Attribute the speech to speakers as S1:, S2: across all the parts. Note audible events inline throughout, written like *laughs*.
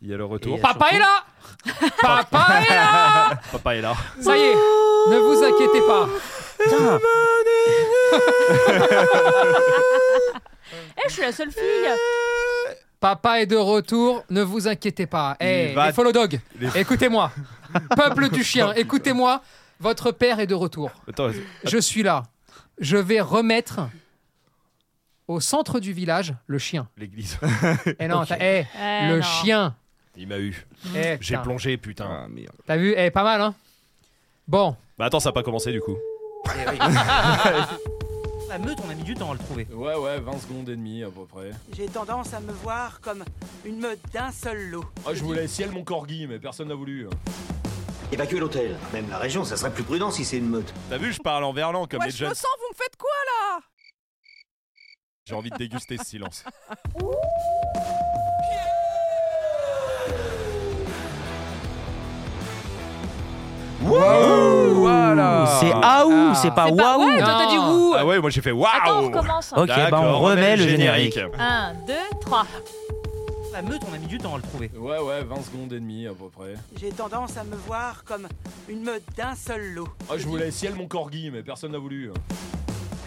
S1: Il y a le retour.
S2: Et-
S3: Papa est là Papa est là
S2: Papa est là.
S3: Ça y est, ne vous inquiétez pas.
S4: Eh, je suis la seule fille.
S3: Papa est de retour, ne vous inquiétez pas. Hey,
S1: Il va-
S3: les follow dog,
S1: Les-
S3: écoutez-moi.
S1: *laughs*
S3: Peuple du chien, écoutez-moi. Votre père est de retour.
S1: *laughs* Attends,
S3: Je suis là. Je vais remettre au centre du village le
S1: *laughs*
S3: chien.
S2: L'église.
S3: Eh non,
S2: Ok.
S3: t'as- eh,
S4: Eh,
S3: le
S4: non.
S3: chien.
S2: *laughs* Il m'a eu.
S1: Mmh.
S3: Eh,
S2: J'ai
S3: putain.
S2: plongé, putain.
S1: Ah, merde.
S3: T'as vu Eh, pas mal, hein Bon,
S2: Bah attends, ça a pas commencé du coup.
S5: Eh *laughs*
S2: *laughs*
S6: La meute, on a mis du temps à le trouver.
S7: Ouais, ouais, 20 secondes et demie à peu près.
S8: J'ai tendance à me voir comme une meute d'un seul lot.
S7: Ah, je voulais ciel mon corgi, mais personne n'a voulu.
S9: Évacuer l'hôtel, même la région, ça serait plus prudent si c'est une meute.
S2: T'as vu, je parle en verlan comme
S5: Ouais,
S2: les
S5: je
S2: jeunes.
S5: me sens, vous me faites quoi
S2: J'ai envie de déguster
S5: *laughs*
S2: ce silence.
S1: Voilà.
S6: C'est ah ou,
S3: Ah.
S6: c'est pas
S4: C'est pas
S6: waouh.
S4: ouais, toi t'as dit
S3: Non.
S4: wouh.
S2: Ah ouais, moi j'ai fait
S4: Attends, on
S2: waouh.
S4: recommence.
S6: Ok, bah on remet le générique.
S4: 1, 2, 3.
S6: La meute, on a mis du temps à le trouver.
S7: Ouais, ouais, 20 secondes et demie à peu près.
S8: J'ai tendance à me voir comme une meute d'un seul lot.
S7: Ah, je voulais ciel mon corgi, mais personne n'a voulu. hein.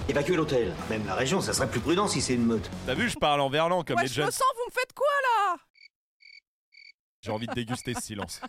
S9: Évacuer l'hôtel, même la région, ça serait plus prudent si c'est une meute.
S2: T'as vu, je parle en verlan comme
S5: Ouais,
S2: les
S5: je me
S2: jeunes.
S5: sens, vous me faites quoi
S2: J'ai envie de déguster ce silence.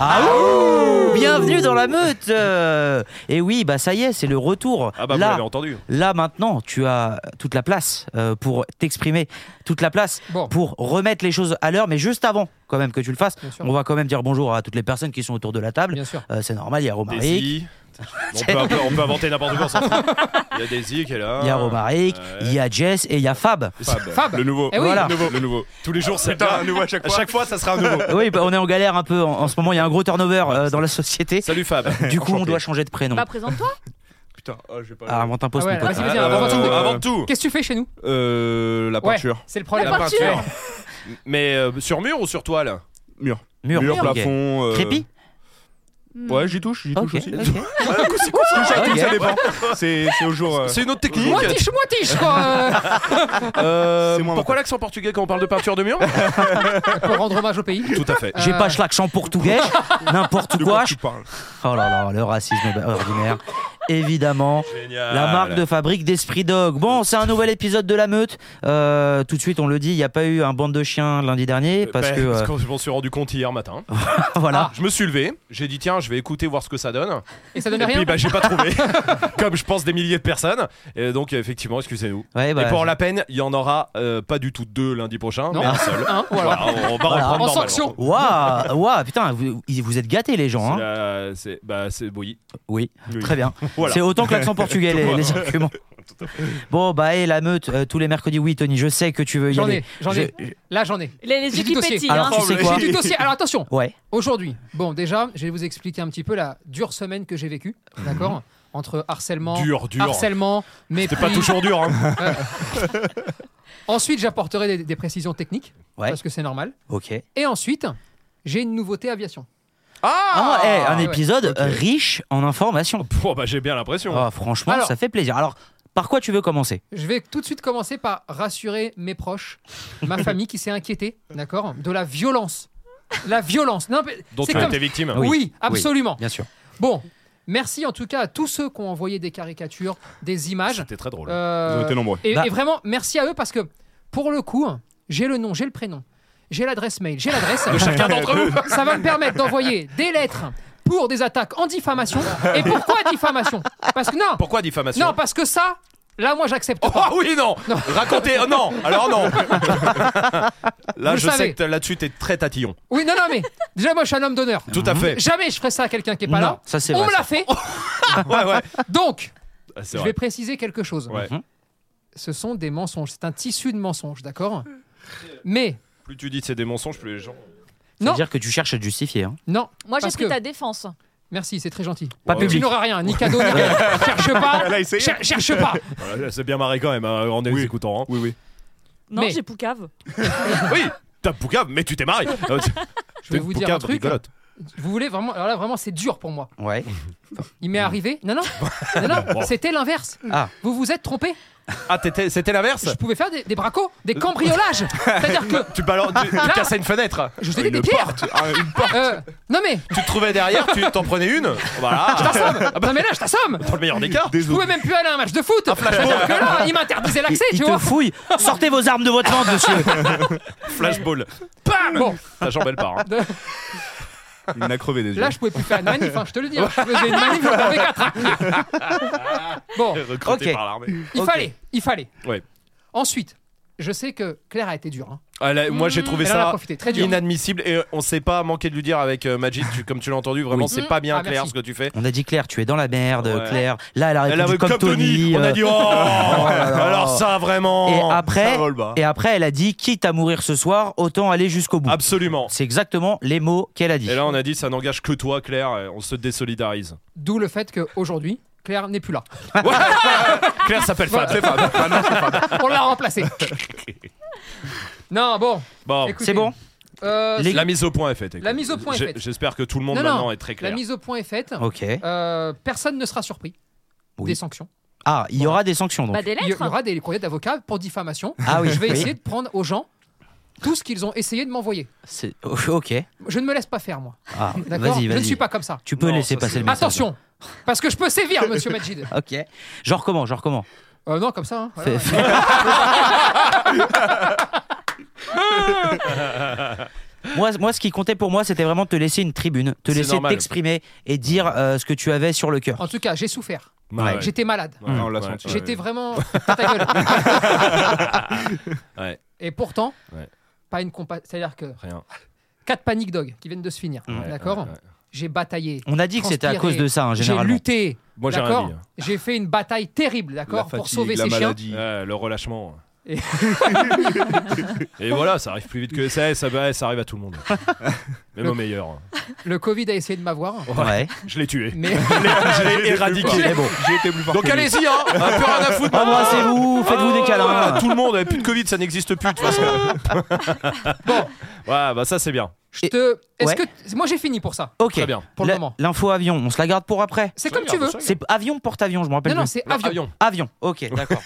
S6: Ah ouh Bienvenue dans la meute. euh. Et oui, bah ça y est, c'est le retour.
S2: Ah bah vous
S6: là,
S2: l'avez entendu.
S6: là maintenant, tu as toute la place euh, pour t'exprimer, toute la place
S3: bon,
S6: pour remettre les choses à l'heure. Mais juste avant, quand même que tu le fasses,
S3: bien sûr.
S6: on va quand même dire bonjour à toutes les personnes qui sont autour de la table.
S3: Bien sûr.
S6: Euh, c'est normal, il y a Romaric,
S2: Daisy. on, peut, on peut- on peut inventer n'importe quoi. on s'en fout. Il y a Daisy qui est là.
S6: il y a Romaric,
S2: Ouais.
S6: il y a Jess et il y a Fab.
S2: Fab.
S3: Fab.
S2: Le nouveau.
S3: Eh oui.
S6: Voilà.
S2: Le nouveau. Le nouveau. Tous les jours, c'est un nouveau à chaque fois. À chaque fois, ça sera un
S6: *laughs*
S2: nouveau.
S6: Oui, bah, on est en galère un peu en, en ce moment. Il y a un gros turnover euh, dans la société.
S2: Salut Fab.
S6: Du coup, on
S2: Enchanté.
S6: doit changer de prénom.
S4: Bah, présente-toi.
S1: Putain, oh, j'ai pas.
S6: Ah, on t'impose
S3: Ah ouais,
S6: mon pote.
S3: vas-y, vas-y, avant
S1: Euh,
S3: tout,
S1: euh,
S2: Avant tout.
S3: Qu'est-ce que tu fais chez nous
S1: Euh, la
S3: Ouais.
S1: peinture.
S3: C'est le problème. Eh,
S4: La peinture.
S3: Ouais.
S2: *laughs* Mais euh, sur mur ou sur toile
S1: Mur.
S6: Mur, ok.
S1: plafond. euh,
S6: Crépi
S3: Hmm.
S1: Ouais, j'y touche, j'y touche
S6: Ok,
S1: aussi.
S6: ok.
S1: Ah, coup, c'est- coup,
S3: *laughs*
S1: c'est- ça
S6: Ok.
S1: ça dépend. C'est c'est au jour. euh,
S2: C'est une autre technique.
S3: Moi tiche, moi tiche, quoi euh,
S2: Euh,
S1: C'est moins
S2: pourquoi l'accent portugais quand on parle de peinture de mur
S3: Pour rendre hommage au pays.
S2: Ah, Tout à fait.
S6: J'ai
S3: Euh.
S6: pas l'accent portugais,
S1: *laughs*
S6: n'importe
S1: de
S6: quoi.
S1: quoi tu parles.
S6: Oh là là, le racisme ordinaire. Évidemment,
S2: Génial.
S1: Ah
S6: la marque de fabrique d'Esprit Dog. Bon, c'est un nouvel épisode de la meute. Euh, tout de suite, on le dit, il n'y a pas eu un bande de chiens lundi dernier parce
S1: bah,
S2: Ben,
S6: que euh, Ah.
S2: je m'en suis rendu compte hier matin.
S6: *laughs* voilà.
S2: Je me suis levé, j'ai dit tiens, je vais écouter voir ce que ça donne.
S3: Et ça donne
S2: Et
S3: rien
S2: puis bah j'ai pas trouvé, *laughs* comme je pense des milliers de personnes. Et donc effectivement, excusez-nous.
S6: Ouais, bah,
S2: Et pour la peine, il y en aura euh, pas du tout deux lundi prochain,
S3: Non,
S2: mais un seul.
S3: Hein, voilà.
S2: Voilà, on va
S6: Voilà.
S2: reprendre
S3: En
S2: normalement.
S3: sanction.
S1: Ah.
S6: Waouh, waouh, putain, vous, vous êtes gâtés les gens.
S2: C'est
S6: hein.
S2: la- C'est bah c'est oui.
S6: Oui,
S2: Oui.
S6: très
S1: *laughs*
S6: bien.
S2: Voilà.
S6: C'est autant que l'accent portugais les,
S2: Tout
S6: les arguments. Bon bah et la meute euh, tous les mercredis. Oui, Tony, je sais que tu veux y
S3: J'en
S6: aller.
S3: ai, j'en ai. Là, j'en ai.
S4: *laughs* Les, les
S3: J'ai
S4: yeux
S3: du
S4: qui
S3: dossier.
S4: pétillent.
S6: Alors
S4: hein.
S6: tu sais quoi
S3: *laughs* J'ai du dossier. Alors attention,
S6: Ouais.
S3: aujourd'hui, bon, déjà, je vais vous expliquer un petit peu la dure semaine que j'ai vécue, d'accord Entre harcèlement,
S2: Mhm. Dur, dur.
S3: harcèlement,
S2: C'était
S3: mépris.
S2: pas toujours dur. Hein.
S3: *laughs* euh, Ensuite, j'apporterai des, des précisions techniques,
S6: Ouais.
S3: parce que c'est normal.
S6: Ok.
S3: Et ensuite, j'ai une nouveauté aviation.
S6: Ah, eh, un
S3: ouais.
S6: épisode
S3: Ok.
S6: riche en informations.
S2: Bon, bah j'ai bien l'impression.
S6: Ah, franchement,
S3: Alors-
S6: ça fait plaisir. Alors, par quoi tu veux commencer
S3: Je vais tout de suite commencer par rassurer mes proches, ma famille qui s'est inquiétée, d'accord De la violence. La violence. Non, mais
S2: Dont
S3: c'est
S2: tu as
S3: comme...
S2: été victime.
S3: Oui, absolument.
S6: Bien sûr.
S3: Bon, merci en tout cas à tous ceux qui ont envoyé des caricatures, des images.
S2: C'était très drôle.
S3: Euh,
S1: Ils ont été nombreux.
S3: et,
S6: Bah-
S3: et vraiment, merci à eux parce que pour le coup, j'ai le nom, j'ai le prénom, j'ai l'adresse mail, j'ai l'adresse.
S2: Chacun d'entre vous.
S3: Ça va me permettre d'envoyer des lettres pour des attaques en diffamation. Et pourquoi diffamation Parce que non,
S2: *laughs* Pourquoi diffamation
S3: non, parce que ça, là, moi, j'accepte
S2: Oh
S3: pas.
S2: oui, non,
S3: Non.
S2: Racontez, oh, non Alors
S3: *laughs*
S2: non Là,
S3: Vous
S2: je
S3: le savez.
S2: sais que là-dessus, t'es très tatillon.
S3: Oui, non, non, mais déjà, moi, je suis un homme d'honneur.
S2: Tout
S1: Mhm.
S2: à
S3: *laughs*
S2: fait.
S3: Jamais je ferai ça à quelqu'un qui est pas
S6: Non,
S3: là.
S6: ça c'est
S3: On
S6: vrai.
S3: me
S6: ça.
S3: l'a fait.
S2: Ouais, ouais.
S3: Donc,
S2: Ah, C'est
S3: je
S2: vrai.
S3: vais préciser quelque chose.
S2: Ouais.
S1: Mhm.
S3: Ce sont des mensonges. C'est un tissu de mensonges, d'accord Mais
S2: Plus tu dis que c'est des mensonges, plus les gens.
S3: Non.
S6: C'est-à-dire que tu cherches à te justifier. hein.
S3: non.
S4: Moi, j'ai
S3: parce
S4: pris
S3: que-
S4: ta défense.
S3: Merci, c'est très gentil.
S6: Pas
S2: Ouais.
S3: Tu
S6: public.
S3: n'auras rien, ni cadeau, ni rien. Cherche pas.
S1: Elle a essayé.
S3: cher- cherche pas.
S2: Voilà, C'est bien marré quand même, hein, en les
S1: Oui.
S2: écoutant. hein.
S1: Oui, oui.
S4: Non,
S3: Mais-
S4: j'ai Poucave.
S2: Oui T'as Poucave, mais tu t'es marré Euh, tu-
S3: *laughs* Je vais
S2: t'es
S3: vous dire
S2: Poucave,
S3: un truc.
S2: rigolote.
S3: Vous voulez vraiment Alors là, vraiment, c'est dur pour moi.
S6: Ouais.
S3: Il m'est arrivé. Non, non, non, non, c'était l'inverse.
S6: Ah.
S3: Vous vous êtes trompé.
S2: Ah, t'étais- c'était l'inverse
S3: Je pouvais faire des, des bracos, des cambriolages. C'est-à-dire que
S2: tu, balance, tu, tu cassais une fenêtre,
S3: je faisais des pierres.
S1: Ah, une porte.
S3: Euh, non mais,
S2: tu te trouvais derrière, tu t'en prenais une. Voilà,
S3: non mais là, je t'assomme.
S2: dans le meilleur des cas.
S3: Je pouvais même plus aller à un match de foot. C'est-à-dire que là, ils m'interdisaient
S6: Il,
S3: l'accès,
S6: il
S3: Bah,
S6: te
S3: tu vois. *laughs*
S6: fouille. Sortez vos armes de votre ventre, monsieur.
S2: Flashball,
S3: Bam Bon,
S2: ta jambe elle part. hein.
S1: Il m'a crevé des yeux.
S3: là, je pouvais plus faire une manif. hein, je te le dis. hein. Je faisais une manif, j'en avais quatre. hein. Bon,
S2: *laughs* Recruté
S6: Ok.
S2: par l'armée.
S3: il
S6: Ok.
S3: fallait, il fallait.
S2: Ouais.
S3: Ensuite, je sais que Claire a été dure. hein.
S2: Ah, là, moi j'ai trouvé
S3: Elle en a
S2: ça
S3: profité, très dur.
S2: inadmissible et on s'est pas manqué de lui dire avec euh, Majid, tu- comme tu l'as entendu, vraiment
S3: Oui.
S2: c'est pas bien
S3: Ah,
S2: clair
S3: merci.
S2: ce que tu fais.
S6: On a dit Claire, tu es dans la merde,
S2: Ouais.
S6: Claire. Là, elle a répondu
S2: avait
S6: comme, Tony.
S2: on a
S6: euh,
S2: dit oh, alors ça bah. vraiment.
S6: et après,
S1: Ça vole bas.
S6: et après, elle a dit quitte à mourir ce soir, autant aller jusqu'au bout.
S2: Absolument.
S6: C'est exactement les mots qu'elle a dit.
S2: Et là on Ah a dit ça n'engage que toi Claire, et on se désolidarise.
S3: D'où le fait qu'aujourd'hui, Claire n'est plus là.
S2: Claire s'appelle Fab.
S3: Voilà. On l'a
S6: *laughs*
S3: remplacée. Non, bon.
S2: Bon,
S3: écoutez,
S6: C'est bon
S3: euh,
S6: Les-
S2: la mise au point est faite. écoute.
S3: La mise au point est
S2: J'ai-
S3: faite.
S2: J'espère que tout le monde
S3: Non, non,
S2: maintenant est très
S3: la
S2: clair.
S3: mise au point est faite.
S6: Ok.
S3: Euh, personne ne sera surpris
S6: Oui.
S3: des sanctions.
S6: Ah, il y aura des sanctions donc.
S4: Bah, des
S3: Il y
S4: lettres.
S3: aura des courriers d'avocats pour diffamation.
S6: Ah oui,
S3: Je vais
S6: oui.
S3: essayer de prendre aux gens tout ce qu'ils ont essayé de m'envoyer.
S6: C'est- oh, Ok.
S3: Je ne me laisse pas faire, moi.
S6: Ah,
S3: D'accord
S6: vas-y,
S3: Je ne
S6: vas-y.
S3: suis pas comme ça.
S6: Tu peux
S2: Non,
S6: laisser
S2: ça,
S6: passer
S2: c'est-
S6: le message.
S3: Attention Parce que je peux sévir,
S6: *laughs*
S3: monsieur Majid.
S6: Ok. Genre comment Genre comment
S3: Euh, non, comme ça. hein,
S6: Fais-
S3: voilà.
S6: fais- *laughs* Moi, moi, ce qui comptait pour moi, c'était vraiment te laisser une tribune, te
S2: C'est
S6: laisser
S2: normal.
S6: t'exprimer et dire euh, ce que tu avais sur le cœur.
S3: En tout cas, j'ai souffert.
S2: Ouais.
S6: Ouais.
S3: J'étais malade.
S1: Ouais, on l'a
S2: Ouais.
S1: senti.
S3: J'étais
S1: ouais.
S3: vraiment. Ta gueule.
S2: *laughs* Ouais.
S3: Et pourtant,
S2: Ouais.
S3: pas une compa. C'est-à-dire que
S2: Rien.
S3: quatre panic dogs qui viennent de se finir.
S6: Ouais,
S3: D'accord
S2: Ouais, ouais.
S3: J'ai bataillé.
S6: On a dit que c'était à
S3: transpiré,
S6: cause de ça, hein,
S3: J'ai
S6: généralement.
S3: lutté.
S2: Moi j'ai rien
S3: d'accord
S2: dit. hein.
S3: J'ai fait une bataille terrible,
S1: La
S3: d'accord,
S1: fatigue,
S3: pour sauver
S1: la
S3: ces chiens.
S1: maladie.
S2: Ouais, le relâchement.
S1: *laughs*
S3: Et-
S2: Et voilà, ça arrive plus vite que ça, ça, va, ça arrive à tout le monde. Même au meilleur.
S3: Le Covid a essayé de m'avoir,
S6: Ouais.
S2: Je l'ai tué. *laughs*
S3: mais
S2: Je l'ai
S1: J'ai
S2: éradiqué.
S1: été plus fort. J'ai été plus fort.
S2: Donc
S1: que lui.
S2: allez-y, hein, un peu rien à
S6: Ah,
S2: foutre.
S6: Embrassez-vous, faites-vous des câlins.
S2: Ah, Tout le monde, plus de Covid, ça n'existe plus de toute façon. bon, ouais, bah ça c'est bien.
S3: je te.
S6: Ouais.
S3: Est-ce que moi j'ai fini pour ça,
S6: Ok.
S2: Très bien.
S3: pour le
S6: La-
S3: moment.
S6: L'info avion, on se la garde pour après.
S3: C'est
S2: Je
S3: comme tu veux.
S2: regarde, je
S6: C'est avion porte-avion, je me rappelle
S3: Non non,
S6: plus.
S3: c'est
S2: Non,
S3: avion.
S6: Avion, ok, d'accord.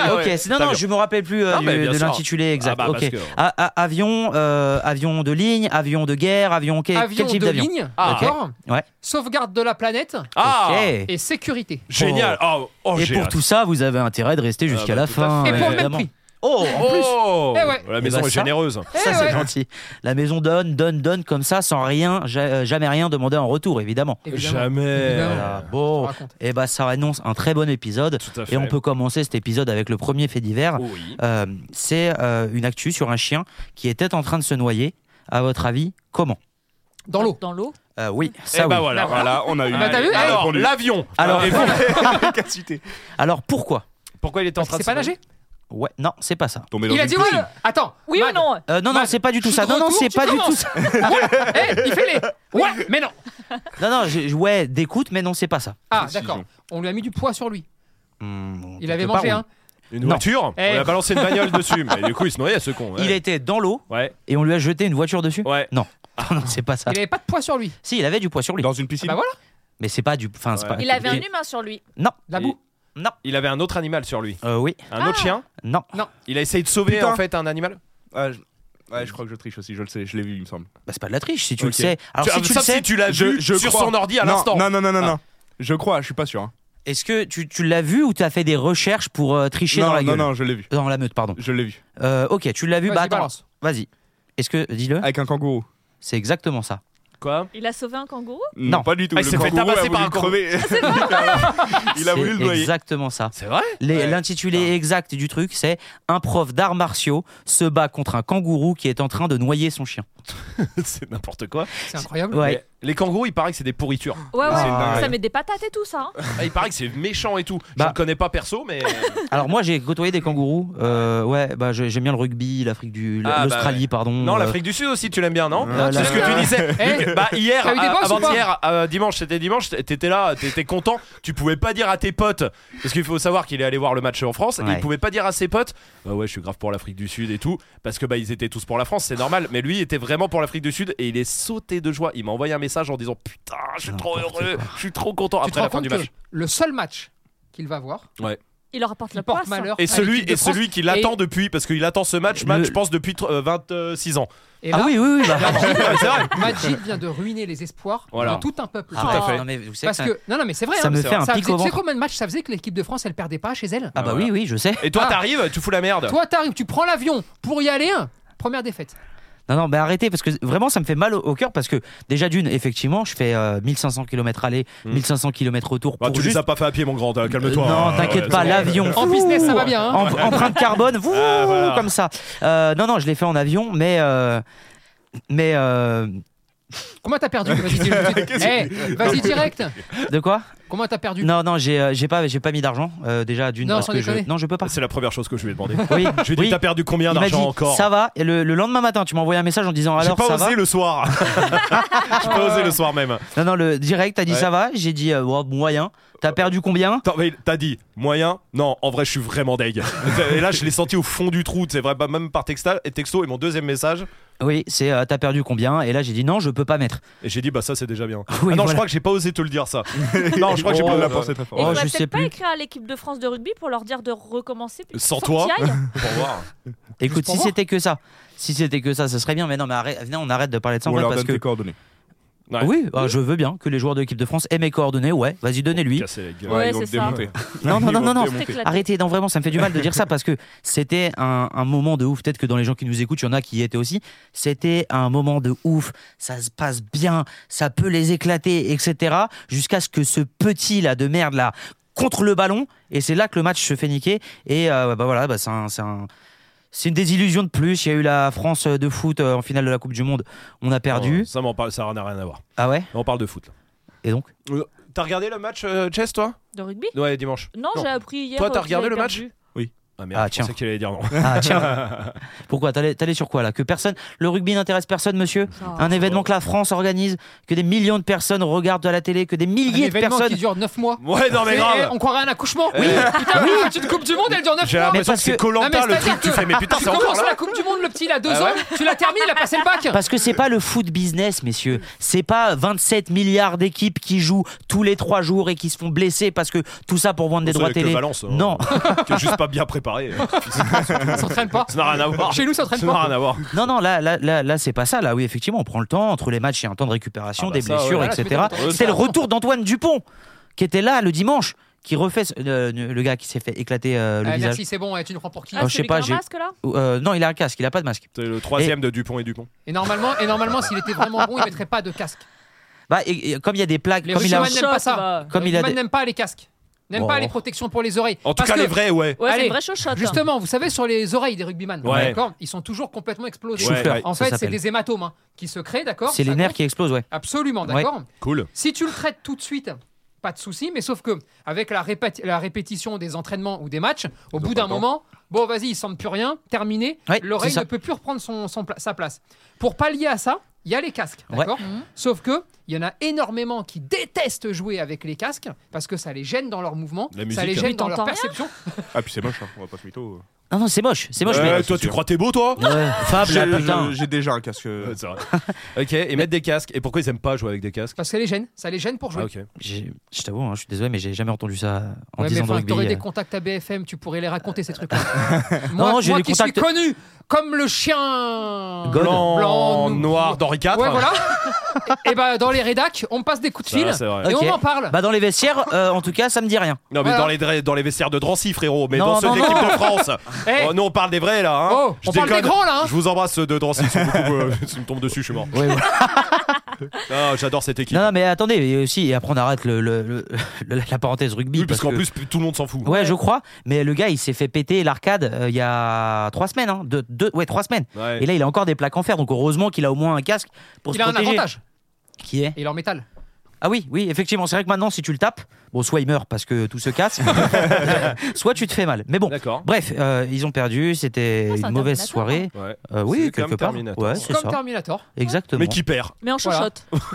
S2: Ah
S6: ok,
S2: ouais,
S6: c'est- non, non,
S2: avion.
S6: je me rappelle plus euh,
S2: Non,
S6: du-
S2: mais bien
S6: de
S2: sûr.
S6: l'intitulé exact.
S2: Ah bah,
S6: ok.
S2: parce que-
S6: A- a- avion, euh, avion de ligne, avion de guerre, avion, quel-
S3: Avion
S6: quel type
S3: de
S6: d'avion
S3: ligne,
S2: Ah,
S3: d'accord.
S6: Ouais.
S3: Sauvegarde de la planète
S2: Ah,
S6: Ok.
S3: et sécurité.
S2: génial. Oh, oh,
S6: Et
S2: j'ai
S6: pour
S2: hâte.
S6: tout ça, vous avez intérêt de rester jusqu'à
S2: bah,
S6: la
S2: tout à
S6: fin.
S2: fait.
S3: et pour le même
S6: évidemment.
S3: prix.
S6: Oh, en plus
S2: Oh,
S3: Eh ouais.
S2: la maison
S6: Eh bah,
S2: est
S6: ça.
S2: généreuse.
S6: Ça,
S3: Eh
S6: c'est
S3: ouais.
S6: gentil. La maison donne, donne, donne comme ça, sans rien, ja- euh, jamais rien demander en retour, évidemment.
S3: Évidemment.
S2: Jamais.
S3: Évidemment.
S6: Voilà,
S3: Ah Je te
S6: bon.
S3: raconte.
S6: Et bah, ça annonce un très bon épisode.
S2: Tout à fait. Oh,
S6: Et on peut commencer cet épisode avec le premier fait divers.
S2: Oui.
S6: Euh, c'est euh, une actu sur un chien qui était en train de se noyer. À votre avis, comment
S3: Dans l'eau.
S4: Dans l'eau.
S6: Euh, Oui, ça
S2: Eh bah
S6: oui.
S2: voilà,
S1: Ah,
S2: voilà, on a eu.
S3: Bah, t'as vu,
S2: Alors,
S1: eh
S2: l'avion.
S6: Alors-
S2: Et vous-
S3: *laughs*
S1: Qu'a cité.
S6: Alors pourquoi
S2: pourquoi il était en
S3: Parce
S2: train
S3: qu'il
S2: de
S3: sait
S2: se
S3: pas nager.
S6: Ouais, non, c'est pas ça.
S1: Tombé dans
S3: Il a
S1: une
S3: dit oui.
S1: piscine.
S3: Attends.
S4: Oui ou
S3: Mad,
S4: non
S6: Euh, non, non,
S3: Mad,
S6: c'est pas du
S3: je
S6: tout
S3: suis
S6: ça.
S3: de
S6: Non, non,
S3: retour,
S6: c'est
S3: tu
S6: pas du tout
S3: commences.
S6: ça.
S3: *laughs* Eh, il fait les. Ouais, mais non.
S6: Non, non, je- je- ouais, d'écoute, mais non, c'est pas ça.
S3: Ah
S1: Précision.
S3: d'accord. On lui a mis du poids sur lui.
S6: Hmm,
S3: Il avait
S6: quelque part,
S3: mangé
S6: oui.
S3: hein.
S2: Une
S6: Non.
S2: voiture
S3: Eh.
S2: On a balancé une bagnole dessus. Mais du coup, il se noyait, ce con.
S6: Il
S2: Ouais.
S6: était dans l'eau
S2: Ouais,
S6: et on lui a jeté une voiture dessus.
S2: ouais. Ah.
S6: Non, non, c'est pas ça.
S3: Il avait pas de poids sur lui.
S6: Si, il avait du poids sur lui.
S1: Dans une piscine.
S3: Bah voilà.
S6: Mais c'est pas du. Enfin, c'est
S2: Ouais.
S6: pas.
S4: Il avait un humain sur lui.
S3: La boue.
S2: Il avait un autre animal sur lui.
S6: Euh, oui.
S2: Un autre
S4: Ah.
S2: chien
S6: Non.
S2: Il a essayé de sauver,
S1: Putain.
S2: en fait, un animal
S1: Ah, je... Ouais, je crois que je triche aussi, je le sais, je l'ai vu, il me semble.
S6: Bah, c'est pas de la triche si tu
S1: Ok.
S6: le sais. Alors si
S2: ah,
S6: tu le
S2: sauf
S6: sais,
S2: si tu l'as vu sur
S1: crois.
S2: son ordi à
S1: Non,
S2: l'instant.
S1: Non, non, non, non,
S2: Ah.
S1: non. Je crois, je suis pas sûr. hein.
S6: est-ce que tu, tu l'as vu ou t'as fait des recherches pour euh, tricher dans
S1: Non,
S6: la
S1: non,
S6: gueule
S1: non, je l'ai vu.
S6: Dans la meute, pardon.
S1: Je l'ai vu.
S6: Euh, ok, tu l'as vu.
S3: Vas-y,
S6: Bah attends,
S3: balance.
S6: vas-y. Est-ce que dis-le
S1: Avec un kangourou.
S6: C'est exactement ça.
S2: Quoi
S4: Il a sauvé un kangourou
S1: Non,
S6: Non.
S1: pas du tout.
S2: Ah, il
S1: le
S2: s'est fait
S1: kangourou
S2: tabasser
S1: a
S2: par
S1: voulu
S2: un
S1: crever. *laughs* Il a
S6: C'est
S1: voulu le noyer.
S6: Exactement ça.
S2: C'est vrai
S6: Les-
S1: Ouais.
S6: L'intitulé
S1: Putain.
S6: exact du truc, c'est un prof d'arts martiaux se bat contre un kangourou qui est en train de noyer son chien.
S2: C'est n'importe quoi.
S3: C'est incroyable.
S6: Ouais.
S2: Mais Les kangourous, il paraît que c'est des pourritures.
S4: Ouais,
S1: C'est
S4: ouais.
S1: dingue.
S4: Ça met des patates et tout ça. hein.
S2: Ah, il paraît que c'est méchant et tout. Je
S6: Bah.
S2: ne connais pas perso, mais. euh,
S6: Alors moi j'ai côtoyé des kangourous. Euh, ouais, bah je- j'aime bien le rugby, l'afrique du,
S2: Ah, bah
S6: l'Australie
S2: ouais.
S6: pardon.
S2: Non,
S6: Euh,
S2: l'Afrique du Sud aussi, tu l'aimes bien, non
S6: Euh,
S2: C'est
S6: la-
S2: ce que tu disais.
S3: *laughs* Eh,
S2: Bah hier,
S3: T'as eu des
S2: euh,
S3: bosses ou
S2: avant-hier, euh, dimanche, c'était dimanche, t'étais là, t'étais content, tu pouvais pas dire à tes potes, parce qu'il faut savoir qu'il est allé voir le match en France, et
S6: Ouais.
S2: il pouvait pas dire à ses potes, bah ouais, je suis grave pour l'Afrique du Sud et tout, parce que bah ils étaient tous pour la France, c'est normal, mais lui il était vraiment pour l'Afrique du Sud et il est sauté de joie. Il m'a envoyé un message en disant putain, je suis trop
S6: Ah, N'importe
S2: heureux, je suis trop content
S3: tu te
S2: après la
S3: rends
S2: fin
S3: compte
S2: du
S3: que
S2: match.
S3: le seul match qu'il va voir,
S4: Il leur apporte
S3: il
S4: la
S3: porte
S4: poisse.
S3: malheur.
S2: Et
S3: à
S2: celui,
S3: l'équipe de
S2: et
S3: France.
S2: celui qui l'attend depuis, parce qu'il attend ce match,
S6: Le-
S2: match je pense, depuis tr- euh, 26
S3: *laughs*
S2: ans.
S3: Et
S6: Ah
S3: là,
S6: oui, oui, oui. bah.
S2: c'est vrai.
S3: Magic vient de ruiner les espoirs
S2: Voilà.
S3: de tout un peuple.
S6: Ah,
S4: à
S6: bah,
S4: fait.
S6: Non, mais vous savez
S3: Parce
S6: que.
S3: que non non mais c'est vrai.
S6: Ça
S3: hein,
S6: me fait un
S3: ça
S6: pic
S3: faisait-
S6: au
S3: tu sais
S6: ventre.
S3: combien de matchs ça faisait que l'équipe de France elle perdait pas chez elle
S6: Ah, bah oui, oui, je sais.
S2: Et toi,
S3: Ah.
S2: t'arrives, tu fous la merde.
S3: Toi t'arrives, tu prends l'avion pour y aller. hein. Première défaite.
S6: Non, non, mais arrêtez, parce que vraiment, ça me fait mal au, au cœur, parce que déjà, d'une, effectivement, je fais euh, 1500 km aller, 1500 km retour.
S2: Bah,
S6: Pour juste...
S2: pas fait à pied, mon grand, euh,
S6: Euh, non, t'inquiète
S2: ouais, c'est
S6: pas,
S2: bon.
S6: l'avion.
S3: En
S6: fou,
S3: business ça va bien. hein.
S6: em- empreinte carbone, vous,
S2: Ah, voilà.
S6: comme ça. Euh, non, non, je l'ai fait en avion, mais. euh, mais. euh,
S3: Comment
S6: *laughs*
S3: t'as perdu Vas-y dis- Eh, vas-y direct.
S6: de quoi
S3: Comment t'as perdu
S6: Non, non, j'ai euh, j'ai pas, j'ai pas mis d'argent, euh, déjà, d'une,
S3: Non,
S6: parce
S3: sans
S6: que je.
S3: déconner.
S6: Non, je peux
S3: *laughs*
S6: pas.
S2: C'est la première chose que je lui ai
S6: *laughs*
S2: demandé.
S6: Oui,
S2: Je lui ai dit,
S6: oui.
S2: t'as perdu combien
S6: Il m'a dit,
S2: d'argent encore
S6: ça va. Et le, le lendemain matin, tu m'as envoyé un message en disant
S2: J'ai
S6: alors
S2: pas
S6: ça va.
S2: osé le
S6: *laughs*
S2: soir. J'ai pas osé le soir même.
S6: Non, non, le direct, t'as dit
S2: Ouais.
S6: ça va. J'ai dit euh, ouais, moyen. T'as perdu combien
S2: T'as- mais T'as dit moyen Non, en vrai, je suis vraiment deg. et là, je l'ai senti au fond du trou. C'est vrai, bah, même par texta, et texto. Et mon deuxième message,
S6: Oui, c'est euh, t'as perdu combien Et là, j'ai dit non, je peux pas mettre.
S2: et j'ai dit bah ça, c'est déjà bien.
S6: Oui,
S2: Ah non, je
S6: voilà.
S2: crois que j'ai pas osé te le dire
S6: *laughs*
S2: ça. non, je crois que j'ai
S1: Oh,
S2: pas
S1: la
S2: osé.
S1: pensée très
S4: Et
S1: fort.
S6: Oh,
S4: vous
S6: je
S4: n'avez
S6: sais
S4: peut-être pas
S6: plus.
S4: écrit à l'équipe de France de rugby pour leur dire de recommencer. puis
S2: Sans
S4: faut
S2: toi.
S4: qu'ils y aillent.
S2: Pour voir.
S6: Écoute,
S3: Juste pour
S6: si
S3: voir.
S6: c'était que ça, si c'était que ça, ce serait bien. Mais non, mais arrête, viens, on arrête de parler de ça en
S1: Ou
S6: vrai,
S1: alors
S6: parce
S1: donne
S6: que.
S1: tes coordonnées.
S2: Ouais.
S6: Oui, ah, je veux bien que les joueurs de l'équipe de France aient mes coordonnées. Ouais, vas-y, donnez-lui.
S2: Casser la gueule.
S4: Ouais,
S1: ils vont
S4: c'est
S1: te
S4: ça.
S1: démonter.
S6: Non, non,
S1: Ils
S6: non, non,
S1: vont te
S6: non.
S4: C'est
S1: démonter.
S4: éclaté.
S6: Arrêtez, non, vraiment, ça me fait du mal de dire ça parce que c'était un, un moment de ouf. Peut-être que dans les gens qui nous écoutent, il y en a qui y étaient aussi. C'était un moment de ouf. Ça se passe bien, ça peut les éclater, etc. Jusqu'à ce que ce petit là de merde là contre le ballon et c'est là que le match se fait niquer. Et euh, bah voilà, bah, c'est un- c'est un- c'est une désillusion de plus. Il y a eu la France de foot euh, en finale de la Coupe du Monde. On a perdu.
S2: Oh, ça m'en parle, ça n'a rien à voir.
S6: Ah ouais
S2: On parle de foot. là.
S6: Et donc
S2: T'as regardé le match, euh, Chess, toi
S4: De rugby
S2: Ouais, dimanche.
S4: Non,
S2: Non.
S4: j'ai appris hier.
S2: Toi, t'as
S4: euh, qu'ils
S2: regardé
S4: avaient
S2: le match
S4: perdu.
S2: Ah merde,
S6: Ah,
S2: je
S6: tiens.
S2: pensais qu'il allait dire non.
S6: Ah tiens Pourquoi T'allais t'allais sur quoi là Que personne. Le rugby n'intéresse personne, monsieur
S4: ah,
S6: Un Ah, événement que la France organise, que des millions de personnes regardent à la télé, que des
S3: Un
S6: milliers de
S3: événement
S6: personnes.
S3: qui dure 9 mois.
S2: Ouais, non, mais
S3: Eh, eh,
S2: grave
S3: on croirait à un accouchement.
S2: Oui. *laughs*
S3: Putain, la petite Coupe du Monde, elle dure 9
S2: J'ai
S3: mois.
S6: Mais
S2: l'impression que
S6: parce
S2: c'est
S6: que-
S3: Non, mais
S2: Colanta le
S3: c'est-à-dire
S2: truc, tu
S3: que
S2: fais, mais putain,
S3: tu
S2: c'est encore
S3: commences
S2: là Ah
S3: la Coupe du Monde, le petit, il a 2 ans, tu la termines, il a passé le bac.
S6: Parce que c'est pas le foot business, messieurs. C'est pas 27 milliards d'équipes qui jouent tous les trois jours et qui se font blesser parce que tout ça pour vendre des
S2: Ça,
S6: droits
S2: avec le
S6: télé.
S2: Valence, hein.
S6: Non. *laughs*
S2: Qui est juste pas bien
S3: *laughs*
S2: préparé.
S3: On s'entraîne pas.
S2: Ça n'a rien à voir.
S3: Chez nous, ça
S2: Ça
S3: s'entraîne
S2: n'a
S3: pas.
S2: rien à voir.
S6: Non, non, là, là, là, là, c'est pas ça. Là, oui, effectivement, on prend le temps. Entre les matchs, il y a un temps de récupération,
S2: Ah bah
S6: des
S2: ça,
S6: blessures,
S2: ouais. Euh,
S6: etc.
S3: Voilà,
S6: C'était le retour d'Antoine Dupont, qui était là le dimanche, qui refait ce- euh, le gars qui s'est fait éclater euh, le
S3: Eh,
S6: visage.
S3: Merci, c'est bon, eh, tu nous prends pour qui
S6: Ah,
S4: Ah,
S6: je sais
S4: celui qui
S6: pas,
S4: a un
S6: j'ai-
S4: masque là
S6: Euh, non, il a un casque, il a pas de masque.
S2: C'est le troisième de Dupont et Dupont.
S3: Et normalement, et normalement, s'il était vraiment bon, il mettrait pas de casque.
S6: Bah, et- et comme il y a des plaques,
S3: Les
S6: comme il a
S3: Rushman n'aiment pas ça.
S4: Bah,
S6: Comme
S3: les
S6: il a
S3: Rushman
S6: des-
S3: n'aiment pas les casques. N'aiment
S6: Bon.
S3: pas les protections pour les oreilles.
S2: En tout
S3: Parce
S2: cas,
S3: que,
S2: les vrais, ouais.
S4: Ouais, c'est
S3: Allez,
S4: une vraie chochotte.
S3: Justement, vous savez, sur les oreilles des rugbyman,
S2: Ouais.
S3: d'accord, ils sont toujours complètement explosés.
S2: Ouais,
S6: Chou-fleur,
S2: ouais.
S3: En
S6: ça
S3: fait, c'est
S6: s'appelle.
S3: des hématomes hein, qui se créent, d'accord
S6: C'est les
S3: ça
S6: nerfs
S3: gonfle.
S6: qui explosent, ouais.
S3: Absolument,
S6: Ouais.
S3: d'accord
S2: Cool.
S3: Si tu le traites tout de suite, pas de souci, mais sauf que avec la, répéti- la répétition des entraînements ou des matchs, au bout d'un moment, bon, vas-y, il semble plus rien, terminé,
S6: Ouais,
S3: l'oreille
S6: c'est ça.
S3: ne peut plus reprendre son, son pla- sa place. Pour pallier à ça, il y a les casques,
S6: Ouais.
S3: d'accord
S4: Mhm.
S3: Sauf que il y en a énormément qui détestent jouer avec les casques parce que ça les gêne dans leur mouvement,
S2: La musique.
S3: ça
S6: hein.
S3: les
S2: Mais
S3: gêne dans leur
S4: t'entends rien
S3: perception.
S1: Ah, puis c'est moche, hein, on va pas se mytho.
S6: Non, non, c'est moche, c'est moche,
S2: Euh,
S6: mais.
S1: c'est
S2: toi, tu
S1: sûr.
S2: crois t'es beau, toi
S6: Ouais, Fab, là,
S1: J'ai-
S6: putain.
S1: J'ai j'ai déjà un casque. euh,
S2: *laughs* Ouais, c'est vrai.
S3: *laughs*
S2: Ok, et mettre des casques. Et pourquoi ils aiment pas jouer avec des casques
S3: Parce que ça les gêne, ça les gêne pour
S2: Ah,
S3: jouer.
S2: ok.
S6: J'ai- Je t'avoue, hein, je suis désolé, mais j'ai jamais entendu ça en
S3: Ouais, mais
S6: disant de
S3: enfin,
S6: rugby.
S3: t'aurais
S6: euh.
S3: des contacts à BFM, tu pourrais les raconter ces
S6: *laughs*
S3: trucs-là. moi,
S6: Non, j'ai
S3: moi
S6: des
S3: qui
S6: contacts-
S3: suis connu comme le chien
S6: God.
S2: Blanc,
S3: Blanc, nous-
S2: noir d'Henri IV.
S3: Ouais, voilà. *laughs* et ben dans les rédacs, on me passe des coups de
S2: Ça,
S3: fil
S2: c'est vrai.
S3: et
S6: Ok.
S3: on en parle.
S6: Bah, dans les vestiaires, euh, en tout cas, ça me dit rien.
S2: Non, mais
S3: Voilà.
S2: dans, les, dra- dans les vestiaires de Drancy, frérot. Mais
S6: Non,
S2: dans ceux
S6: non,
S2: de l'équipe
S6: non.
S2: de France.
S3: *laughs* Eh,
S2: Oh, nous, on parle des vrais, là. Hein.
S3: oh,
S2: Je
S3: on parle des
S2: déconne.
S3: grands là. hein.
S2: Je vous embrasse ceux de Drancy, ils sont beaucoup, euh, *laughs* s'ils me tombent dessus, je suis mort.
S6: Ouais, ouais.
S2: *laughs* Ah, J'adore cette équipe.
S6: Non, non, mais attendez, et aussi, et après, on arrête le, le- le- *laughs* le- la parenthèse rugby.
S2: oui, parce qu'en
S6: que-
S2: plus, tout le monde s'en fout.
S6: Ouais, je crois, mais le gars, il s'est fait péter l'arcade euh, il y a trois semaines. Hein, deux, deux- ouais, trois semaines.
S2: Ouais.
S6: Et là, il a encore des plaques en fer, donc heureusement qu'il a au moins un casque pour
S3: Il
S6: se
S3: a un
S6: protéger.
S3: avantage.
S6: Qui est
S3: Et il est en métal.
S6: Ah oui, oui, effectivement, c'est vrai que maintenant, si tu le tapes, bon, soit il meurt parce que tout se casse, *laughs* soit tu te fais mal. Mais bon,
S2: D'accord.
S6: Bref, euh, ils ont perdu, c'était
S4: Ah, c'est un
S6: une mauvaise soirée.
S4: Terminator.
S2: Ouais.
S6: Euh, oui,
S2: C'est
S6: quelque
S2: comme
S6: part.
S2: Terminator.
S6: Ouais, c'est
S3: Comme
S6: ça.
S3: Terminator.
S6: Exactement.
S2: Mais qui perd
S4: Mais en
S3: Voilà.
S4: chochotte.
S6: *laughs*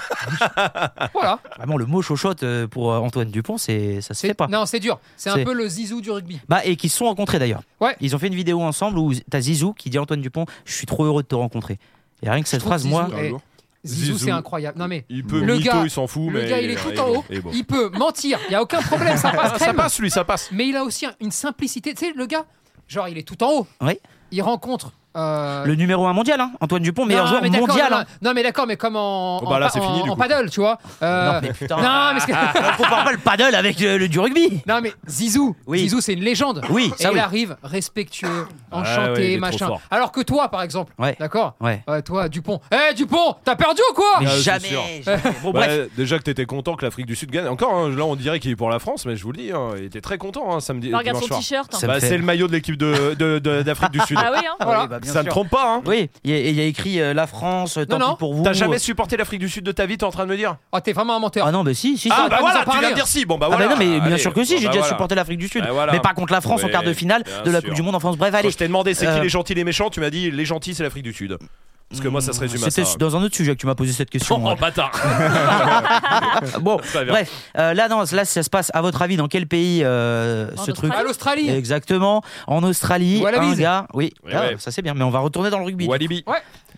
S3: Voilà.
S6: Vraiment, Ah le mot chochotte euh, pour euh, Antoine Dupont, c'est ça se fait
S3: C'est
S6: pas.
S3: non, c'est dur. C'est un
S6: C'est-
S3: peu le zizou du rugby.
S6: Bah, et qui se sont rencontrés d'ailleurs.
S3: Ouais.
S6: Ils ont fait une vidéo ensemble où t'as Zizou qui dit à Antoine Dupont Je suis trop heureux de te rencontrer. Et rien que cette
S3: trouve
S6: phrase, moi,
S3: Zizou-
S1: dans le
S3: Eh,
S1: lourd.
S3: Zizou,
S2: Zizou.
S3: c'est incroyable. Non mais
S2: Il peut
S3: Le
S2: mytho,
S3: gars-
S2: il s'en fout,
S3: le
S2: mais
S3: gars, il est tout en haut.
S2: et bon.
S3: il peut mentir, il y a aucun problème, ça passe
S2: Ah,
S6: *laughs*
S2: ça
S3: crème.
S2: passe, lui, ça passe.
S3: Mais il a aussi un- une simplicité. Tu sais, le gars, genre, il est tout en haut.
S6: Oui.
S3: Il rencontre. euh,
S6: Le numéro 1 mondial, hein. Antoine Dupont, meilleur
S3: Non,
S6: joueur
S3: mais d'accord,
S6: mondial.
S3: Non,
S6: hein.
S3: non, mais d'accord, mais comme en,
S2: Oh, bah,
S3: en
S2: là,
S3: pa-
S2: c'est fini,
S3: en-
S2: du
S3: en
S2: coup.
S3: paddle, tu vois. Euh,
S6: Non, mais putain.
S3: non, mais
S2: *laughs*
S3: ce que-
S6: On compare pas le paddle avec euh, le du rugby.
S3: non, mais Zizou,
S6: Oui.
S3: Zizou, c'est une légende.
S6: Oui,
S3: Et
S6: ça
S3: il
S6: oui.
S3: arrive respectueux,
S2: Ah ouais, il est
S3: enchanté,
S2: trop
S3: machin.
S2: fort.
S3: Alors que toi, par exemple,
S6: Ouais.
S3: d'accord
S6: Ouais.
S3: Euh, Toi, Dupont. Eh, Dupont, t'as perdu ou quoi
S6: Mais
S2: Ah, c'est
S6: jamais.
S2: sûr.
S6: jamais. Bon,
S2: Bah,
S6: bref.
S2: Déjà que t'étais content que l'Afrique du Sud gagne. Encore, hein, là, on dirait qu'il est pour la France, mais je vous le dis, hein, il était très content hein, samedi.
S4: Bah, regarde
S2: dimanche
S4: son
S2: soir.
S4: t-shirt. hein.
S6: Ça me
S2: Bah,
S6: fait-
S2: c'est le maillot de l'équipe de- de-
S3: *laughs*
S2: de- d'Afrique du Sud.
S4: Ah oui, hein.
S3: Voilà.
S6: Oui, bah, bien
S2: ça ne
S6: sûr.
S2: trompe pas, hein.
S6: Oui, il y, a- il y a écrit euh, la France, tant
S3: non.
S6: pis pour vous.
S2: T'as jamais supporté l'Afrique du Sud de ta vie, t'es en train de me dire
S3: Oh, t'es vraiment un menteur.
S6: Ah non, mais si, si.
S3: Ah,
S6: si.
S3: bah, voilà,
S2: tu viens
S3: parler.
S2: de dire si. Bon, bah
S6: Ah bah
S2: voilà.
S6: non, mais bien
S2: Allez,
S6: sûr que si,
S2: bon,
S6: j'ai
S2: bah
S6: déjà
S2: voilà.
S6: supporté l'afrique du Sud.
S2: Bah voilà.
S6: Mais pas contre la France en
S2: Ouais,
S6: quart de finale
S2: bien
S6: de la
S2: sûr.
S6: Coupe du Monde en France. Bref,
S2: Quand
S6: allez.
S2: je t'ai demandé c'est
S6: Euh,
S2: qui les gentils, les méchants, tu m'as dit les gentils c'est l'Afrique du Sud. Parce que moi ça se résume à ça.
S6: C'était dans un autre sujet que tu m'as posé cette question.
S2: Oh
S6: hein.
S2: bâtard *laughs*
S6: Bon,
S2: Très bien.
S6: bref, euh, là, non, là, ça se passe, à votre avis, dans quel pays euh,
S4: En
S6: ce truc
S3: À l'Australie.
S6: Exactement, en Australie, un
S3: Wallabies.
S6: gars, oui,
S2: Ouais,
S6: ah,
S2: ouais.
S6: ça c'est bien, mais on va retourner dans le rugby.
S2: Walibi.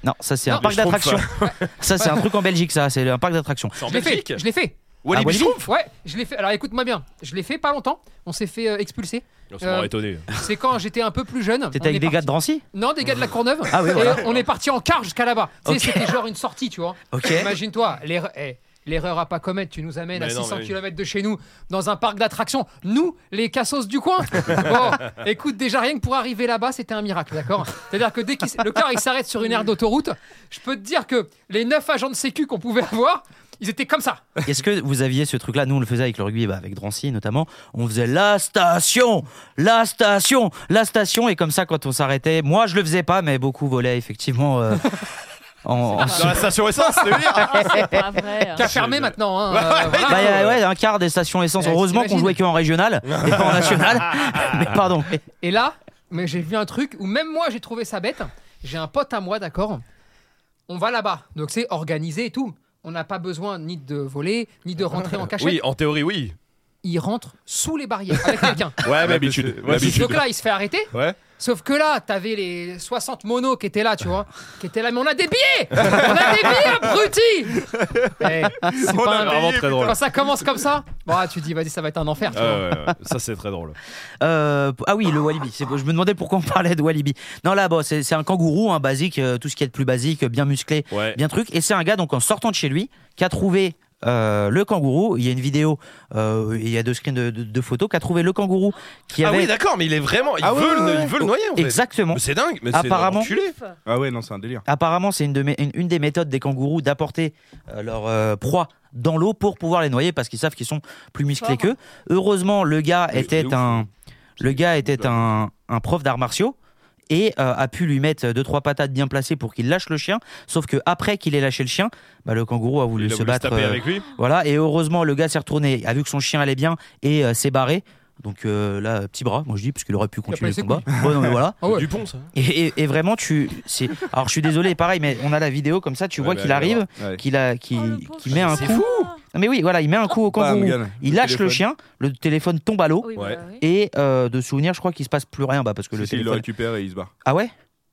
S6: Non, ça c'est un
S3: Non,
S6: parc
S2: les Schtroumpfs.
S6: d'attractions. *laughs* ça c'est un truc en Belgique, ça, c'est un parc d'attractions.
S2: C'est en
S3: Je l'ai fait,
S2: Belgique
S3: je l'ai fait.
S2: Walibi
S6: Ah,
S2: je trouve
S3: Ouais, je l'ai fait. Alors écoute-moi bien, je l'ai fait pas longtemps. On s'est fait euh, expulser.
S2: Ça m'aurait
S3: Euh,
S2: étonné.
S3: C'est quand j'étais un peu plus jeune.
S6: T'étais
S3: On
S6: avec
S3: est
S6: des gars
S3: parti-
S6: de Drancy
S3: Non, des gars de la Courneuve.
S6: Ah oui,
S3: Et
S6: voilà.
S3: on est parti en car jusqu'à là-bas. Tu sais,
S6: Ok.
S3: C'était genre une sortie, tu vois.
S6: Ok.
S3: Imagine-toi, l'erre- eh, l'erreur à pas commettre, tu nous amènes
S2: Mais
S3: à
S2: non,
S3: 600
S2: mais oui.
S3: km de chez nous, dans un parc d'attractions. Nous, les cassos du
S6: *laughs*
S3: coin. Bon, écoute, déjà rien que pour arriver là-bas, c'était un miracle, d'accord C'est-à-dire que dès que le car il s'arrête sur une aire d'autoroute, je peux te dire que les 9 agents de sécu qu'on pouvait avoir, ils étaient comme ça.
S6: Est-ce que vous aviez ce truc-là Nous, on le faisait avec le rugby, bah, avec Drancy notamment. On faisait la station, la station, la station. Et comme ça, quand on s'arrêtait, moi, je le faisais pas, mais beaucoup volaient effectivement
S3: *laughs*
S6: euh, en. en-
S2: Dans la station essence, c'est dire
S4: Oh, C'est pas vrai.
S3: Qu'a fermé maintenant. hein, euh, voilà.
S6: Bah, y a- ouais, un quart des stations essence.
S3: Eh,
S6: Heureusement qu'on
S3: t'imagines.
S6: jouait que en régional et
S3: *laughs*
S6: pas en national. *laughs* mais pardon.
S3: Et là, mais j'ai vu un truc où même moi j'ai trouvé ça bête. J'ai un pote à moi, d'accord On va là-bas. Donc c'est organisé et tout. On n'a pas besoin ni de voler, ni de
S2: *laughs*
S3: rentrer en cachette.
S2: Oui, en théorie, oui.
S3: Il rentre sous les barrières
S2: *laughs*
S3: avec quelqu'un.
S2: Ouais, mais habitude.
S1: Ouais,
S2: Habitude.
S3: Donc là, il se fait arrêter.
S2: Ouais.
S3: Sauf que là, t'avais les 60 monos qui étaient là, tu vois. Qui étaient là, mais on a
S2: *laughs*
S3: des billets On a des billets, abruti Eh, c'est
S2: On
S3: pas
S2: a
S3: un-
S2: vraiment très drôle.
S3: Quand ça commence comme ça, bon, ah, tu te dis, vas-y, ça va être un enfer, tu vois.
S2: Ah ouais, ouais, ça c'est très drôle.
S6: Euh, ah oui, le Walibi. C'est- Je me demandais pourquoi on parlait de Walibi. Non, là, bon, c'est c'est un kangourou, hein, basique, euh, tout ce qui est de plus basique, bien musclé,
S2: Ouais.
S6: bien truc. Et c'est un gars, donc en sortant de chez lui, qui a trouvé euh, le kangourou. Il y a une vidéo, euh, il y a deux screens de, de- de photos, qui a trouvé le kangourou qui
S2: Ah
S6: avait. Oh,
S2: oui, d'accord, mais il est vraiment. Il
S1: Ah ouais,
S2: veut le-
S1: ouais, ouais.
S2: il veut le noyer en fait.
S6: Exactement.
S2: Mais C'est dingue, mais c'est
S6: Apparemment.
S2: un enculé.
S1: Ah ouais, non, c'est un délire.
S6: Apparemment, c'est une, de mes- une- une des méthodes des kangourous d'apporter euh, leur euh, proie dans l'eau pour pouvoir les noyer parce qu'ils savent qu'ils sont plus musclés
S4: Fort.
S6: qu'eux. Heureusement, le gars
S1: Mais
S6: était
S1: de ouf.
S2: hein.
S6: un, le gars était
S1: dingue.
S6: un, un prof d'arts martiaux et euh, a pu lui mettre deux trois patates bien placées pour qu'il lâche le chien. Sauf que après qu'il ait lâché le chien, bah, le kangourou a voulu
S2: Il a
S6: se
S2: voulu se
S6: battre.
S2: taper
S6: euh,
S2: avec lui.
S6: voilà. Et heureusement, le gars s'est retourné, a vu que son chien allait bien et euh, s'est barré. Donc euh, là, petit bras, moi je dis, parce qu'il aurait pu
S3: pas
S6: continuer
S3: laissé
S6: le combat. Ouais, non, mais voilà.
S3: Ah ouais.
S2: Dupont, ça.
S6: Et, et- et vraiment, tu. c'est- Alors, je suis désolé, pareil, mais on a la vidéo comme ça, tu
S2: Ouais,
S6: vois
S2: bah,
S6: qu'il
S2: allez
S6: arrive,
S1: Ouais.
S6: qu'il a, qu'il,
S4: Oh, le
S6: qu'il
S4: pauvre
S6: met un
S4: chien.
S6: coup. Mais oui, voilà, il met un coup au
S1: Bam,
S6: kangourou.
S1: Gann.
S6: il lâche le
S1: téléphone.
S6: chien, le téléphone tombe à l'eau.
S4: Oui,
S2: Ouais.
S4: bah oui.
S6: Et euh, de souvenir, je crois qu'il se passe plus rien, bah, parce que le
S1: Si, si, il le
S6: téléphone.
S1: récupère et il se barre.
S6: Ah ouais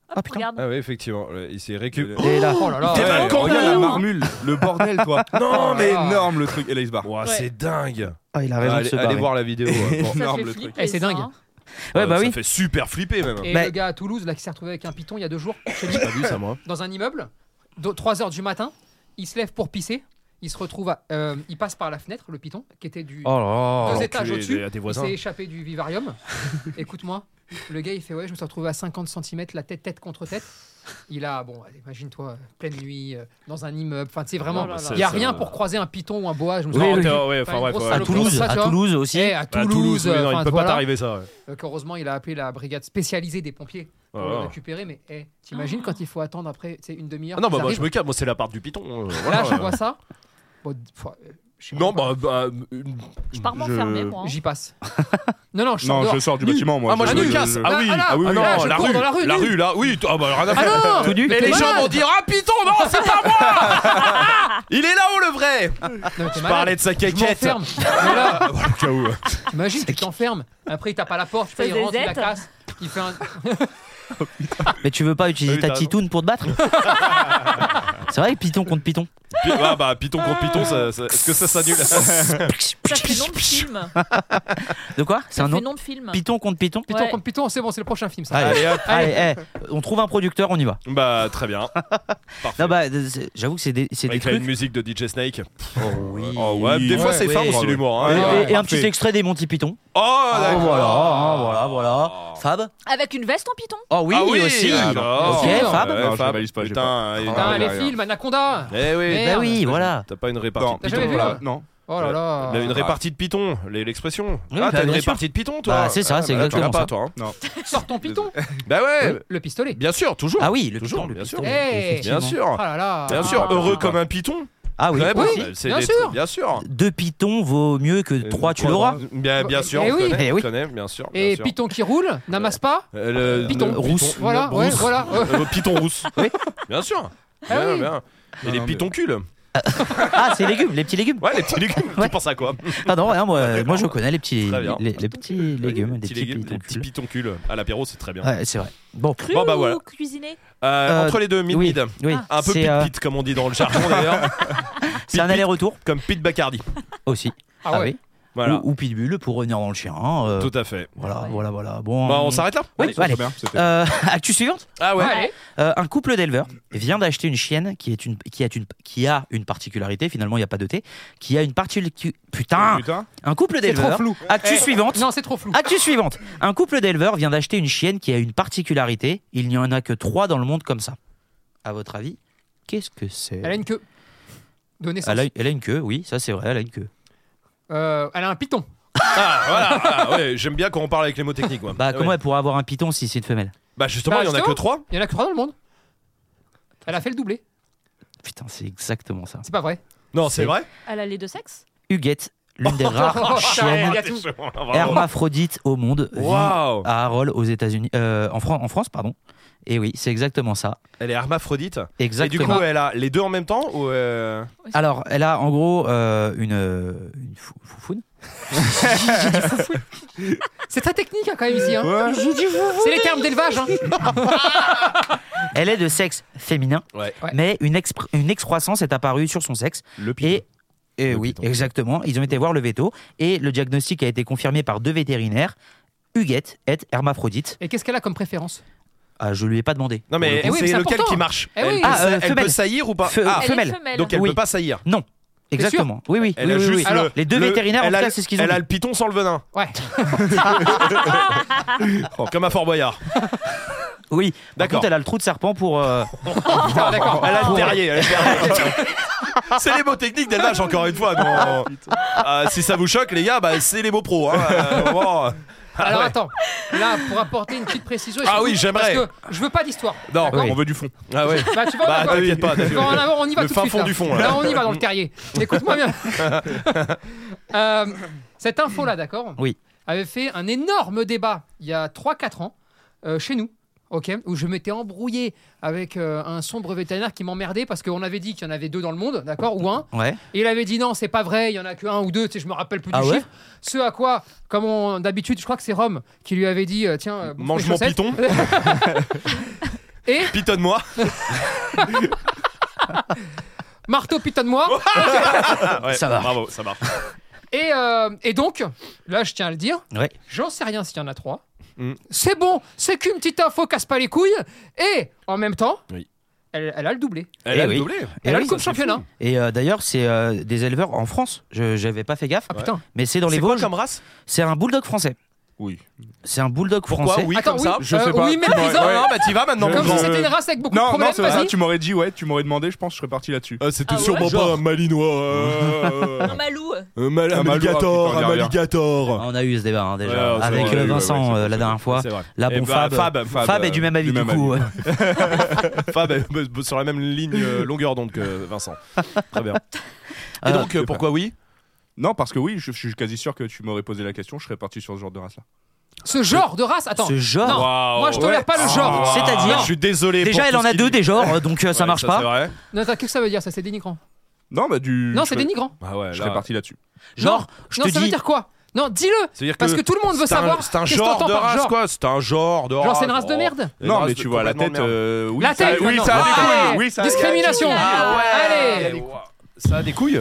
S4: Hop,
S6: Ah, putain.
S4: regarde.
S2: Ah oui, effectivement. ouais, Il s'est récup.
S1: Il-
S6: Il est là.
S3: Oh là là.
S2: T'es mal
S1: Ouais,
S2: con,
S1: regarde la
S4: hein.
S1: marmule, le bordel, toi.
S2: Non,
S1: mais
S3: Ah.
S1: énorme le truc. Et là, il se barre.
S2: Ouah,
S4: Ouais.
S2: C'est dingue.
S6: Ah, il a raison de
S2: allez,
S6: se
S2: allez
S6: barrer.
S2: voir la vidéo. hein. ouais. Bon,
S4: Ça
S1: énorme
S4: fait
S1: le
S4: flipper,
S1: truc.
S3: Eh, c'est
S4: ça,
S3: dingue.
S4: hein.
S6: Ouais, bah
S2: Euh, ça
S6: oui.
S2: fait super flipper même.
S3: Et
S6: Bah-
S3: le gars à Toulouse, là, qui s'est retrouvé avec un piton il y a deux jours, chez lui,
S2: J'ai pas vu ça moi.
S3: dans un immeuble, 3 heures du matin, il se lève pour pisser, il se retrouve, à- euh, il passe par la fenêtre, le piton, qui était du
S6: Oh là là.
S3: deux
S2: l'enculé,
S3: étages
S2: il est
S3: au-dessus,
S2: à tes
S3: il
S2: voisins.
S3: s'est échappé
S2: *laughs*
S3: du vivarium. Écoute-moi, le gars il fait ouais, je me suis retrouvé à 50 cm, la tête tête contre tête. Il a, bon, imagine-toi, euh, pleine nuit, euh, dans un immeuble, enfin, tu sais, vraiment,
S4: Oh là là.
S3: il n'y a
S2: Ça, ça-
S3: rien pour croiser un piton ou un boa. Je me
S6: Oui,
S3: souviens.
S6: oui.
S2: t'es- ouais, enfin,
S3: Enfin,
S2: bref,
S3: une grosse
S2: ouais.
S6: À
S3: le
S6: Toulouse,
S3: ça, tu
S6: à
S3: vois.
S6: Toulouse aussi.
S3: Eh, à
S2: Bah,
S3: Toulouse,
S2: oui, non, il
S3: enfin,
S2: peut
S3: voilà.
S2: pas t'arriver ça. ouais.
S3: Donc, heureusement, il a appelé la brigade spécialisée des pompiers pour
S2: Voilà.
S3: le récupérer, mais eh, t'imagines
S4: Ah.
S3: quand il faut attendre après tu sais, une demi-heure
S2: Ah non,
S3: qu'ils
S2: bah, moi je
S3: arrivent.
S2: me calme, moi c'est la part du piton. euh, voilà.
S3: Là, je vois ça. Bon, d- faut- euh, je sais
S2: Non,
S3: pas.
S2: bah. bah, euh,
S4: Je pars
S1: Je-
S4: m'enfermer, moi. hein.
S3: J'y passe. *laughs* non, non, je sors
S1: Non,
S3: dehors.
S1: je sors du
S2: Nu.
S1: bâtiment, moi.
S2: ah, moi je
S3: Ah,
S2: me
S3: nu.
S2: casse. Ah
S3: Là,
S2: oui,
S3: là,
S2: ah oui,
S3: ah
S2: oui,
S3: là,
S2: non,
S3: je
S2: la
S3: cours
S2: rue,
S3: dans la rue,
S2: la
S3: nu.
S2: rue, là, oui. t- Ah bah rien à
S3: Ah
S2: faire. *laughs*
S3: non
S6: Tout nu.
S3: Mais
S2: Mais
S3: t'es
S2: les gens
S3: malade.
S2: vont dire Ah piton, non, c'est pas
S3: *laughs*
S2: moi Il est là-haut le vrai
S3: Non, mais t'es malade.
S2: Parlait de sa
S3: Ah, bah, Je
S2: caquette. *laughs*
S3: m'enferme. Mais là,
S2: Cas où.
S3: T'imagines, tu t'enfermes. Après, il tape à la porte, tu
S4: Ça
S3: sais, il rentre, il la
S4: zézette.
S3: casse. Il fait un.
S6: Mais tu veux pas utiliser
S2: Ah oui, *laughs*
S6: ta
S2: t'as raison.
S6: titoune pour te battre C'est vrai, Python contre Python.
S2: Pi- ah bah, Python contre Python, ça- ça- est-ce que ça
S3: *laughs*
S2: s'annule
S4: Ça fait nom de film.
S6: De quoi C'est
S4: Ça
S6: un
S4: fait
S6: autre
S4: nom de film.
S6: Python contre Python
S3: Python
S4: Ouais.
S3: contre Python, c'est bon, c'est le prochain film, ça.
S6: Allez,
S2: Allez, hop.
S6: allez, eh, on trouve un producteur, on y va.
S2: Bah, très bien. Parfait. Bah,
S6: Non, bah, euh, c'est- j'avoue que c'est des, c'est des
S2: Avec la
S6: trucs.
S2: musique de DJ Snake.
S6: Oui.
S2: Oh ouais, des fois c'est
S1: ouais.
S2: fin
S1: Ouais,
S2: aussi
S1: ouais.
S2: l'humour.
S6: Et,
S2: hein.
S1: Ouais.
S6: et- et un
S1: Parfait.
S6: petit extrait des Monty Python.
S2: Oh,
S6: Ah,
S2: d'accord.
S6: voilà, hein, voilà, voilà. Fab
S4: Avec une veste en python.
S6: Oh oui,
S2: ah oui,
S6: aussi.
S2: alors.
S6: Ok, Fab.
S2: Ouais,
S1: Non, je
S2: Fab,
S1: valise pas, j'ai
S2: putain,
S1: pas.
S2: il-
S3: Putain,
S1: Ah,
S3: les
S1: ouais,
S3: films, Anaconda.
S2: Eh oui.
S6: Bah
S3: Merde.
S6: oui, voilà.
S2: T'as pas une répartie
S1: Non,
S2: de
S3: jamais
S2: Python
S3: vu,
S2: là
S3: là
S1: non.
S3: Oh là là.
S2: T'as une
S1: Ah.
S2: répartie de Python, les- l'expression.
S6: Oui,
S2: ah,
S6: bah,
S2: t'as une
S6: bien sûr.
S2: répartie de Python, toi.
S6: Bah, c'est ça,
S2: Ah,
S6: c'est
S2: bah, là,
S6: exactement
S2: Tu l'as
S6: ça.
S2: pas, toi. hein.
S3: Sors ton Python.
S2: Bah ouais,
S3: Le pistolet.
S2: bien sûr, toujours.
S6: Ah oui, le
S2: Toujours,
S6: Python, le
S2: bien sûr.
S6: Python,
S3: Eh,
S6: effectivement.
S2: Bien sûr.
S3: Oh là là.
S2: Bien sûr,
S4: Ah.
S2: heureux comme un Python.
S6: Ah oui.
S2: Ouais, bah,
S3: Oui,
S2: c'est- c'est
S3: bien
S2: des-
S3: sûr.
S2: Bien sûr.
S6: Deux Pythons vaut mieux que
S2: Euh,
S6: trois, tu
S2: trois
S6: l'auras.
S2: bras. Bien, bien sûr,
S3: Eh
S2: on
S3: oui.
S2: connaît,
S6: Eh oui.
S2: on connaît, bien sûr. bien
S3: Et
S2: sûr.
S3: Python qui roule, n'amasse pas.
S2: Euh, le-
S3: Python.
S2: le-
S6: Rousse.
S3: Voilà,
S2: le
S3: ouais,
S2: rousse.
S3: voilà. ouais.
S2: *laughs* Euh, le Python rousse.
S6: *laughs* Oui.
S2: Bien sûr.
S3: Ah
S2: Bien,
S3: oui.
S2: bien. Et
S1: Non,
S2: les
S1: non, mais-
S2: pitoncules.
S6: Ah, c'est légumes, les petits légumes.
S2: Ouais, les petits légumes.
S6: *laughs* Ouais.
S2: Tu penses à quoi
S6: Ah non, hein, moi, moi je connais les petits,
S2: Très bien.
S6: les, les petits légumes, les petits,
S2: légumes,
S6: Python.
S2: les petits pitoncules. À l'apéro, c'est très bien.
S6: Ouais, c'est vrai. Bon.
S4: Cru
S2: Bon, bah, voilà.
S4: ou cuisiné
S2: Euh,
S6: Euh,
S2: entre les deux, mid
S6: oui,
S2: mid.
S6: oui.
S2: Ah. Un peu
S6: C'est,
S2: pit
S6: euh,
S2: pit comme on dit dans le jargon d'ailleurs,
S6: *laughs* c'est un
S2: pit-pit.
S6: aller-retour
S2: comme Pete Bacardi.
S6: aussi.
S3: Ah ouais.
S6: oui.
S2: Voilà.
S6: Ou, ou Pitbull pour revenir dans le chien. hein, euh,
S2: Tout à fait.
S6: voilà,
S4: Ouais.
S6: voilà, voilà. Bon.
S2: Bah,
S6: euh,
S2: on s'arrête là
S6: Oui,
S1: Allez,
S6: allez.
S1: c'est bien, c'était-
S6: Euh, *laughs* actu suivante.
S2: Ah ouais.
S3: Allez.
S6: Euh, un couple d'éleveurs vient d'acheter une chienne qui, est une, qui, a une, qui a une particularité, finalement il n'y a pas de thé, qui a une particularité... Putain
S1: Putain,
S6: Un couple
S3: C'est trop
S6: d'éleveurs...
S3: flou.
S6: Actu
S3: Eh.
S6: suivante
S3: Non, c'est trop flou.
S6: Actu suivante Un couple d'éleveurs vient d'acheter une chienne qui a une particularité, il n'y en a que trois dans le monde comme ça. À votre avis, qu'est-ce que c'est
S3: Elle a une queue. De naissance.
S6: Elle a- elle a une queue, oui, ça c'est vrai, elle a une queue.
S3: Euh, elle a un python.
S2: Ah voilà. Ah, ouais, J'aime bien quand on parle avec les mots techniques. moi. Ah
S6: Bah
S2: Ouais.
S6: comment elle pourrait avoir un python si c'est une femelle
S2: Bah justement,
S3: Bah,
S2: il y en a que
S3: justement.
S2: trois.
S3: Il y en a que trois dans le monde. Elle a fait le doublé.
S6: Putain, c'est exactement ça.
S3: C'est pas vrai.
S2: Non,
S6: C'est-
S2: c'est vrai.
S4: Elle a les deux sexes.
S6: Huguette,
S2: *laughs*
S6: l'une des
S3: Oh,
S6: rares chiennes
S3: il y a
S2: Ah,
S3: tout.
S6: hermaphrodites au monde, vit
S2: hein, Waouh.
S6: à Harold aux États-Unis, euh, en, Fran- en France, pardon. Et oui, c'est exactement ça.
S2: Elle est hermaphrodite. Et du
S6: Exactement.
S2: coup, elle a les deux en même temps ou euh,
S6: Alors, elle a en gros euh, une, euh, une fou- foufoune.
S3: C'est très technique hein, quand même ici. hein.
S1: Ouais.
S3: C'est les termes
S2: *laughs*
S3: d'élevage. hein.
S6: Elle est de sexe féminin,
S2: Ouais.
S3: Ouais.
S6: mais une, expr- une excroissance est apparue sur son sexe.
S1: le
S6: Et,
S1: piton.
S6: et
S1: Le
S6: oui,
S1: piton.
S6: exactement. Ils ont été voir le veto et le diagnostic a été confirmé par deux vétérinaires. Huguette est hermaphrodite.
S3: Et qu'est-ce qu'elle a comme préférence
S6: Ah, je lui ai pas demandé.
S2: Non mais
S6: Pour le
S3: Eh oui, mais
S2: c'est
S3: c'est
S2: lequel
S3: important.
S2: qui marche
S3: Eh
S2: elle,
S3: oui.
S2: peut
S6: Ah,
S2: sa-
S6: euh,
S2: elle
S6: femelle.
S2: peut saillir ou pas
S6: coup. Fe-
S2: Ah,
S4: Elle
S6: femelle.
S4: est femelle.
S2: donc elle
S6: Oui.
S2: peut pas saillir.
S6: Exactement. Oui, oui.
S2: Elle
S6: oui,
S2: a
S6: oui,
S2: juste
S6: oui.
S2: le-
S6: Alors, les deux
S2: le-
S6: vétérinaires, en
S2: elle
S6: tout
S2: a-
S6: cas, c'est ce qu'ils ont
S2: Elle a
S6: dit.
S2: le piton sans le venin,
S3: Ouais.
S6: Oh.
S2: comme à Fort Boyard.
S6: Oui. Par
S2: D'accord.
S6: contre, elle a le trou de serpent pour. euh,
S3: Putain, d'accord.
S2: Elle
S6: Ah,
S2: a le terrier. elle a le
S6: *laughs*
S2: terrier. C'est les mots techniques d'élevage, encore une fois. non. Ah, si ça vous choque, les gars, bah, c'est les mots pros.
S6: *laughs*
S2: hein. Euh, bon. Ah,
S3: Alors
S2: ouais.
S3: attends, là pour apporter une petite précision. et
S2: Ah
S3: surtout,
S2: oui, j'aimerais.
S3: Parce que je veux pas d'histoire.
S2: Non,
S6: Oui.
S1: On veut du fond.
S2: ah ouais.
S3: Bah tu vas en
S2: Bah,
S3: avoir.
S2: t'inquiète pas,
S3: Tu vas en
S2: t'inquiète.
S3: avoir, on y va
S2: Le
S3: tout
S2: fin
S3: de suite.
S2: fond
S3: là.
S2: du fond, là.
S3: Là on y va dans le terrier.
S2: *laughs*
S3: Écoute-moi bien. Euh, cette info là, d'accord
S6: Oui.
S3: Avait fait un énorme débat il y a 3-4 ans euh, chez nous. Ok, où je m'étais embrouillé avec euh, un sombre vétérinaire qui m'emmerdait parce qu'on avait dit qu'il y en avait deux dans le monde, d'accord, ou un.
S6: *laughs* Ouais.
S3: Et il avait dit non, c'est pas vrai, il y en a que un ou deux, tu sais, je me rappelle plus
S6: Ah
S3: du
S6: ouais
S3: chiffre. Ce à quoi, comme on- d'habitude, je crois que c'est Rome qui lui avait dit euh, tiens, euh, bouffe
S2: Mange
S3: mes
S2: mon
S6: *laughs*
S3: chaussettes.
S2: piton.
S3: Et
S2: Pitonne-moi.
S3: marteau, pitonne-moi.
S2: Ah, ouais,
S6: Ça va.
S2: Bravo, ça marche.
S3: Et, euh, et donc, là, je tiens à le dire,
S6: Ouais.
S3: j'en sais rien s'il y en a trois.
S2: Mm.
S3: C'est bon, c'est qu'une petite info, casse pas les couilles. Et en même temps,
S2: Oui.
S3: elle, elle a le doublé.
S2: Elle
S6: Eh
S2: a le
S6: oui.
S2: doublé.
S6: Eh
S3: Elle a
S6: oui,
S3: le coupe
S6: ça, c'est
S3: championnat.
S6: fou. Et euh, d'ailleurs, c'est euh, des éleveurs en France. Je n'avais pas fait gaffe,
S3: Ah putain.
S6: mais c'est dans les
S2: C'est quoi
S6: Vosges.
S2: comme race
S6: C'est un bulldog français.
S1: Oui.
S6: C'est un bulldog
S2: Pourquoi
S6: français.
S2: oui
S3: Attends,
S2: comme
S3: oui,
S2: ça
S1: Je sais
S3: euh,
S1: pas.
S3: oui, mais
S1: Tu m'aurais-
S3: disons,
S1: ouais.
S2: Ah bah t'y vas maintenant.
S3: Comme
S1: Je-
S3: si c'était une race avec beaucoup de
S1: Non,
S3: problèmes,
S1: non, c'est ça.
S3: vas-y.
S1: Tu m'aurais dit, ouais, tu m'aurais demandé, je pense, que je serais parti là-dessus.
S2: Ah, C'était
S4: Ah ouais.
S2: pas un *laughs* malinois.
S4: Un malou.
S2: Un euh, mal-
S1: Un malinois,
S2: alligator,
S1: putain, derrière.
S6: Ah,
S2: alligator.
S6: On a eu ce débat hein,
S2: Ouais, on
S6: déjà
S2: s'en
S6: avec
S2: est
S6: euh,
S2: eu,
S6: Vincent
S1: ouais, ouais,
S6: euh,
S1: c'est
S6: la dernière fois.
S2: C'est vrai.
S6: La
S2: Eh
S6: bon
S2: bah,
S6: Fab.
S2: Fab, Fab,
S6: Fab est du
S2: euh,
S6: même avis
S1: du
S6: du
S1: même
S6: coup. euh.
S2: Fab est b- sur la même ligne euh, longueur d'onde que Vincent. Très bien. Et
S6: Euh,
S2: donc, euh, pourquoi oui
S1: Non, parce que oui, je, je suis quasi sûr que tu m'aurais posé la question, je serais parti sur ce genre de race-là.
S3: Ce genre de race, attends.
S6: *laughs* Ce genre.
S2: Waouh.
S3: moi, je tolère pas le
S2: Ah,
S3: genre.
S6: C'est-à-dire-
S2: Je suis désolé. pour
S6: Déjà, elle
S2: tout
S6: en
S2: ce
S6: a
S2: qui-
S6: deux des genres, euh, donc euh, ça
S2: Ouais,
S6: marche
S2: c'est
S6: pas.
S2: vrai.
S3: Non, attends, qu'est-ce que ça veut dire ça C'est dénigrant.
S2: Mm,
S1: Non, bah du.
S3: Non,
S1: je
S3: c'est
S1: serais-
S3: dénigrant.
S2: Ah ouais,
S1: Je
S2: là-
S1: serais parti là-dessus.
S6: Genre, je
S3: non,
S6: te
S3: ça veut
S6: dis,
S3: dire quoi Non, dis-le
S2: C'est-à-dire
S3: Parce que tout le monde veut
S2: c'est un-
S3: savoir
S2: C'est un
S3: qu'est-ce qu'on
S2: genre
S3: entend
S2: de
S3: par
S2: race,
S3: genre.
S2: quoi. C'est un genre de race.
S3: Genre, c'est une race de
S2: Oh.
S3: merde
S2: Une
S1: Non,
S2: race
S1: mais
S2: de-
S1: tu vois, la
S2: complètement
S1: tête.
S2: de merde.
S1: euh, oui,
S3: La
S1: ça-
S3: tête,
S1: Oui,
S3: non.
S1: ça a
S3: Ah,
S1: des couilles. Oui, ça a des
S3: Discrimination
S2: Ah ouais.
S3: Allez
S2: Ça a des couilles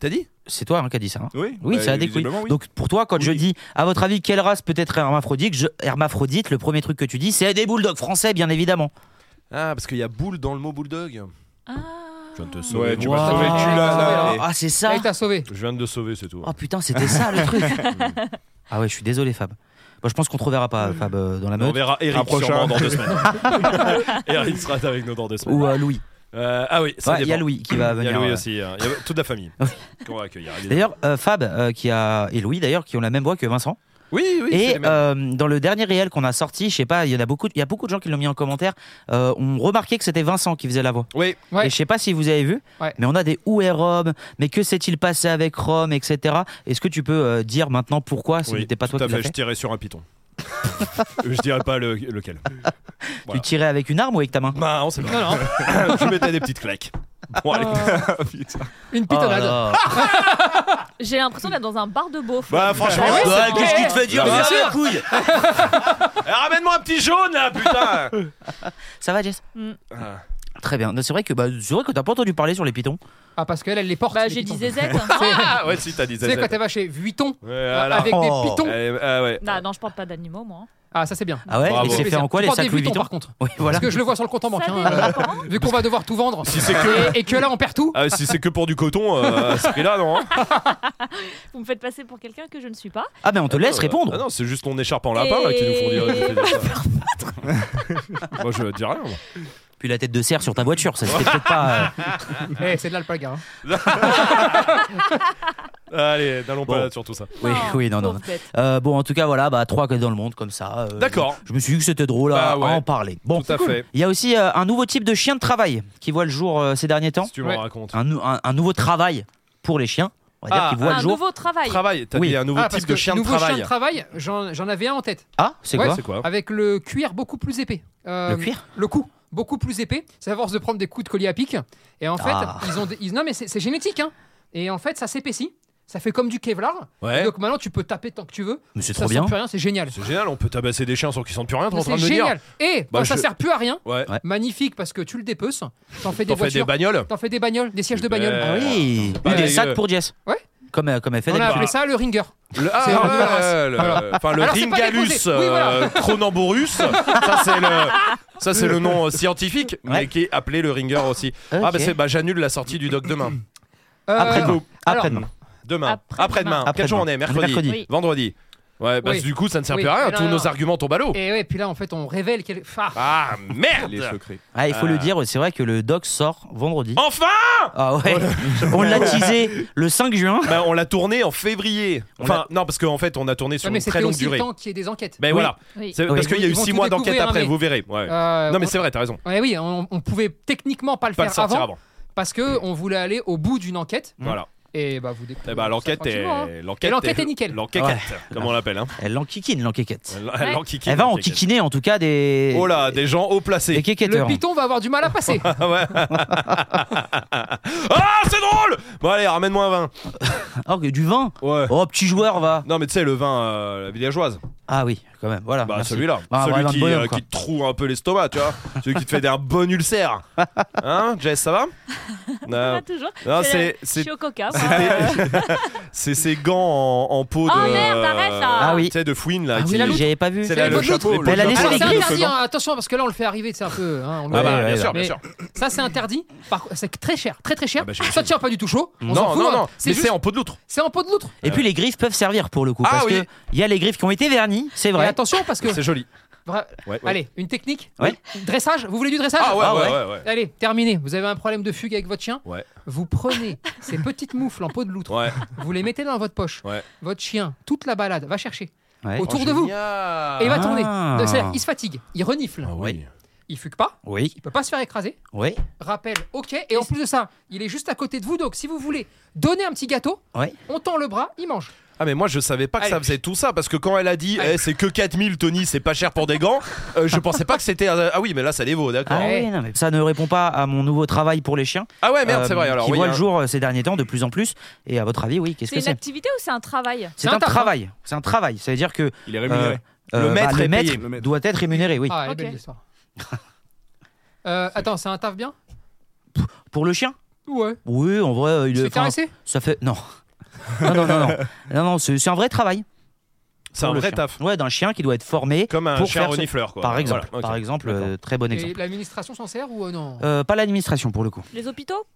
S2: T'as dit
S6: C'est toi hein, qui as dit ça. hein.
S1: couilles. Oui,
S6: Oui,
S1: bah,
S6: ça a des couilles.
S1: visiblement, oui.
S6: Donc pour toi, quand je
S1: Oui.
S6: dis, à votre avis, quelle race peut être hermaphrodite je, Hermaphrodite, le premier truc que tu dis, c'est des bulldogs français, bien évidemment.
S2: Ah, parce qu'il y a boule dans le mot bulldog.
S4: Ah.
S2: Je viens de te sauver.
S1: Ouais, tu
S6: Wow.
S1: m'as sauvé le cul là, là.
S3: mais-
S6: Ah, c'est ça
S3: Là, il t'a sauvé.
S2: Je viens de te sauver, c'est tout.
S6: Oh putain, c'était ça le
S2: *laughs*
S6: truc *laughs* Ah ouais, je suis désolé, Fab. Bon, je pense qu'on te reverra pas,
S2: Mm.
S6: Fab, euh, dans la
S2: On
S6: meute.
S2: verra
S1: Un
S2: Eric
S1: prochain.
S2: sûrement dans deux semaines. Eric sera avec nous dans deux semaines.
S6: Ou à Louis.
S2: Euh, ah oui,
S6: Ouais, Il
S2: ça dépend.
S6: y a Louis qui va
S2: Il y
S6: venir.
S2: a Louis
S6: euh,
S2: aussi. hein. Il y a toute la famille qu'on va accueillir. évidemment.
S6: D'ailleurs, euh, Fab euh, qui a et Louis d'ailleurs qui ont la même voix que Vincent.
S2: oui, oui. c'est
S6: et
S2: les mêmes.
S6: euh, dans le dernier réel qu'on a sorti, je sais pas, il y en a beaucoup, il y a beaucoup de gens qui l'ont mis en commentaire. euh, on remarquait que c'était Vincent qui faisait la voix.
S2: Oui.
S3: Ouais.
S6: Et je sais pas si vous avez vu,
S3: Ouais.
S6: mais on a des où est Rome, mais que s'est-il passé avec Rome, etc. Est-ce que tu peux euh, dire maintenant pourquoi ce
S2: Oui,
S6: n'était pas
S2: tout
S6: toi
S2: à
S6: qui l'as
S2: fait. Je
S6: fait
S2: tirais sur un piton. *laughs* je dirais pas le- lequel. voilà.
S6: Tu tirais avec une arme ou avec ta main
S2: Bah, on sait pas.
S3: Non, non.
S2: je mettais des petites claques. Bon, allez.
S3: Une
S6: Oh là
S3: pitonnade.
S6: là.
S4: J'ai l'impression d'être dans un bar de beauf. Ah
S2: Bah, franchement,
S3: oui,
S2: bah,
S3: c'est
S2: qu'est-ce
S3: vrai.
S2: qui te fait dire
S3: Mais bien
S2: ça,
S3: sûr.
S2: la couille Eh, Ramène-moi un petit jaune là, putain
S6: Ça va, Jess
S4: Mm.
S2: Ah.
S6: Très bien. Non, C'est vrai que bah, c'est vrai que t'as pas entendu parler sur les pitons.
S3: Ah, parce qu'elle, elle les porte.
S4: Bah,
S3: les
S4: j'ai
S3: pitons.
S4: dit ZZ.
S2: *laughs* Ah ouais, si, t'as dit
S3: Tu
S2: ça.
S3: sais, quand elle va chez Vuitton,
S2: Voilà.
S3: avec
S6: Oh.
S3: des pitons.
S2: Allez, ah ouais.
S4: Non, non, je porte pas d'animaux, moi. hein.
S3: Ah, ça, c'est bien.
S6: Ah ouais
S2: Bravo.
S6: Il s'est fait en quoi
S3: Tu
S6: les
S3: portes des
S6: sacs Louis Vuitton
S3: par contre.
S6: Oui, hein. voilà.
S3: Parce que je le vois sur le compte en banque.
S4: Ça
S3: hein,
S4: dépend
S3: euh,
S4: comment.
S3: vu qu'on va devoir tout vendre.
S2: Si c'est que,
S3: Et, et que là, on perd tout.
S2: *laughs* ah, si c'est que pour du coton, euh, à ce prix-là, non hein
S4: Vous me faites passer pour quelqu'un que je ne suis pas.
S6: Ah ben on te laisse
S2: Euh,
S6: répondre.
S2: Ah non, c'est juste ton écharpe en lapin là, qui nous font dire.
S4: Et-
S3: *laughs*
S2: qui fait dire ça. Moi, je dis rien. moi.
S6: Puis la tête de cerf sur ta voiture, ça
S3: *laughs*
S6: c'était peut-être pas. euh,
S3: Eh, c'est de l'alpaga. hein.
S2: Allez, n'allons pas
S6: Bon.
S2: là sur tout ça.
S6: Oui, oui, non, non,
S4: pauvre bête.
S6: Euh, bon, en tout cas, voilà, bah, trois que dans le monde comme ça. euh,
S2: D'accord.
S6: Je me suis dit que c'était drôle à-
S2: Bah ouais.
S6: à en parler. Bon,
S2: Tout à fait.
S6: il y a aussi euh, un nouveau type de chien de travail qui voit le jour euh, ces derniers temps.
S2: Si tu m'en
S3: Ouais.
S2: racontes.
S6: Un, nou- un- un nouveau travail pour les chiens, on va dire,
S2: Ah,
S6: qui voit
S4: Un
S6: le jour.
S4: nouveau travail.
S2: Travail, t'as
S6: Oui.
S2: dit un nouveau
S3: Ah, parce
S2: type
S3: que
S2: de chien de
S3: nouveau chien
S2: travail.
S3: de travail, j'en j'en avais un en tête.
S6: Ah, c'est
S3: Ouais,
S6: quoi
S2: C'est quoi
S3: Avec le cuir beaucoup plus épais. Euh,
S6: Le cuir
S3: le coup beaucoup plus épais. C'est à force de prendre des coups de collier à pic. Et en fait,
S6: Ah.
S3: ils ont des- ils- non mais c'est c'est génétique hein. Et en fait, ça s'épaissit. Ça fait comme du Kevlar. Et
S2: Ouais.
S3: Donc maintenant, tu peux taper tant que tu veux.
S6: Mais c'est
S3: Ça
S6: trop
S3: sent
S6: bien.
S3: plus rien, c'est génial.
S2: C'est génial, on peut tabasser des chiens sans qu'ils sentent plus rien, t'es en train de
S3: C'est
S2: me dire.
S3: génial. Et
S2: Bah,
S3: quand ça
S2: je-
S3: sert plus à rien.
S2: Ouais.
S6: Ouais.
S3: Magnifique parce que tu le dépeuces. T'en fais des
S2: T'en fais des
S3: voitures.
S2: bagnoles
S3: T'en fais des bagnoles, des sièges de
S2: Super.
S3: bagnole.
S6: Ah oui
S2: pas
S6: Ou des
S2: dégueu.
S6: sacs pour Jess.
S3: Ouais.
S6: Comme, euh, comme elle fait
S3: On a
S6: d'habitude.
S3: appelé ça le ringer.
S2: Le, ah,
S3: C'est
S2: ouais,
S3: un peu la race.
S2: le- enfin, le
S3: Alors, c'est pas
S2: Ringalus
S3: déposé. Oui,
S2: *laughs*
S3: voilà.
S2: euh, Chronamborus, ça c'est le, ça, c'est le nom euh, scientifique,
S6: Ouais.
S2: mais qui est appelé le Ringer aussi. Ah
S6: Ok. Ah,
S2: bah, c'est- bah j'annule la sortie du doc demain.
S3: Euh,
S6: Après-demain.
S3: alors-
S6: Après-demain.
S2: Demain,
S4: Après-demain.
S2: après-demain,
S6: Après-demain.
S2: quel jour on est mercredi,
S6: Mercredi.
S4: Oui.
S2: vendredi. Ouais, parce
S3: Oui.
S2: que du coup ça ne sert
S3: Oui.
S2: plus à rien,
S3: Mais non,
S2: tous
S3: non,
S2: nos
S3: non.
S2: arguments tombent à l'eau.
S3: Et ouais, puis là, en fait, on révèle quel. Ah.
S2: Ah
S1: Les
S2: merde
S1: secrets.
S6: Ah, il faut
S2: Euh.
S6: le dire, c'est vrai que le doc sort vendredi.
S2: Enfin
S6: Ah ouais *laughs* On l'a teasé le 5 juin.
S2: bah, On l'a tourné en février. Enfin, non, parce qu'en fait on a tourné
S3: Ouais,
S2: sur
S3: mais
S2: une très
S3: c'était
S2: longue
S3: aussi le
S2: durée.
S3: temps qu'il y ait des enquêtes.
S2: Mais voilà,
S4: Oui.
S2: C'est-
S6: Oui.
S2: parce qu'il y a eu
S3: Ils vont
S2: 6
S3: tout
S2: mois d'enquête
S3: découvrir,
S2: après,
S3: mais-
S2: vous verrez. ouais.
S3: Euh,
S2: Non mais c'est vrai, t'as raison.
S3: Ouais, oui, on, on pouvait techniquement pas le
S2: Pas le
S3: faire
S2: sortir
S3: avant,
S2: avant.
S3: parce que on voulait aller au bout d'une enquête.
S2: Voilà.
S3: Et bah vous découvrez.
S2: Eh ben,
S3: ça
S2: l'enquête est,
S3: tranquillement, hein.
S2: l'enquête
S3: Et l'enquête est nickel.
S2: L'enquête,
S6: Ouais.
S2: comme on l'appelle. Hein.
S6: Elle l'enquiquine, l'enquéquette.
S2: L'enquiquine,
S6: Elle va en
S2: l'enquéquette.
S6: enquiquiner en tout cas des.
S2: Oh là, des gens haut
S6: des
S2: placés.
S3: Le
S6: quéquetteurs.
S3: piton va avoir du mal à
S2: *laughs*
S3: passer.
S2: Ah ouais. ah, c'est drôle. Bon allez, ramène-moi un vin.
S6: Oh, que du vin
S2: Ouais.
S6: Oh, petit joueur, va
S2: Non mais tu sais le vin euh, la villageoise.
S6: Ah oui, quand même, voilà.
S2: Bah
S6: merci.
S2: celui-là,
S6: Bah,
S2: celui
S6: voilà,
S2: qui,
S6: le bonhomme,
S2: euh,
S6: quoi.
S2: qui te trouve un peu l'estomac, tu
S6: *laughs*
S2: vois. celui qui te fait des- un bon ulcère. Hein, Jess, ça
S4: *laughs*
S2: va Euh,
S4: Pas
S2: Non,
S4: toujours.
S2: non,
S4: Je-
S2: c'est
S4: Je
S2: c'est
S4: suis au coca. moi.
S2: c'est ses gants en, en peau de
S4: Oh, merde, arrête, là.
S6: Ah oui.
S2: Tu sais de fouine là.
S6: Ah
S2: qui-
S6: oui, j'avais pas vu.
S2: C'est là
S3: les
S2: le
S3: bonnes
S2: chapeau.
S1: notes.
S2: le
S6: Elle
S2: chapeau
S6: a laissé
S3: Ça,
S6: les
S2: avec
S3: c'est
S6: grilles,
S2: le
S3: interdit,
S2: second.
S3: hein. attention parce que là on le fait arriver, c'est un peu. hein, on le
S2: Ah
S3: fait-
S2: bah,
S6: Ouais,
S2: bien
S6: ouais,
S2: sûr,
S3: mais-
S2: bien sûr.
S3: Ça c'est interdit. Par- C'est très cher, très très cher.
S2: Ah bah,
S3: ça
S2: j'imagine.
S3: tient pas du tout chaud. On s'en
S2: Non,
S3: fout,
S2: non,
S3: hein.
S2: non,
S3: C'est
S2: mais c'est
S3: juste,
S2: en peau de loutre.
S3: c'est en peau de loutre.
S6: Et puis les griffes peuvent servir pour le coup.
S2: Ah
S6: parce
S2: oui.
S6: que il y a les griffes qui ont été vernies, c'est
S3: Et
S6: vrai.
S3: attention parce que.
S2: C'est joli.
S3: Vra-
S2: Ouais.
S3: Allez, une technique.
S6: Ouais.
S3: Dressage. Vous voulez du dressage
S2: Ah ouais,
S6: Ah
S2: ouais,
S6: ouais.
S2: ouais, ouais.
S3: Allez, terminé. Vous avez un problème de fugue avec votre chien
S2: Ouais. *laughs*
S3: Vous prenez ces petites moufles en peau de loutre,
S2: Ouais.
S3: vous les mettez dans votre poche.
S2: Ouais.
S3: Votre chien, toute la balade, va chercher
S6: Ouais.
S3: autour
S2: Oh,
S3: de vous. Et il va
S6: Ah.
S3: tourner. Donc, c'est-à-dire, il se fatigue, il renifle,
S2: Ah
S6: oui.
S3: il fugue pas,
S6: Oui,
S3: il peut pas se faire écraser.
S6: oui,
S3: Rappel, ok. Et en plus de ça, il est juste à côté de vous, donc si vous voulez donner un petit gâteau,
S6: Ouais.
S3: on tend le bras, il mange.
S2: Ah mais moi je savais pas que ça
S3: Allez.
S2: faisait tout ça parce que quand elle a dit
S3: Allez.
S2: eh, c'est que 4000 Tony c'est pas cher pour des gants euh, je pensais pas que c'était un- ah oui mais là ça les vaut d'accord
S6: Ah
S3: Ouais.
S6: oui, non, mais ça ne répond pas à mon nouveau travail pour les chiens.
S2: ah ouais merde
S6: euh,
S2: c'est vrai alors
S6: Qui
S2: oui,
S6: voit le
S2: hein.
S6: jour euh, ces derniers temps de plus en plus. Et à votre avis, oui, qu'est-ce
S4: C'est
S6: que
S4: une
S6: c'est
S4: activité ou c'est un travail
S6: C'est
S3: C'est un
S6: un
S3: taf, hein.
S6: travail. C'est un travail. Ça veut dire que euh, bah,
S1: Il est rémunéré.
S2: Le maître est payé,
S1: le maître.
S6: doit être rémunéré, oui.
S3: Ah, elle est
S4: Ok.
S3: belle l'histoire. Euh, attends, c'est un taf bien
S6: Pour le chien
S3: Ouais.
S6: Oui, en vrai, euh, il
S3: Tu
S6: est.
S3: fais
S6: enfin,
S3: caresser
S6: Ça fait. Non. Non, non,
S2: *laughs*
S6: non, non. Non, non, c'est c'est un vrai travail.
S2: c'est un
S6: pour le
S2: vrai
S6: chien.
S2: taf
S6: Ouais, d'un chien qui doit être formé.
S2: comme un
S6: Pour
S2: chien
S6: faire ce-
S2: renifleur quoi
S6: Par exemple,
S2: Voilà, ok.
S6: par exemple
S2: D'accord.
S6: euh, très bon
S3: Et
S6: exemple.
S3: l'administration s'en sert ou euh, non
S6: Euh, pas l'administration pour le coup.
S4: Les hôpitaux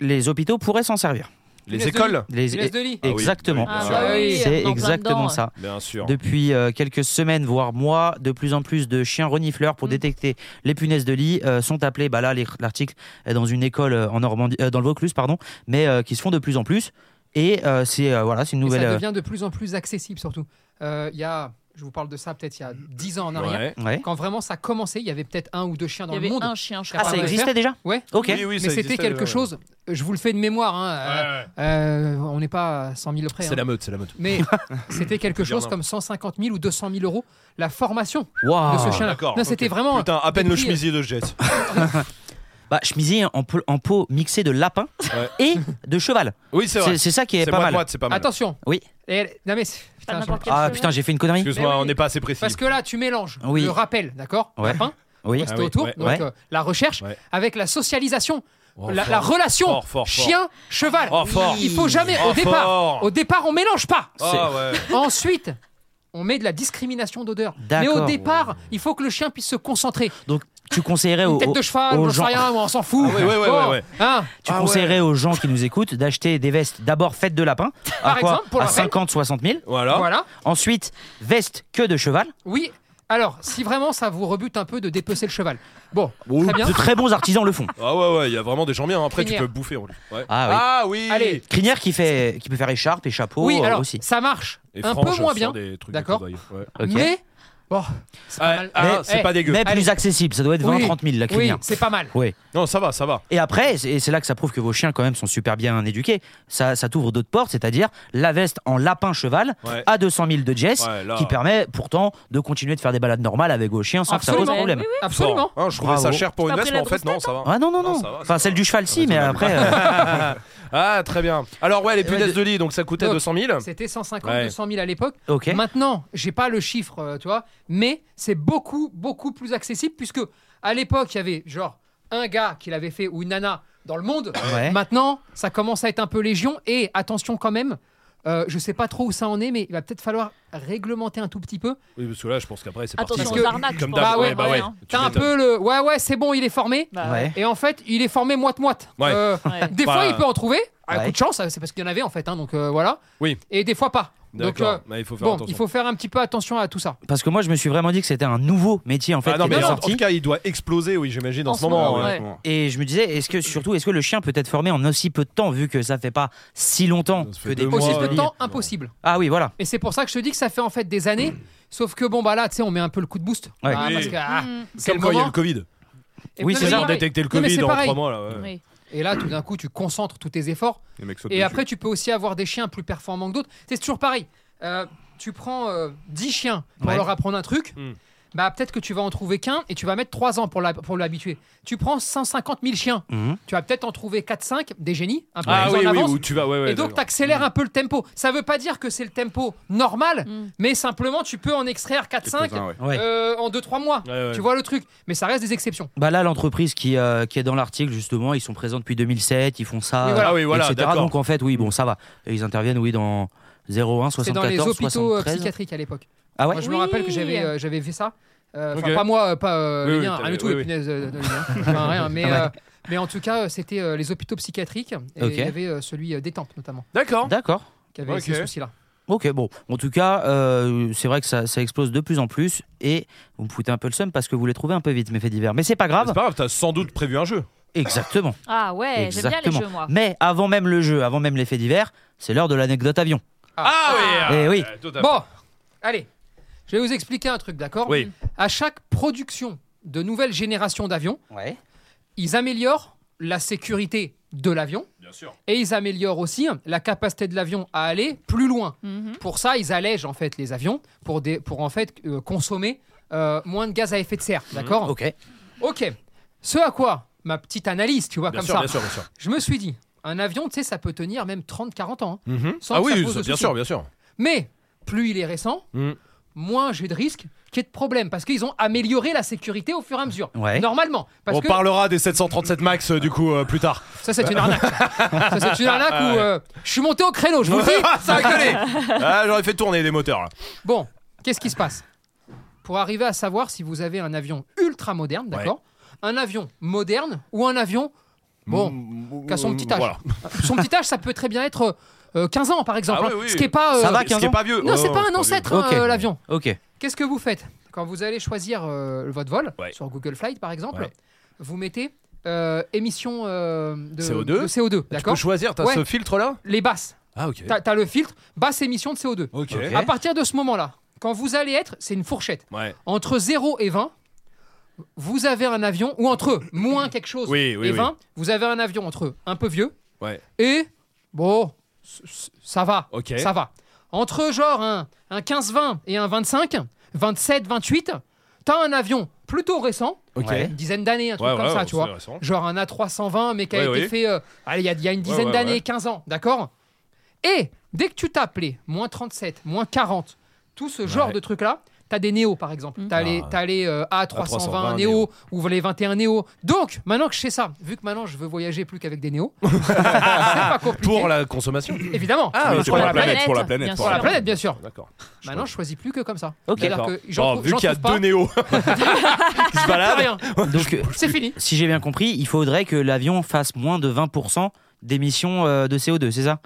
S6: Les hôpitaux pourraient s'en servir.
S2: les
S3: Laisse
S2: écoles
S6: Les- e-
S3: Laisse de lit.
S2: Ah oui,
S6: Exactement.
S2: oui, bien
S4: Ah
S2: sûr.
S4: bah oui, on est en
S6: C'est
S4: plein
S6: exactement
S4: dedans.
S6: ça.
S2: bien sûr
S6: Depuis euh, quelques semaines, voire mois, de plus en plus de chiens renifleurs pour
S3: Mm.
S6: détecter les punaises de lit euh, sont appelés. Bah là, les- l'article est dans une école euh, en Normandie, euh, dans le Vaucluse, pardon, mais euh, qui se font de plus en plus. Et euh, c'est euh, voilà, c'est une
S3: Et
S6: nouvelle.
S3: ça devient de plus en plus accessible surtout. Euh, Il y a, je vous parle de ça peut-être il y a 10 ans en arrière.
S2: Ouais.
S6: euh, ouais.
S3: Quand vraiment ça commençait, il y avait peut être un ou deux chiens
S4: Il
S3: dans
S4: y
S3: le
S4: avait
S3: monde.
S4: un chien, je
S6: Ah,
S4: crois.
S6: ça
S3: Ouais.
S6: existait déjà.
S3: Ouais.
S6: Ok.
S2: Oui, oui, ça
S3: mais c'était
S2: existait,
S3: quelque
S2: ouais.
S3: chose, je vous le fais de mémoire, hein, euh, euh, on n'est pas à 100 000 près, hein.
S2: c'est la meute c'est la meute *laughs*
S3: mais c'était quelque
S2: dire
S3: chose
S2: non.
S3: comme 150 000 ou 200 000 euros la formation
S6: Waouh.
S3: de ce chien-là.
S2: d'accord,
S3: Non, c'était vraiment.
S2: putain à peine
S3: des
S2: le
S3: prix,
S2: chemisier de jet
S6: Bah, chemisier en, pe- en peau mixée de lapin
S2: Ouais.
S6: *laughs* et de cheval.
S2: oui *laughs* c'est
S6: C'est
S2: vrai
S6: c'est ça qui est,
S2: c'est
S6: pas
S2: moi
S6: mal.
S2: droite c'est pas mal
S3: Attention.
S6: Oui.
S3: Et elle- Non mais c'est- putain,
S4: Pas
S3: je-
S4: n'importe quel
S6: Ah
S4: cheval.
S6: putain, j'ai fait une connerie.
S2: excuse-moi
S4: Mais oui.
S2: on n'est pas assez précis
S3: parce que là, tu mélanges
S6: Oui.
S3: le rappel, d'accord,
S6: Ouais.
S3: lapin,
S6: Oui.
S3: rester
S2: Ah oui,
S3: autour,
S2: ouais.
S3: donc
S6: Ouais.
S3: euh, la recherche,
S2: Ouais.
S3: avec la socialisation,
S2: Oh,
S3: la,
S2: fort.
S3: la relation
S2: Fort, fort, fort.
S3: chien-cheval.
S2: Oh, fort.
S3: Il faut jamais
S2: Oh,
S3: au départ.
S2: fort.
S3: Au départ, on mélange pas.
S2: ah ouais
S3: Ensuite, on met de la discrimination d'odeur. Mais
S6: D'accord.
S3: au départ, il faut que le chien puisse se concentrer.
S6: Donc tu conseillerais
S3: Une
S6: aux,
S3: tête de cheval,
S6: aux
S3: j'en sais
S6: gens,
S3: rien, on s'en fout.
S2: Ah ouais, ouais, ouais, ouais, ouais.
S3: hein.
S6: tu
S2: Ah
S6: conseillerais aux gens qui nous écoutent d'acheter des vestes d'abord faites de lapin
S3: Par
S6: à quoi
S3: exemple, pour
S6: à
S3: le rappel.
S6: 50 60 000.
S2: voilà
S3: Voilà.
S6: Ensuite, veste que de cheval.
S3: Oui. Alors, si vraiment ça vous rebute un peu de dépecer le cheval. Bon, très bien.
S6: De très bons artisans le font.
S2: ah ouais ouais il y a vraiment des gens bien après tu
S3: Crinière.
S2: peux bouffer on- ouais.
S6: Ah
S2: ah
S6: oui.
S2: oui
S3: Allez.
S6: Crinière qui fait qui peut faire écharpe et chapeau
S3: oui,
S6: euh,
S3: alors
S6: aussi.
S3: ça marche
S2: Et
S3: un
S2: franche
S3: peu
S2: sur
S3: moins bien,
S2: des trucs de
S3: D'accord.
S2: cow-boy, ouais.
S6: Ok.
S3: mais bon, c'est pas
S2: Ah,
S3: mal.
S2: ah,
S3: Eh,
S2: c'est pas dégueu.
S6: Mais
S3: Allez.
S6: plus accessible, ça doit être 20
S3: Oui.
S6: 30 000 la
S3: Oui,
S6: crinière.
S3: c'est pas mal.
S6: Ouais.
S2: Non, ça va, ça va.
S6: Et après, c'est- et c'est là que ça prouve que vos chiens quand même sont super bien éduqués. Ça, ça t'ouvre d'autres portes, c'est-à-dire la veste en lapin cheval
S2: Ouais.
S6: à 200 000 de Jess,
S2: Ouais, là.
S6: qui permet pourtant de continuer de faire des balades normales avec vos chiens sans que ça pose
S3: Absolument.
S6: problème.
S4: Oui,
S3: Absolument.
S2: Fort. Hein, je trouvais
S6: Bravo.
S2: ça cher pour une
S4: T'as
S2: veste,
S4: pris
S2: mais
S4: la
S2: en fait,
S4: grosse
S2: non, ça va.
S6: Ah non non
S2: Non,
S6: non.
S2: ça va, ça
S6: enfin
S2: va.
S6: celle du cheval si, mais après. euh,
S2: Ah, très bien. Alors, ouais, les
S3: Ouais,
S2: punaises
S3: de-
S2: de lit, donc ça coûtait
S3: Donc,
S2: 200 000.
S3: C'était 150,
S2: Ouais.
S3: 200 000 à l'époque.
S6: ok.
S3: Maintenant, j'ai pas le chiffre, euh, tu vois, mais c'est beaucoup, beaucoup plus accessible puisque à l'époque, il y avait genre un gars qui l'avait fait ou une nana dans le monde.
S6: Ouais.
S3: Maintenant, ça commence à être un peu légion et attention quand même. euh, je sais pas trop où ça en est, mais il va peut-être falloir réglementer un tout petit peu.
S2: Oui, parce que là, je pense qu'après, c'est parti.
S4: Attention
S3: Parce que-
S4: aux arnaques,
S2: Comme
S4: je pense.
S2: d'hab,
S3: ouais,
S2: ouais, bah ouais.
S4: hein.
S2: Tu
S3: T'as un
S2: m'étonnes.
S3: peu le ouais ouais c'est bon il est formé
S4: Bah
S6: Ouais.
S3: et en fait il est formé moite moite.
S2: Ouais.
S4: ouais.
S3: Des
S2: Bah,
S3: fois il peut en trouver, à
S6: ouais.
S3: coup de chance c'est parce qu'il y en avait en fait hein, donc euh, voilà.
S2: Oui.
S3: Et des fois pas. Donc
S2: D'accord,
S3: euh,
S2: mais il faut faire
S3: bon
S2: attention.
S3: il faut faire un petit peu attention à tout ça.
S6: Parce que moi, je me suis vraiment dit que c'était un nouveau métier en fait
S2: Ah non,
S6: qui
S2: mais
S6: était
S2: en, en
S6: sorti.
S2: tout cas, il doit exploser, oui, j'imagine, en,
S4: En
S2: ce
S4: ce
S2: moment.
S4: moment,
S2: ouais.
S4: ouais.
S6: Et je me disais, est-ce que surtout, est-ce que le chien peut être formé en aussi peu de temps vu que ça fait pas si longtemps
S2: Ça fait
S6: que des
S2: deux
S6: cours
S2: Moi,
S3: Aussi
S6: de
S3: peu de
S6: ligne.
S3: temps impossible.
S6: Ah oui, voilà.
S3: Et c'est pour ça que je te dis que ça fait en fait des années. *clears throat* Sauf que bon bah là tu sais on met un peu le coup de boost.
S6: Ouais.
S3: Ah,
S2: Oui.
S3: parce que, ah,
S4: Mm.
S3: c'est
S2: Comme
S3: le
S2: quand il y a
S3: moment.
S2: le Covid.
S3: Et
S6: Oui,
S3: non,
S6: c'est
S3: mais
S6: ça.
S2: Ils ont
S3: pareil.
S2: détecté le
S3: Non, mais
S2: Covid
S3: c'est
S2: en
S3: pareil.
S2: 3 mois, là. ouais.
S4: Oui.
S3: Et là tout d'un coup tu concentres tous tes efforts.
S1: Les mecs sautent
S3: Et
S1: dessus.
S3: après, tu peux aussi avoir des chiens plus performants que d'autres. C'est toujours pareil. Euh, tu prends euh, 10 chiens pour
S6: Ouais.
S3: leur apprendre un truc.
S2: Hmm.
S3: Bah, peut-être que tu vas en trouver qu'un et tu vas mettre 3 ans pour la- pour l'habituer. tu prends 150 000 chiens.
S6: Mhm.
S3: Tu vas peut-être en trouver 4-5, des génies, un peu
S2: Hmm. Ah
S3: plus
S2: oui,
S3: en
S2: oui,
S3: avance.
S2: où tu vas, ouais, ouais.
S3: et donc, tu
S2: d'accord. Hmm.
S3: accélères un peu le tempo. Ça veut pas dire que c'est le tempo normal,
S4: Mm.
S3: mais simplement, tu peux en extraire 4-5
S1: Quelques-uns, ouais.
S6: Ouais.
S3: euh, en 2-3 mois.
S2: Ouais, ouais.
S3: Tu vois le truc. Mais ça reste des exceptions.
S6: Bah là, l'entreprise qui, euh, qui est dans l'article, justement, ils sont présents depuis 2007, ils font ça,
S3: Oui, voilà.
S6: euh,
S2: Ah oui, voilà,
S6: etc.
S2: d'accord.
S6: Donc en fait, oui, bon, ça va. Et ils interviennent, oui, dans 01, 74,
S3: C'est dans les hôpitaux euh,
S6: 73.
S3: psychiatriques à l'époque.
S6: Ah ouais
S3: Moi, je me
S4: Oui.
S3: rappelle que j'avais euh, j'avais fait ça. Euh, Enfin,
S2: Ok.
S3: pas moi, euh, pas euh,
S2: Oui,
S3: les
S2: oui,
S3: liens,
S2: t'as-
S3: rien du tout,
S2: oui,
S3: les
S2: oui.
S3: punaises euh, de,
S2: *laughs*
S3: de liens. Enfin, rien, mais,
S6: Ah ouais.
S3: euh, mais en tout cas, euh, c'était euh, les hôpitaux psychiatriques. Et
S6: Ok.
S3: il y avait euh, celui euh, d'Étampes, notamment,
S2: D'accord.
S6: D'accord.
S3: qui avait
S2: Ok.
S3: ces soucis-là.
S6: Ok, bon, en tout cas, euh, c'est vrai que ça, ça explose de plus en plus et vous me foutez un peu le seum parce que vous les trouvez un peu vite, mes faits divers. Mais c'est pas
S2: C'est
S6: grave.
S2: pas grave, t'as sans doute prévu un jeu.
S6: Exactement.
S4: Ah
S3: Eh,
S4: ouais, j'aime bien les
S6: Exactement.
S4: jeux, moi.
S6: Mais avant même le jeu, avant même les faits divers, c'est l'heure de l'anecdote avion.
S2: Ah oui ah,
S6: Eh oui.
S2: euh, tout à fait.
S3: Bon, allez, je vais vous expliquer un truc, d'accord
S2: Oui.
S3: À chaque production de nouvelle génération d'avions,
S6: Ouais.
S3: ils améliorent la sécurité de l'avion,
S7: bien sûr.
S3: Et ils améliorent aussi la capacité de l'avion à aller plus loin.
S4: Mhm.
S3: Pour ça, ils allègent en fait les avions pour, des, pour en fait euh, consommer euh, moins de gaz à effet de serre.
S2: Mhm.
S3: D'accord
S6: Ok.
S3: Ok. Ce à quoi ma petite analyse, tu vois,
S2: Bien
S3: comme
S2: sûr,
S3: ça,
S2: bien sûr, bien sûr.
S3: je me suis dit, un avion, tu sais, ça peut tenir même 30-40 ans. hein. Sans
S2: Ah
S3: que ça
S2: oui,
S3: pose de
S2: bien
S3: soucis.
S2: sûr, bien sûr.
S3: Mais plus il est récent,
S2: Mm.
S3: moins j'ai de risques qu'il y ait de problèmes. Parce qu'ils ont amélioré la sécurité au fur et à mesure.
S6: Ouais.
S3: Normalement. Parce
S2: On
S3: que
S2: parlera des 737 Max euh, du coup euh, plus tard.
S3: ça, c'est
S2: *laughs*
S3: une arnaque. ça, c'est une arnaque où euh, je suis monté au créneau, je vous le dis.
S2: *laughs* ça a collé. Ah, J'aurais fait tourner les moteurs. là.
S3: Bon, qu'est-ce qui se passe Pour arriver à savoir si vous avez un avion ultra moderne, d'accord Un avion moderne ou un avion. Bon,
S2: Mm,
S3: qu'à son petit âge.
S2: voilà.
S3: son petit âge, ça peut très bien être euh, 15 ans, par exemple.
S2: Ah
S3: hein,
S2: oui, oui.
S3: Ce qui est pas. euh,
S6: Ça va,
S2: Ce
S6: 15
S2: qui est
S6: ans
S2: pas vieux.
S3: Non, c'est
S2: Oh,
S3: pas un
S2: vieux.
S3: ancêtre,
S6: Ok.
S3: hein, euh, l'avion.
S6: Ok.
S3: Qu'est-ce que vous faites quand vous allez choisir euh, votre vol
S2: Ouais.
S3: sur Google Flight par exemple
S2: Ouais.
S3: Vous mettez euh, émission euh, de
S2: CO2.
S3: de CO2
S2: Tu
S3: d'accord
S2: peux choisir, t'as
S3: Ouais.
S2: ce filtre là
S3: Les basses.
S2: Ah ok.
S3: T'as t'as le filtre basse émission de CO2.
S2: Ok.
S6: Ok.
S3: À partir de ce moment-là, quand vous allez être, c'est une fourchette,
S2: Ouais.
S3: entre 0 et 20, vous avez un avion, ou entre moins quelque chose
S2: Oui, oui,
S3: et
S2: oui.
S3: 20, vous avez un avion entre un peu vieux
S2: Ouais.
S3: et bon, c- c- ça va.
S2: Ok.
S3: Ça va. Entre genre un, un 15-20 et un 25, 27-28, t'as un avion plutôt récent,
S2: Ok.
S6: Ouais.
S3: une dizaine d'années, un truc
S2: Ouais,
S3: comme
S2: ouais,
S3: ça,
S2: ouais,
S3: tu vois.
S2: c'est récent.
S3: Genre un A320, mais qui a
S2: Ouais,
S3: été
S2: ouais.
S3: fait euh, allez, il y, a- il y a une dizaine
S2: ouais,
S3: d'années,
S2: ouais.
S3: 15 ans, d'accord Et dès que tu tapes les moins 37, moins 40, tout ce genre
S2: Ouais.
S3: de trucs-là, t'as des Néo par exemple.
S4: Mhm.
S3: T'as les,
S2: Ah.
S3: t'as les euh, A320
S2: A320
S3: Néo,
S2: Néo.
S3: ou les 21 Néo. Donc, maintenant que je sais ça, vu que maintenant je veux voyager plus qu'avec
S2: *laughs*
S3: des Néo, c'est pas compliqué.
S2: Pour la consommation.
S3: Évidemment.
S2: Ah,
S1: Mais
S2: ok.
S1: Pour la planète, pour la
S4: Planète,
S1: planète.
S4: bien
S1: pour
S3: Pour
S1: la
S3: la
S1: planète.
S3: planète, bien sûr.
S2: D'accord.
S3: Maintenant, je choisis plus que comme ça.
S6: Ok.
S3: C'est-à-dire
S2: D'accord.
S3: que j'en
S2: Oh,
S3: trouve-
S2: vu
S3: j'en
S2: qu'il y a
S3: trouve pas,
S2: deux Ah, néos qui se
S3: c'est
S2: baladent.
S3: rien.
S6: Donc, euh,
S2: *laughs*
S3: C'est fini.
S6: si j'ai bien compris, il faudrait que l'avion fasse moins de 20% d'émissions euh, de CO2, c'est ça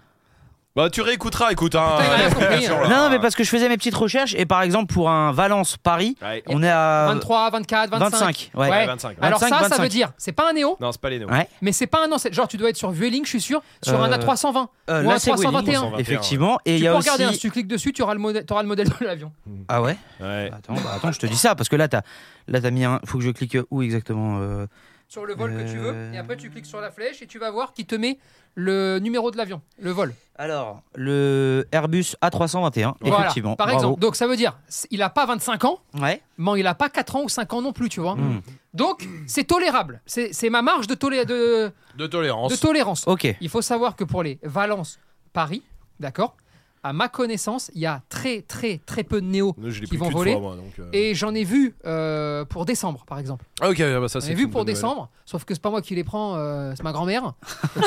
S2: Bah tu réécouteras, écoute. Hein,
S3: Putain, il a rien compris, hein.
S2: Voilà.
S6: Non, non, mais parce que je faisais mes petites recherches et par exemple pour un Valence-Paris,
S2: Ouais.
S6: on est
S2: Euh,
S6: à
S3: 23, 24, 25.
S6: 25, ouais.
S2: Ouais,
S3: Ouais.
S2: 25.
S3: Alors ça,
S6: 25.
S3: ça veut dire, c'est pas un néo,
S2: Non, c'est pas les néos.
S6: Ouais.
S3: mais c'est pas un ancêtre. Genre, tu dois être sur vieux ligne, je suis sûr, sur un
S6: Euh,
S3: A320.
S6: Euh,
S3: Ou un
S6: là, c'est Wheeling,
S3: 321.
S6: effectivement. Et il
S3: Tu
S6: y
S3: peux
S6: a aussi.
S3: regarder, hein, si tu cliques dessus, tu auras le modèle, t'auras le modèle de l'avion.
S6: Ah ouais.
S2: Ouais.
S6: Attends, bah, attends, je te dis ça parce que là, t'as, là, t'as mis un. Faut que je clique où exactement euh,
S3: Sur le vol que tu veux, et
S6: Euh.
S3: après tu cliques sur la flèche et tu vas voir qui te met le numéro de l'avion, le vol.
S6: Alors, le Airbus A321.
S3: Voilà,
S6: Effectivement.
S3: Par
S6: Bravo.
S3: exemple, donc ça veut dire, c- il a pas 25 ans,
S6: Ouais.
S3: mais il a pas 4 ans ou 5 ans non plus, tu vois.
S6: Mm.
S3: Donc, c'est tolérable. C'est c'est ma marge de, tolé- de,
S2: De
S3: de
S2: tolérance.
S3: tolérance.
S6: Ok.
S3: Il faut savoir que pour les Valence-Paris, d'accord À ma connaissance, il y a très, très, très peu de néo.
S2: Je l'ai
S3: Qui
S2: pris
S3: vont
S2: qu'une
S3: voler.
S2: fois, moi, donc, euh.
S3: Et j'en ai vu euh, pour décembre, par exemple.
S2: Ah, ok, bah, ça
S3: J'en
S2: c'est.
S3: ai
S2: une
S3: vu
S2: bonne
S3: pour
S2: nouvelle.
S3: décembre, sauf que c'est pas moi qui les prends, euh, c'est ma grand-mère.
S2: Oh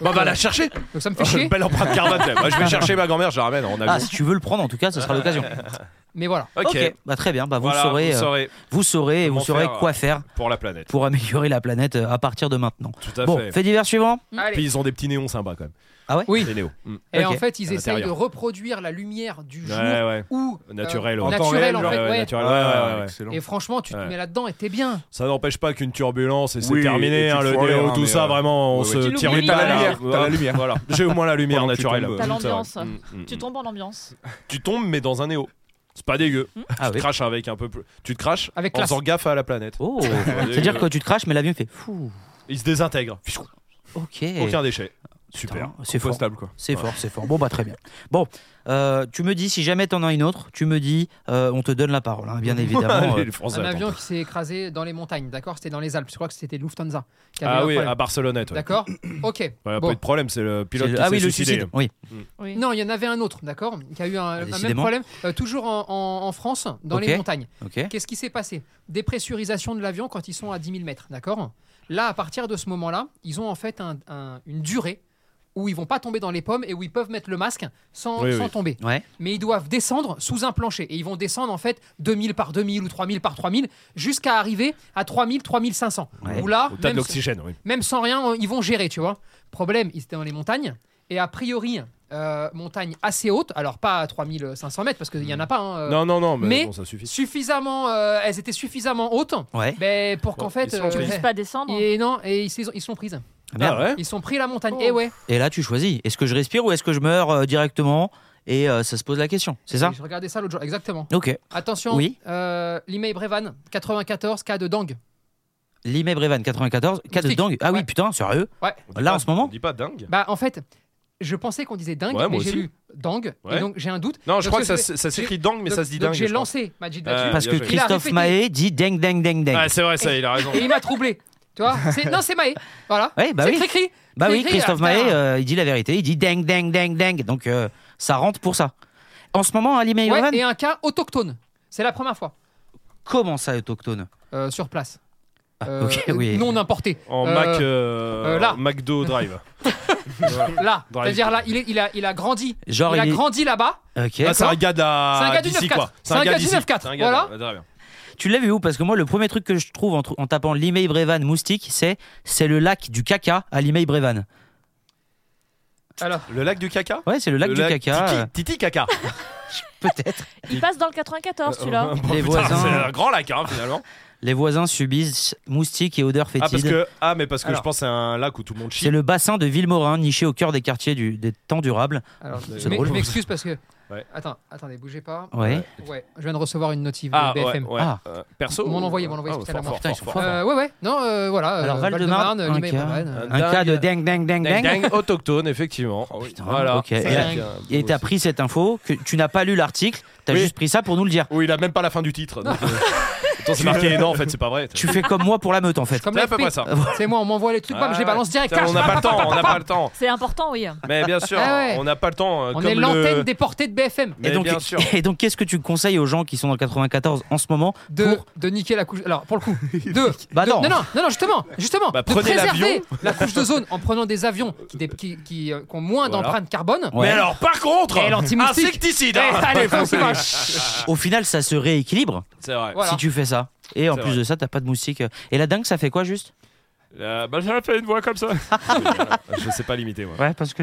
S2: Bah, bah, la chercher
S3: Donc ça me fait chier.
S2: Belle empreinte carbone. t'as. Bah, je vais chercher ma grand-mère, je la ramène en
S6: Ah,
S2: avion.
S6: si tu veux le prendre, en tout cas, ce sera l'occasion.
S3: Mais voilà.
S2: *laughs* Ok.
S6: Bah, très bien. Bah, vous
S2: Voilà,
S6: saurez,
S2: vous
S6: euh,
S2: saurez
S6: vous saurez, et vous
S2: comment
S6: saurez
S2: faire,
S6: quoi faire
S2: pour la planète.
S6: pour améliorer la planète euh, à partir de maintenant.
S2: Tout à
S6: Bon,
S2: fait.
S6: fait divers suivant.
S2: Puis
S3: Allez.
S2: ils ont des petits néons sympas quand même.
S3: Oui.
S2: Les néons. Mm.
S3: Et
S6: Ok.
S3: en fait,
S2: À
S3: ils essayent de
S2: l'intérieur.
S3: reproduire la lumière du jour
S2: Ouais, ouais.
S3: ou euh,
S2: Naturel, ouais.
S3: naturel en
S1: Temps réel,
S3: fait.
S2: ouais,
S3: ouais.
S2: naturel.
S1: Ouais,
S2: Ouais,
S1: ouais,
S2: ouais, ouais.
S1: excellent.
S3: Et franchement, tu te
S2: Ouais.
S3: mets là-dedans et t'es bien.
S2: Ça n'empêche pas qu'une turbulence et c'est
S1: Oui, et
S2: terminé.
S1: tu
S2: hein, le
S1: foires les
S2: néo,
S1: reins,
S2: tout
S1: mais,
S2: ça,
S1: euh,
S2: vraiment, on
S1: ouais,
S2: se
S1: ouais.
S2: tire
S4: Mais
S2: une
S1: T'as
S4: t'as
S1: la
S4: la
S1: lumière, t'as la lumière.
S2: Voilà, j'ai au moins la lumière
S1: Pendant que tu
S2: naturelle.
S1: tombes.
S4: T'as l'ambiance.
S2: Mm, mm,
S4: Tu
S2: mm.
S4: tombes en ambiance.
S2: Tu tombes, mais dans un néo. C'est pas dégueu. Tu
S6: Ah
S2: te
S6: oui.
S2: craches avec un peu plus. Tu te craches
S3: Avec
S2: en
S3: classe.
S2: faisant gaffe à la planète. *laughs*
S6: Oh. C'est-à-dire que tu te craches, mais l'avion fait. Fou.
S2: Il se désintègre.
S6: Ok.
S2: Aucun déchet.
S6: Putain,
S2: Super.
S6: C'est fort.
S1: Postable, quoi.
S6: C'est fort, c'est fort. Bon, bah très bien. Bon, euh, tu me dis si jamais t'en as une autre, tu me dis, euh, on te donne la parole,
S2: *laughs*
S6: hein, bien évidemment.
S2: Les
S6: euh.
S2: Français
S3: Un
S2: attendent.
S3: avion qui s'est écrasé dans les montagnes, d'accord C'était dans les Alpes. Je crois que c'était Lufthansa. qui avait
S2: Ah
S3: un
S2: oui,
S3: problème.
S2: à Barcelonnette. Ouais.
S3: D'accord *clears throat* Ok.
S2: Ouais,
S3: Bon.
S2: Pas eu de problème, c'est le
S6: C'est
S2: pilote
S6: le-
S2: qui
S6: ah
S2: s'est
S6: oui, le
S2: suicidé.
S6: suicide. Oui.
S4: Oui.
S3: Non, il y en avait un autre, d'accord Qui a eu un, un même
S6: décidément.
S3: problème, euh, toujours en, en- en France, dans
S6: Ok.
S3: les montagnes.
S6: Ok.
S3: Qu'est-ce qui s'est passé Dépressurisation de l'avion quand ils sont à 10 000 mètres, d'accord Là, à partir de ce moment-là, ils ont en fait un- un- une durée où ils vont pas tomber dans les pommes et où ils peuvent mettre le masque sans,
S2: Oui,
S3: sans
S2: oui.
S3: tomber.
S6: Ouais.
S3: Mais ils doivent descendre sous un plancher et ils vont descendre en fait 2000 par 2000 ou 3000 par 3000 jusqu'à arriver à 3000, 3500.
S6: Ouais.
S3: Où là,
S2: Au tas de
S3: même,
S2: l'oxygène, oui.
S3: même sans rien, euh, ils vont gérer, tu vois. Problème, ils étaient dans les montagnes. Et a priori, euh, montagne assez haute, alors pas à 3500 mètres, parce qu'il n'y en a pas. hein, euh,
S2: Non, non, non, mais
S3: mais-
S2: bon, ça suffit.
S3: Suffisamment, euh, elles étaient suffisamment hautes
S6: Ouais.
S3: ben, pour qu'en fait.
S2: ils sont
S3: euh,
S4: Tu
S2: prises.
S4: puisses pas descendre.
S3: et non, et ils se sont- ils se sont prises.
S6: Ah, merde.
S2: Ah ouais
S3: Ils se sont pris la montagne.
S4: Oh.
S3: Et ouais.
S6: Et là, tu choisis. Est-ce que je respire ou est-ce que je meurs euh, directement Et euh, ça se pose la question, c'est ça
S3: Je regardais ça l'autre jour, exactement.
S6: Ok.
S3: Attention,
S6: Oui.
S3: euh, Limay Brevan, 94 cas de dengue.
S6: Limé Brevan 94, 4 de
S3: Moustique.
S6: dingue. Ah oui,
S3: Ouais.
S6: putain, sérieux
S3: Ouais.
S2: dit
S6: Là,
S2: pas-
S6: en ce moment
S2: On dit pas dingue.
S3: Bah en fait, je pensais qu'on disait dingue,
S2: Ouais, moi
S3: mais j'ai
S2: aussi.
S3: lu dingue,
S2: Ouais.
S3: et donc j'ai un doute.
S2: Non,
S3: Donc,
S2: je crois que
S3: ce
S2: ça, s- ça s'écrit dingue, mais
S3: donc-
S2: ça se dit
S3: donc
S2: dingue.
S3: J'ai
S2: je pense.
S3: lancé Majid
S2: Euh,
S3: là-dessus.
S6: Parce que
S2: bien joué.
S6: Christophe
S3: Il a répété.
S6: Mahé dit deng deng deng deng.
S2: Ouais, c'est vrai, ça, il a raison.
S3: Et il
S2: *laughs*
S3: m'a troublé. Tu vois C'est- Non, c'est Maé. Voilà.
S2: Ah,
S6: Ouais, bah
S3: c'est
S6: oui.
S3: cri-cri.
S6: Bah
S3: C'est
S6: oui,
S3: écrit,
S6: Christophe
S3: ah,
S6: Maé,
S3: putain.
S6: euh, il dit la vérité, il dit deng deng deng deng. Donc euh, ça rentre pour ça. En ce moment, hein, Ali Meyer
S3: Ouais, et un cas autochtone. C'est la première fois
S6: comment ça autochtone
S3: euh, sur place. Euh,
S6: Ah, ok, oui.
S3: Non importé.
S2: En
S3: Euh,
S2: Mac,
S3: euh, là.
S2: McDo
S3: *laughs*
S2: Drive.
S3: Là,
S2: Drive.
S3: c'est-à-dire là, il, est- il a, il a grandi.
S6: Genre,
S3: il a
S6: il est-
S3: grandi là-bas.
S6: Ok.
S2: Là, Ah, c'est un gars
S3: C'est un
S2: d'un.
S3: gars du
S2: d'ici,
S3: 9-4.
S2: quoi.
S3: C'est un gars du
S2: d'ici.
S3: 9-4,
S2: C'est un gars
S3: voilà.
S2: de- très bien.
S6: Tu l'as vu où Parce que moi, le premier truc que je trouve en, trou- en tapant Limey Brevan moustique, c'est c'est le lac du caca à Limey Brevan.
S3: Alors,
S2: Le lac du caca
S6: Ouais, c'est le lac
S2: Le
S6: du caca.
S2: Titi,
S6: euh,
S2: Titi caca.
S3: Ah,
S2: *laughs*
S6: Peut-être.
S4: Il passe dans le 94, celui-là.
S2: Bon,
S6: Les
S2: putain,
S6: voisins.
S2: C'est un grand lac, hein,
S6: *laughs*
S2: finalement.
S6: Les voisins subissent moustiques et odeurs fétides.
S2: Ah, parce que, ah, mais parce que
S3: Alors.
S2: je pense que c'est un lac où tout le monde chie.
S6: C'est le bassin de Villemorin, niché au cœur des quartiers du- des temps durables.
S3: alors
S2: C'est
S3: mais-
S6: drôle.
S3: je m'excuse parce que.
S2: Ouais.
S3: Attends, attendez, bougez pas.
S6: Ouais.
S3: Ouais, je viens de recevoir une notif
S2: Ah,
S3: de BFM.
S2: ouais, ouais.
S6: Ah.
S2: Euh, perso
S3: Ils m'ont
S2: ou-
S3: envoyé, ils m'ont envoyé
S2: Ah,
S3: spécialement.
S2: fort, fort,
S6: Putain, ils
S2: fort,
S6: sont
S2: fort.
S6: forts.
S3: Euh, ouais, ouais, non, euh, voilà.
S6: Alors,
S3: euh,
S6: Val-de-Marne,
S3: Val-de-Marne,
S6: un
S3: Limay,
S6: cas.
S3: Brennan.
S2: Ah,
S6: Un cas de ding ding ding
S2: Dingue,
S6: ding.
S2: dingue, autochtone, effectivement. voilà.
S6: Ah ok.
S2: Avec
S3: Dingue.
S2: un beau-
S6: Et t'as pris cette info que tu n'as pas lu l'article, t'as
S2: Oui.
S6: juste pris ça pour nous le dire.
S2: Oui, il a même pas la fin du titre. donc, euh, Attends, c'est marqué non, en fait, c'est pas vrai.
S6: Tu fais comme moi pour la meute en fait.
S3: Comme
S2: C'est à
S3: l'FP.
S2: peu près ça.
S3: C'est moi, on m'envoie les trucs, bam,
S2: Ah
S3: je les balance direct.
S2: Putain,
S3: cash,
S2: on n'a
S3: bam,
S2: pas le
S3: bam,
S2: temps,
S3: bam,
S2: on n'a
S3: bam,
S2: pas le temps.
S4: C'est important, oui.
S2: Mais bien sûr,
S3: Ah ouais.
S2: on n'a pas le temps. euh,
S3: On
S2: comme
S3: est l'antenne
S2: le-
S3: des portées de BFM.
S2: Mais
S6: et donc,
S2: bien sûr.
S6: et donc, qu'est-ce que tu conseilles aux gens qui sont dans le 94 en ce moment
S3: De,
S6: pour-
S3: de niquer la couche. Alors,
S2: *laughs*
S3: pour le coup, de.
S6: Bah
S3: de-
S6: non.
S3: non, non, non, non, justement, justement.
S2: Bah,
S3: de
S2: prenez
S3: préserver
S2: l'avion.
S3: la couche de zone en prenant
S2: *laughs*
S3: des avions qui, des- qui, qui, euh, qui ont moins
S2: Voilà.
S3: d'empreintes carbone.
S6: Ouais.
S2: Mais alors, par contre,
S3: Et l'anti-moustique.
S2: insecticide.
S3: Eh,
S2: hein. *laughs*
S3: allez, faut que ça marche.
S6: Au final, ça se rééquilibre
S2: C'est vrai.
S3: Voilà.
S6: si tu fais ça. Et en
S2: C'est
S6: plus
S2: vrai.
S6: de ça, t'as pas de moustique. Et la dingue, ça fait quoi juste
S2: Euh, bah, j'avais fait une voix comme ça. Je sais pas limiter, moi.
S6: Ouais, parce que.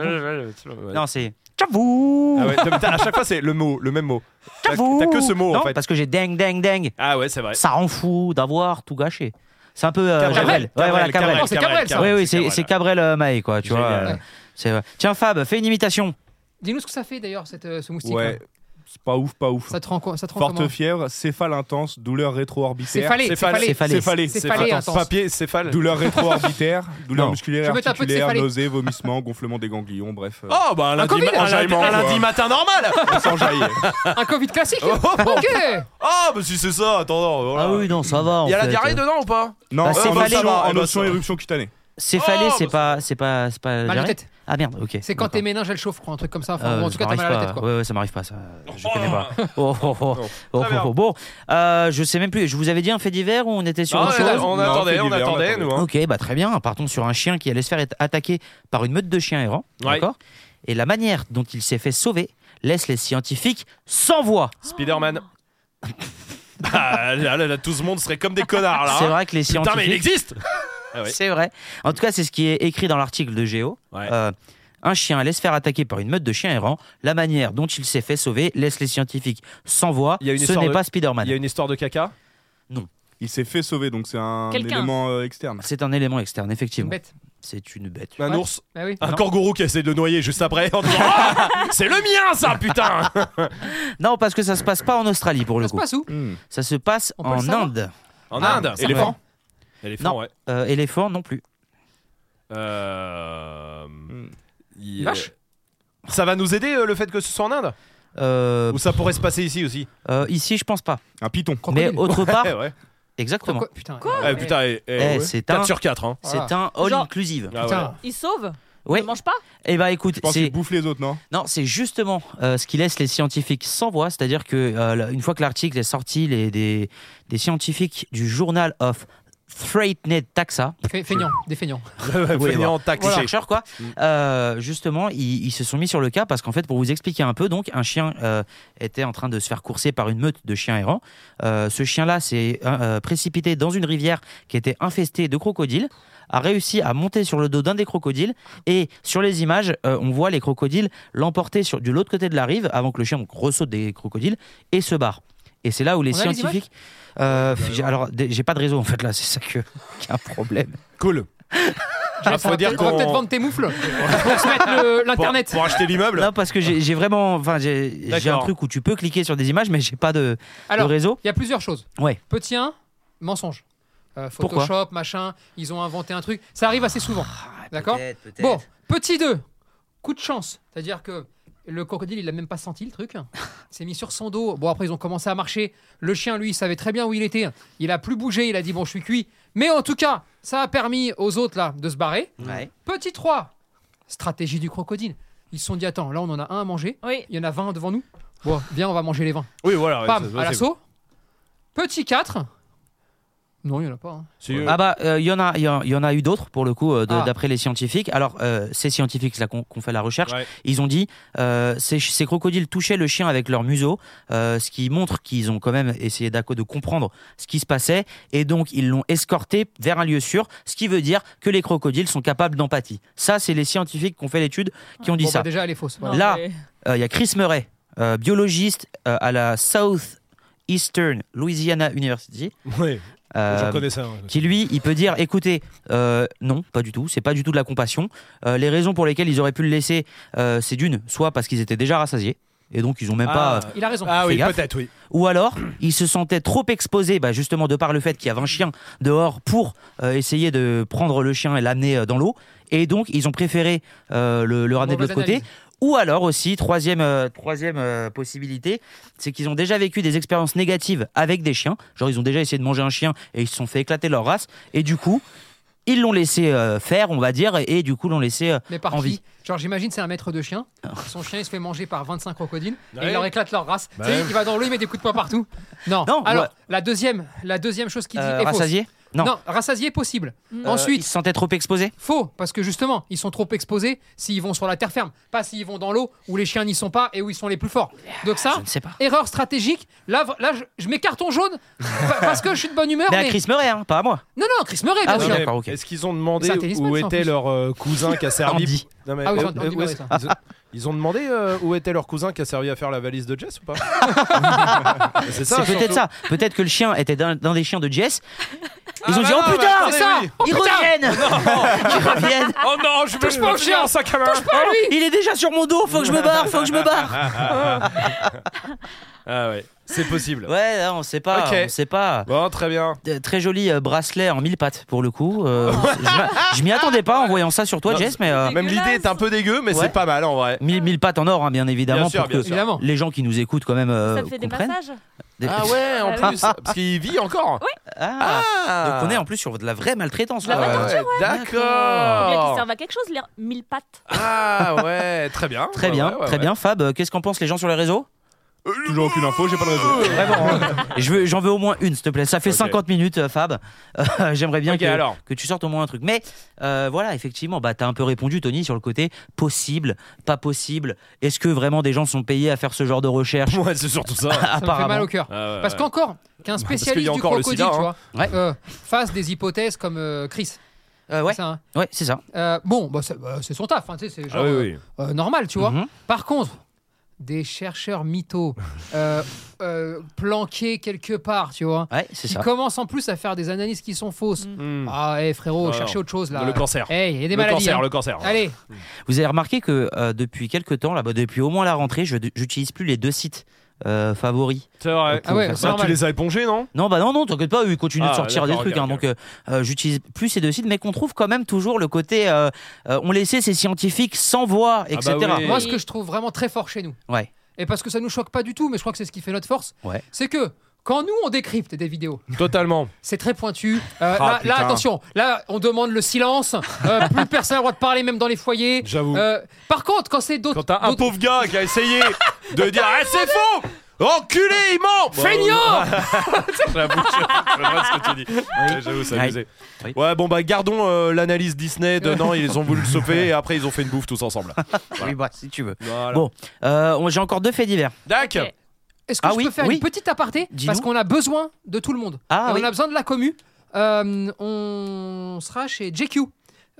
S2: Non,
S6: Non, c'est. J'avoue
S2: Euh, Ah ouais, putain, à chaque fois, c'est le mot, le même mot. T'as t'as que ce mot,
S6: Non,
S2: en fait.
S6: Parce que j'ai ding ding ding.
S2: Ah ouais, c'est vrai.
S6: Ça rend fou d'avoir tout gâché. C'est un peu. euh,
S2: Cabrel.
S6: Javel. Ouais, voilà, Cabrel.
S3: Non, c'est Cabrel, ça.
S6: Oui, oui, c'est c'est Cabrel euh, Maé, quoi. Tu vois.
S2: Génial.
S6: euh,
S3: Ouais.
S6: c'est vrai. Tiens, Fab, fais une imitation.
S3: Dis-nous ce que ça fait d'ailleurs, cette, euh, ce moustique.
S1: Ouais, c'est pas ouf, pas ouf.
S3: Ça te rend, quoi- ça te rend
S1: Forte
S3: comment
S1: fièvre, céphale intense, douleur
S3: C'est
S1: rétro-orbitaire.
S3: fallé, c'est fallé.
S6: Céphalée.
S1: Céphalée.
S3: Céphalée
S1: Attends,
S3: intense.
S2: Papier, céphale.
S1: Douleur rétro-orbitaire, douleur
S6: Non.
S1: musculaire,
S3: Je vais mettre un peu de
S1: articulaire,
S3: céphalée.
S1: nausée, vomissement, gonflement des ganglions, bref. euh,
S2: Oh, bah, un lundi,
S3: Covid,
S2: ma- un lundi-
S1: enjaillement,
S2: un lundi
S1: quoi.
S2: matin normal.
S1: on s'enjaille.
S3: Un Covid classique.
S2: Oh. *laughs*
S3: ok.
S2: Ah, bah, si c'est ça, attends, non, voilà.
S6: Ah oui, non, ça va. en
S2: Il y a la
S6: fait. euh.
S2: diarrhée dedans ou pas
S1: Non,
S6: Bah,
S1: en
S6: céphalée,
S1: option-
S2: non, eh
S1: en
S2: ben,
S1: option
S2: ça-
S1: éruption cutanée.
S6: Céphalée,
S2: Oh,
S6: c'est
S2: bah,
S6: pas, c'est pas, c'est pas.
S3: Mal de
S6: diarrhée
S3: tête.
S6: Ah merde, ok.
S3: C'est quand
S6: D'accord.
S3: tes méninges elles chauffent, quoi, un truc comme ça. Enfin,
S2: Ah
S6: Euh,
S3: en tout
S6: ça
S3: cas, t'as
S6: m'arrive
S3: mal à la
S6: pas.
S3: tête, quoi.
S6: Ouais, ouais, ça m'arrive pas, ça. Je
S2: Oh
S6: connais
S2: là
S6: pas. Oh, oh, oh. Oh,
S2: Très
S6: oh,
S2: bien.
S6: oh. Bon, euh, je sais même plus. Je vous avais dit un fait divers ou on était sur
S2: Ah,
S6: autre
S2: on,
S6: chose
S2: on
S1: Non,
S2: attendait,
S1: c'est
S2: on
S1: divers, on
S2: attendait,
S1: attendait.
S2: nous. hein.
S6: Ok, bah très bien. Partons sur un chien qui allait se faire être attaqué par une meute de chiens errants.
S2: Ouais.
S6: D'accord Et la manière dont il s'est fait sauver laisse les scientifiques sans voix. *laughs*
S2: Spider-Man.
S4: Oh.
S2: Bah, là, là, là, tout ce monde serait comme des connards, là.
S6: C'est
S2: hein.
S6: vrai que les
S2: Putain, mais il
S6: scientifiques.
S2: existe Ah ouais.
S6: C'est vrai. En tout cas, c'est ce qui est écrit dans l'article de Géo.
S2: Ouais.
S6: Euh, un chien allait se faire attaquer par une meute de chiens errants. La manière dont il s'est fait sauver laisse les scientifiques sans voix.
S2: Il y a une
S6: Ce
S2: histoire
S6: n'est
S2: de-
S6: pas
S2: Il y a
S6: Spider-Man.
S2: une histoire de caca
S1: Il s'est fait sauver, donc c'est un
S4: Quelqu'un.
S1: élément euh, externe.
S6: C'est un élément externe,
S3: Une
S6: effectivement.
S3: bête.
S6: C'est une bête.
S2: Un
S3: Ouais.
S2: ours
S3: Bah oui.
S2: Un kangourou qui essaie de le noyer juste après en
S6: *laughs*
S2: disant Ah, C'est le mien, ça, putain
S6: Non, parce que ça se passe pas en Australie pour le
S3: Ça se
S6: coup.
S3: passe où
S1: Hmm.
S6: Ça se passe
S3: On peut le
S6: en
S3: savoir
S6: Inde.
S2: En
S3: Ah,
S2: Inde
S1: Éléphant.
S2: Éléphant,
S6: Non.
S2: ouais.
S6: Euh, éléphant non plus.
S2: Euh... il-
S3: Vache.
S2: Ça va nous aider euh, le fait que ce soit en Inde
S6: Euh,
S2: Ou ça pourrait se passer ici aussi
S6: euh, ici, je pense pas.
S1: Un python.
S3: Crocodile.
S6: Mais autre part,
S2: Eh ouais.
S6: exactement.
S3: Croco- Putain. euh,
S2: Eh, putain, eh, eh,
S6: Ah. Eh,
S2: ouais.
S6: c'est
S2: 4
S6: un,
S2: sur 4. Hein.
S6: c'est
S3: Voilà.
S6: un all
S4: Genre-
S6: inclusive.
S2: Ah ouais.
S3: Putain.
S4: Il sauve
S6: Ouais.
S4: Il ne mange pas
S6: Et bah écoute,
S1: Je pense
S6: c'est
S1: qu'il bouffe les autres, non
S6: Non, c'est justement euh, ce qui laisse les scientifiques sans voix, c'est-à-dire que euh, la- une fois que l'article est sorti, les, des, des scientifiques du Journal of Threatened Taxa,
S3: Fai- Feignant, des feignants.
S2: *laughs*
S6: Oui,
S2: Fainéant
S6: des
S2: taxé.
S6: chercheurs quoi,
S2: Mm.
S6: euh, justement, ils, ils se sont mis sur le cas parce qu'en fait, pour vous expliquer un peu, donc un chien euh, était en train de se faire courser par une meute de chiens errants. Euh, ce chien-là s'est euh, euh, précipité dans une rivière qui était infestée de crocodiles, a réussi à monter sur le dos d'un des crocodiles et sur les images, euh, on voit les crocodiles l'emporter sur de l'autre côté de la rive avant que le chien donc, ressaute des crocodiles et se barre. Et c'est là où les
S3: On a les
S6: scientifiques. Euh, j'ai- alors, des- j'ai pas de réseau en fait là, c'est ça que- *laughs* qu'il y a un problème.
S2: Cool. *laughs*
S3: J'allais
S2: faut
S3: faire
S2: dire
S3: un peu- on va
S2: qu'on-
S3: Ah, peut-être vendre tes moufles pour se mettre
S2: *laughs*
S3: le-
S2: Pour,
S3: l'internet.
S2: pour acheter l'immeuble
S6: Non, parce que j'ai j'ai vraiment. Enfin, j'ai j'ai un
S2: D'accord.
S6: truc où tu peux cliquer sur des images, mais j'ai pas de, de
S3: Alors,
S6: réseau.
S3: il y a plusieurs choses.
S6: Ouais.
S3: Petit 1, mensonge. euh,
S6: Pourquoi Ah,
S3: Photoshop, machin, ils ont inventé un truc. Ça arrive assez souvent. D'accord
S6: Peut-être, peut-être.
S3: Bon, petit 2, coup de chance. C'est-à-dire que le crocodile, il n'a même pas senti le
S6: *laughs*
S3: truc. Il s'est mis sur son dos. Bon, après, ils ont commencé à marcher. Le chien, lui, il savait très bien où il était. Il a plus bougé. Il a dit, bon, je suis cuit. Mais en tout cas, ça a permis aux autres, là, de se barrer.
S6: Ouais.
S3: Petit 3, stratégie du crocodile. Ils se sont dit, attends, là, on en a un à manger.
S4: Oui.
S3: Il y en a 20 devant nous. Bon, viens, on va manger les 20.
S2: Oui, voilà. ouais, ça-
S3: Pam,
S2: ça,
S3: à
S2: c'est-
S3: l'assaut. Petit 4. Non, il n'y en a pas. hein.
S2: c'est-
S6: Ah bah, il y en a, y en- y en a eu d'autres pour le coup, euh, de-
S3: Ah.
S6: d'après les scientifiques. Alors, euh, ces scientifiques là qu'on qu'on fait la recherche,
S2: Ouais.
S6: ils ont dit euh, ces, ch- ces crocodiles touchaient le chien avec leur museau, euh, ce qui montre qu'ils ont quand même essayé d'acco- de comprendre ce qui se passait, et donc ils l'ont escorté vers un lieu sûr, ce qui veut dire que les crocodiles sont capables d'empathie. Ça, c'est les scientifiques qui ont fait l'étude qui ont dit
S3: Bon,
S6: ça.
S3: bah, déjà, elle est fausse. voilà.
S6: Non. Là.
S4: mais-
S6: Euh, Il y a Chris Murray, euh, biologiste euh, à la South Eastern Louisiana University.
S2: Ouais,
S6: Euh,
S2: j'en connais ça. ouais.
S6: qui lui, il peut dire écoutez, euh, non, pas du tout, c'est pas du tout de la compassion. Euh, les raisons pour lesquelles ils auraient pu le laisser, euh, c'est d'une, soit parce qu'ils étaient déjà rassasiés, et donc ils ont même pas. euh,
S3: Il a raison.
S2: Ah
S6: Fais
S2: oui,
S6: gaffe.
S2: peut-être, oui.
S6: Ou alors, ils se sentaient trop exposés, bah, justement, de par le fait qu'il y avait un chien dehors pour euh, essayer de prendre le chien et l'amener euh, dans l'eau, et donc ils ont préféré euh, le, le ramener de l'autre
S3: Mauvaise
S6: côté.
S3: analyse.
S6: Ou alors aussi, troisième, euh, troisième euh, possibilité, c'est qu'ils ont déjà vécu des expériences négatives avec des chiens. Genre, ils ont déjà essayé de manger un chien et ils se sont fait éclater leur race. Et du coup, ils l'ont laissé euh, faire, on va dire, et, et du coup, l'ont laissé. euh,
S3: Mais par
S6: Envie.
S3: qui Genre, j'imagine, c'est un maître de chien. Son chien, il se fait manger par 25 crocodiles et
S2: Ouais.
S3: il leur éclate leur race.
S2: Bah
S3: c'est lui
S2: ouais.
S3: qui va dans l'eau, il met des coups de poing partout. Non.
S6: Non,
S3: Alors,
S6: ouais.
S3: la, deuxième, la deuxième chose qu'il dit
S6: euh,
S3: est fausse.
S6: rassasiés.
S3: Non.
S6: Non.
S3: rassasié possible.
S6: Euh,
S3: Ensuite,
S6: ils se sentaient trop exposés.
S3: faux, parce que justement, ils sont trop exposés s'ils vont sur la terre ferme, pas s'ils vont dans l'eau où les chiens n'y sont pas et où ils sont les plus forts. Donc ça,
S6: Je ne sais pas.
S3: erreur stratégique. Là, v- là je, je mets carton jaune pa- parce que je suis de bonne humeur.
S6: Mais à
S3: mais-
S6: Chris Murray, hein, pas à moi.
S3: Non, non, Chris Murray, bien
S6: Ah oui,
S3: sûr.
S6: d'accord, ok.
S2: Est-ce qu'ils ont demandé
S3: C'est un tennisman,
S2: où
S3: ça, en
S2: était
S3: plus.
S2: leur euh, cousin qui a servi
S6: Andy.
S2: Non, mais,
S3: Ah oui,
S2: euh,
S3: c'est Andy
S2: euh,
S3: Murray,
S2: ouais,
S3: ça.
S2: ils, ont, ils ont demandé euh, où était leur cousin qui a servi à faire la valise de *laughs* Jess ou pas C'est
S6: C'est peut-être
S2: surtout.
S6: ça. Peut-être que le chien était d'un d'un des chiens de Jess. Ils
S2: Ah
S6: ont dit
S2: bah
S6: Oh
S2: non,
S6: putain
S2: mais
S3: C'est ça
S2: oui.
S3: Oh,
S6: Ils
S3: putain
S6: reviennent *laughs* Ils reviennent
S2: Oh non, je
S3: Touche pas au chien
S2: sac à main
S3: Ah, lui
S6: Il est déjà sur mon dos, faut que je me barre, faut que je me barre
S2: Ah ouais, c'est possible.
S6: Ouais, non, on sait pas,
S2: Ok.
S6: on sait pas.
S2: Bon, très bien.
S6: Euh, Très joli euh, bracelet en mille pattes pour le coup. Euh, je m'a- je m'y attendais pas en voyant ça sur toi,
S2: Non,
S6: Jess, mais euh,
S2: Même l'idée est un peu dégueu, mais
S6: Ouais.
S2: c'est pas mal en vrai.
S6: mille, mille pattes en or, hein, bien évidemment,
S2: Bien sûr,
S6: pour
S2: bien
S6: que
S2: sûr.
S3: Évidemment.
S6: les gens qui nous écoutent quand même euh,
S4: Ça me fait des
S6: comprennent.
S4: massages.
S6: Des-
S2: Ah ouais, en
S4: Ah
S2: plus, parce qu'il vit encore.
S6: Ah.
S2: Ah.
S6: Donc on est en plus sur de la vraie maltraitance.
S4: La
S6: quoi.
S4: vraie
S6: Euh,
S4: torture, Il y en a qui
S2: D'accord.
S4: servent à quelque chose, les mille pattes.
S2: Ah ouais, *laughs* très bien.
S6: Très
S2: Ouais,
S6: bien,
S2: ouais, ouais,
S6: très
S2: ouais.
S6: bien. Fab, euh, qu'est-ce qu'en pensent les gens sur les réseaux
S1: Toujours aucune info, j'ai pas de réseau.
S6: Vraiment, hein. Je veux- J'en veux, au moins une, s'il te plaît. Ça fait
S2: Ok.
S6: 50 minutes, euh, Fab. Euh, *laughs* J'aimerais bien
S2: Ok,
S6: que,
S2: alors.
S6: que tu sortes au moins un truc. Mais euh, voilà, effectivement, bah, t'as un peu répondu, Tony, sur le côté possible, pas possible. Est-ce que vraiment des gens sont payés à faire ce genre de recherche
S2: *laughs* Ouais, c'est surtout ça.
S3: Ça me fait mal
S6: Apparemment.
S2: *laughs*
S3: au cœur.
S2: Ah ouais,
S3: Parce
S2: ouais.
S3: qu'encore,
S2: qu'il y
S3: qu'un
S2: a
S3: spécialiste du
S2: encore le
S3: crocodile,
S2: sida,
S3: tu
S2: hein.
S3: vois,
S6: Euh, Ouais.
S3: euh, fasse des hypothèses comme euh, Chris.
S6: Euh, ouais,
S3: c'est ça, hein.
S6: ouais, c'est ça.
S3: Euh, bon, bah, c'est bah, c'est son taf, hein, tu sais, c'est genre,
S2: Ah oui,
S3: euh,
S2: oui.
S3: euh, normal, tu vois.
S6: Mhm.
S3: Par contre, des chercheurs mythos euh, euh, planqués quelque part, tu vois,
S6: Ouais, c'est
S3: qui
S6: ça. Mm.
S3: commencent en plus à faire des analyses qui sont fausses.
S2: Hmm.
S3: Ah, eh frérot,
S2: Non,
S3: cherchez
S2: non.
S3: autre chose là.
S2: Le cancer.
S3: Hey, il y a des
S2: le
S3: maladies.
S2: cancer,
S3: hein.
S2: le cancer.
S3: Allez,
S6: Vous avez remarqué que euh, depuis quelques temps, là, bah, depuis au moins la rentrée, je j'utilise plus les deux sites euh, favoris.
S2: C'est vrai.
S6: Pour
S3: ah ouais,
S6: faire
S3: c'est
S2: Ça, tu
S3: normal.
S2: les as épongés, non
S6: Non, bah non, non, t'inquiète pas, eux, ils continuent
S2: Ah,
S6: de sortir des
S2: d'accord,
S6: trucs.
S2: ok,
S6: hein,
S2: ok.
S6: donc, euh, euh, j'utilise plus ces deux sites, mais qu'on trouve quand même toujours le côté. euh, euh, on laissait ces scientifiques sans voix, etc.
S2: Ah bah oui.
S3: Moi, ce que je trouve vraiment très fort chez nous,
S6: Ouais.
S3: et parce que ça nous choque pas du tout, mais je crois que c'est ce qui fait notre force,
S6: Ouais.
S3: c'est que quand nous on décrypte des vidéos,
S2: *laughs* Totalement.
S3: c'est très pointu. Euh, là, là,
S2: putain.
S3: attention, là, on demande le silence. Euh, plus personne n'a le droit de parler, même dans les foyers.
S2: J'avoue.
S3: Euh, par contre, quand c'est d'autres.
S2: Quand t'as un
S3: d'autres-
S2: pauvre gars qui a essayé de dire Eh, c'est faux Enculé, il ment *laughs*
S3: Feignant
S2: J'avoue, je- c'est vrai ce que tu dis. Ouais, J'avoue, c'est
S6: Oui.
S2: abusé.
S6: Oui.
S2: Ouais, bon, bah, gardons euh, l'analyse Disney de non, ils ont voulu *laughs* le sauver et après, ils ont fait une bouffe tous *laughs* ensemble.
S6: Oui, bah, si tu veux.
S2: Voilà.
S6: Bon, euh, on- j'ai encore deux faits divers.
S2: Dac
S4: Ok.
S3: Est-ce que
S6: Ah
S3: je
S6: oui,
S3: peux faire
S6: oui.
S3: une petite aparté
S6: Dis-nous.
S3: Parce qu'on a besoin de tout le monde.
S6: Ah
S3: Et
S6: oui.
S3: On a besoin de la commu. Euh, on sera chez JQ.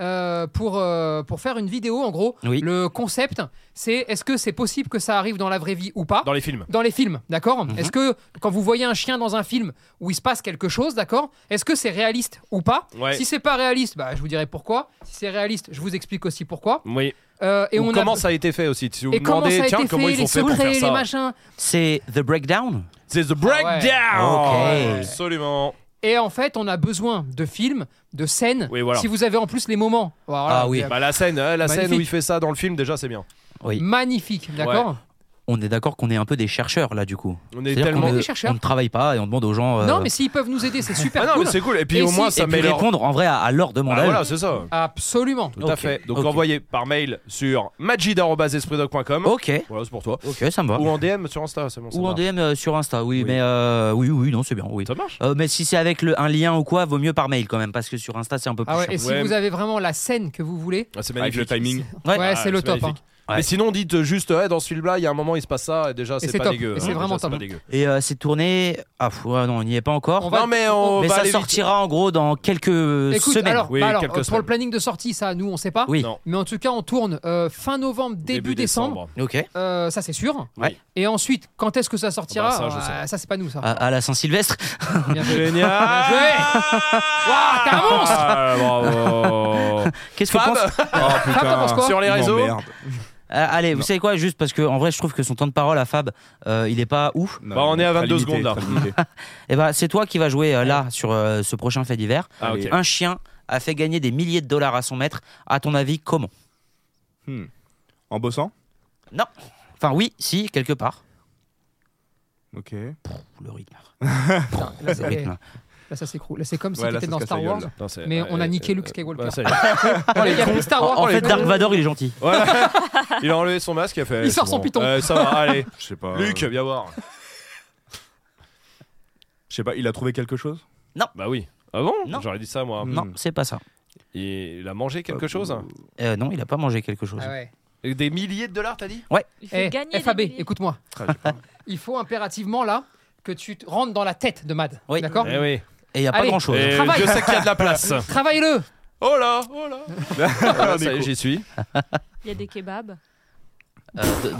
S3: euh, pour, euh, pour faire une vidéo, en gros,
S6: Oui.
S3: le concept, c'est est-ce que c'est possible que ça arrive dans la vraie vie ou pas
S2: Dans les films.
S3: dans les films, d'accord
S6: Mhm.
S3: Est-ce que quand vous voyez un chien dans un film où il se passe quelque chose, d'accord Est-ce que c'est réaliste ou pas
S2: Ouais.
S3: Si c'est pas réaliste, bah, je vous dirai pourquoi. Si c'est réaliste, je vous explique aussi pourquoi.
S2: Oui.
S3: Euh, et
S2: Ou
S3: on
S2: comment
S3: a...
S2: ça a été fait aussi Si vous
S3: et
S2: me
S3: comment
S2: demandez,
S3: ça a
S2: tiens,
S3: été
S2: comment
S3: fait,
S2: ils
S3: les
S2: ont fait pour
S3: secrets,
S2: faire
S3: les Ah
S2: ça
S3: machins.
S6: C'est The Breakdown.
S2: C'est The Breakdown
S6: Ok.
S2: Absolument.
S3: Et en fait, on a besoin de films, de scènes.
S2: Oui, voilà.
S3: Si vous avez en plus les moments. Voilà,
S6: Ah oui.
S3: c'est
S2: Bah, la scène, hein, la scène où
S3: Magnifique.
S2: il fait ça dans le film, déjà, c'est bien.
S6: Oui.
S3: Magnifique, d'accord
S6: On est d'accord qu'on est un peu des chercheurs là du coup.
S2: On est
S6: C'est-à-dire
S2: tellement.
S6: qu'on
S3: Des
S6: ne-
S3: chercheurs.
S6: on ne travaille pas et on demande aux gens. euh,
S3: Non, mais s'ils peuvent nous aider, c'est super
S2: Ah non,
S3: cool.
S2: mais c'est cool. Et puis
S3: Et
S2: au
S3: si-
S2: moins,
S3: et
S6: et
S2: ça
S6: puis
S2: met leur-
S6: répondre en vrai à, à leur
S2: Ah,
S6: demande. à eux.
S2: voilà, c'est ça.
S3: Absolument.
S2: Tout à
S6: Ok,
S2: fait. Donc
S6: ok.
S2: envoyez par mail sur magid.espritdoc.com.
S6: Ok,
S2: Voilà, c'est pour toi.
S6: ok, ça me va.
S2: Ou en DM sur Insta, c'est bon. ça
S6: Oh. Ou en
S2: marche.
S6: DM euh, sur Insta, oui,
S2: Oui.
S6: mais euh, oui, oui, non, c'est bien, oui.
S2: Ça marche
S6: Euh, mais si c'est avec le, un lien ou quoi, vaut mieux par mail quand même, parce que sur Insta c'est un peu plus
S3: Ah ouais,
S6: chiant.
S3: et si
S2: Ouais,
S3: vous avez vraiment la scène que vous voulez,
S2: Ah, C'est
S1: Avec
S2: magnifique.
S1: le timing.
S6: Ouais.
S3: ouais,
S2: Ah,
S3: c'est le top.
S2: magnifique.
S3: hein.
S6: hein.
S2: Mais
S6: Ouais.
S2: sinon, dites juste, eh, dans ce film-là, il y a un moment, il se passe ça, et déjà, c'est
S3: c'est
S2: pas
S3: top.
S2: dégueu.
S3: Et c'est
S2: hein,
S3: vraiment
S2: déjà,
S3: top.
S2: pas dégueu.
S6: Et euh, c'est tourné. Ah, fou, ouais, non, on n'y est pas encore.
S3: On va-
S2: Non, mais on
S6: mais
S2: va
S6: ça
S2: aller vite.
S6: sortira en gros dans quelques
S3: Écoute,
S6: semaines.
S3: alors,
S2: Oui,
S3: bah alors,
S2: quelques
S3: pour
S2: semaines.
S3: le planning de sortie, ça, nous, on sait pas.
S6: Oui.
S2: Non.
S3: Mais en tout cas, on tourne euh, fin novembre, début, décembre.
S6: Ok.
S3: Euh, ça, c'est sûr.
S6: Ouais.
S3: Et ensuite, quand est-ce que ça sortira
S2: Ah bah, ça, je sais
S3: Ah, c'est pas nous, ça.
S6: À, à la Saint-Sylvestre.
S2: *laughs*
S3: Bien joué.
S2: Génial
S3: Bien joué.
S2: Waouh,
S3: t'es un monstre
S2: ah, Bravo
S6: Qu'est-ce que
S2: Fab,
S6: pense
S1: Ah, putain.
S3: t'en penses quoi
S2: Sur les
S1: Il
S2: réseaux
S1: m'emmerde.
S6: Euh, Allez, vous savez quoi Juste parce que en vrai, je trouve que son temps de parole à Fab, euh, il est pas ouf.
S1: Non,
S2: Bah, on est à
S1: très
S2: 22
S1: limité,
S2: secondes, là.
S1: très limité.
S6: Et bah, c'est toi qui vas jouer euh, là sur euh, ce prochain fait divers.
S2: Ah, ok.
S6: Un chien a fait gagner des milliers de dollars à son maître. À ton avis, comment
S1: En bossant
S6: Non. Enfin, oui, si, quelque part.
S1: Ok.
S6: Pff, Le rythme.
S3: Putain, là,
S6: Le
S3: c'est-
S6: rythme.
S3: là, ça s'écroule. Là, c'est comme si
S1: Ouais, là,
S3: t'étais
S1: ça
S3: dans
S1: se casse
S3: Star
S1: la
S3: Wars.
S1: gueule.
S2: Non, c'est-
S3: Mais on a
S2: euh,
S3: niqué
S2: euh,
S3: Luke Skywalker.
S2: bah, ça y *laughs* est.
S3: Oh, les gars, plus Star Wars.
S6: En, en
S3: les
S6: fait,
S3: cons.
S6: Dark Vador, il est gentil.
S2: Ouais. Il a enlevé son masque, il a fait.
S3: Il
S2: c'est
S3: sort son
S2: bon.
S3: piton.
S2: Euh, ça va, allez. *laughs* Euh,
S1: Je sais pas.
S2: Luc, viens voir.
S1: Je sais pas, il a trouvé quelque chose
S2: Bah oui. Mm. Ah bon
S6: Non.
S2: J'aurais dit ça moi.
S1: Hmm.
S6: Non, c'est pas ça.
S2: Il a mangé quelque chose
S6: Euh, non, il a pas mangé quelque chose.
S3: Ah ouais.
S2: Des milliers de dollars, t'as dit
S4: Il faut
S3: Eh,
S4: gagner. des
S3: FAB,
S4: milliers.
S3: écoute-moi.
S1: Ah,
S6: *laughs*
S3: Il faut impérativement, là, que tu te rentres dans la tête de Mad.
S6: Oui.
S3: D'accord
S2: Eh oui.
S6: Et il y a pas
S3: Allez.
S6: grand chose.
S2: Et
S3: Travaille.
S2: Dieu sait qu'il y a de la place.
S3: Travaille-le
S2: *laughs* Oh là, oh *laughs* là. Ah, ça y est, j'y suis.
S4: Il y a des kebabs.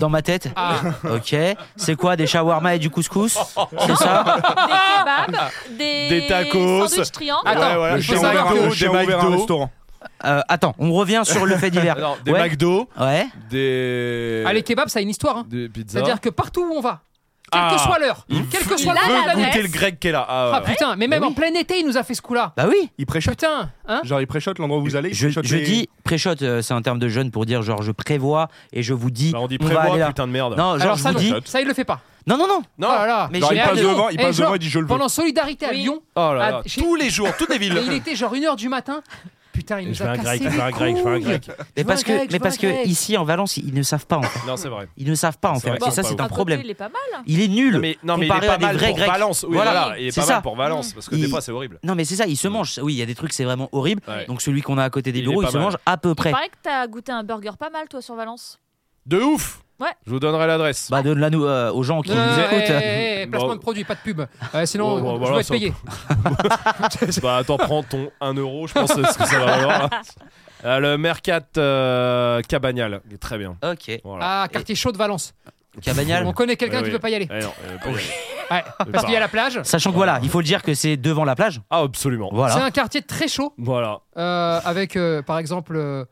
S6: dans ma tête.
S3: Ah, *laughs*
S6: *laughs* Ok. C'est quoi des shawarma et
S2: *laughs*
S6: du couscous C'est ça
S4: Des kebabs, des,
S2: Des tacos.
S4: sandwichs triangles.
S3: Attends,
S2: Ouais, voilà,
S3: il
S2: j'ai
S3: faut
S1: J'ai ouvert
S3: savoir
S1: un-
S3: que...
S2: des
S1: j'ai ouvert un
S2: McDo.
S1: restaurant.
S6: Euh, Attends, on revient sur le fait divers.
S2: Alors, des
S6: ouais.
S2: McDo,
S6: Ouais.
S2: des.
S3: Ah, les kebabs, ça a une histoire. hein.
S2: Des pizzas.
S3: C'est-à-dire que partout où on va, quelle
S2: Ah.
S3: que soit l'heure, quelle que soit
S4: il a
S3: l'heure de la
S4: la
S2: Veux
S3: nuit.
S2: goûter
S4: l'adresse.
S2: le grec qui est là. Ah,
S3: Ah
S2: ouais.
S3: putain, mais même en plein été, il nous a fait ce coup-là.
S6: Bah oui.
S1: Il préchote
S3: Putain, hein
S1: Genre, il préchote l'endroit où vous allez il
S6: Je,
S1: préchote
S6: je
S1: les-
S6: dis préchote, euh, c'est un terme de jeune pour dire genre je prévois et je vous dis
S2: Bah, on dit
S6: on va aller
S2: prévois,
S6: là.
S2: putain de merde.
S6: Non, genre
S3: Alors
S6: je
S3: ça,
S6: vous
S3: non,
S6: dis.
S3: ça, il le fait pas.
S6: Non, non, non.
S2: Non.
S3: Oh là là.
S6: Mais
S1: Genre, il
S6: j'ai
S1: passe
S6: hâte de-
S1: devant, il
S3: Eh,
S1: passe devant,
S3: genre,
S1: il dit je le veux. Bah,
S3: Pendant Solidarité à
S4: Oui.
S3: Lyon,
S2: Oh là là.
S3: Ah, chez-
S2: Tous les jours, toutes les villes.
S3: et il était genre 1h du matin. Putain, il
S2: Je
S3: nous
S2: fais
S3: a
S2: un grec,
S3: cassé
S2: je fais un
S3: les
S2: grec, je fais un
S3: couilles.
S2: grec.
S6: Mais
S3: Je veux
S6: parce
S3: un
S6: que,
S3: grec, je
S6: mais
S3: veux
S6: parce
S3: un
S6: que
S3: grec.
S6: ici en Valence, ils ne savent pas en faire.
S2: Non, c'est vrai.
S6: Ils ne savent pas en
S2: C'est
S6: faire.
S2: vrai,
S6: Et ça,
S2: c'est
S6: c'est
S2: pas
S6: un
S4: côté,
S6: problème.
S4: il est pas mal. hein.
S6: Il est nul.
S2: Non, mais, non, mais il est
S6: comparé à
S2: pas
S6: des
S2: mal
S6: vrais
S2: pour
S6: Grecs.
S2: Valence. Oui,
S6: Voilà.
S2: voilà. Il est
S6: C'est
S2: pas
S6: ça.
S2: mal pour Valence parce que des
S6: Il-
S2: fois, c'est horrible.
S6: Non, mais c'est ça, ils se mangent. Oui, il y a des trucs, c'est vraiment horrible.
S2: Ouais.
S6: Donc celui qu'on a à côté des
S2: Il est
S6: bureaux,
S2: pas
S6: il se
S2: mal.
S6: mange à peu
S4: Il
S6: près.
S4: paraît que t'as goûté un burger pas mal, toi, sur Valence.
S2: De ouf.
S4: Ouais.
S2: Je vous donnerai l'adresse.
S6: Bah donne-la nous euh, aux gens qui
S3: Non,
S6: nous
S3: non,
S6: écoutent.
S3: eh, eh, eh,
S2: hein.
S3: placement
S2: Bon.
S3: de produit, pas de pub. Euh, sinon,
S2: Bon, bon,
S3: je
S2: voilà,
S3: vais être
S2: ça-
S3: payé.
S2: *laughs* Bah attends, prends ton 1 euro, je pense que c'est ce que ça va
S6: *laughs*
S2: valoir. Euh, le Mercat euh, Cabagnal, il est très bien.
S6: Ok.
S2: Voilà.
S3: Ah, quartier chaud de Valence.
S6: Cabagnal.
S3: On connaît quelqu'un
S2: Ouais,
S3: qui
S2: ouais.
S3: veut pas y aller.
S2: Eh non, euh, pas bien.
S3: Ouais, parce qu'il y a la plage.
S6: Sachant que voilà, il faut le dire que c'est devant la plage.
S2: Ah, absolument.
S3: C'est
S6: Voilà.
S3: un quartier très chaud,
S2: Voilà.
S3: euh, avec euh, par exemple, euh,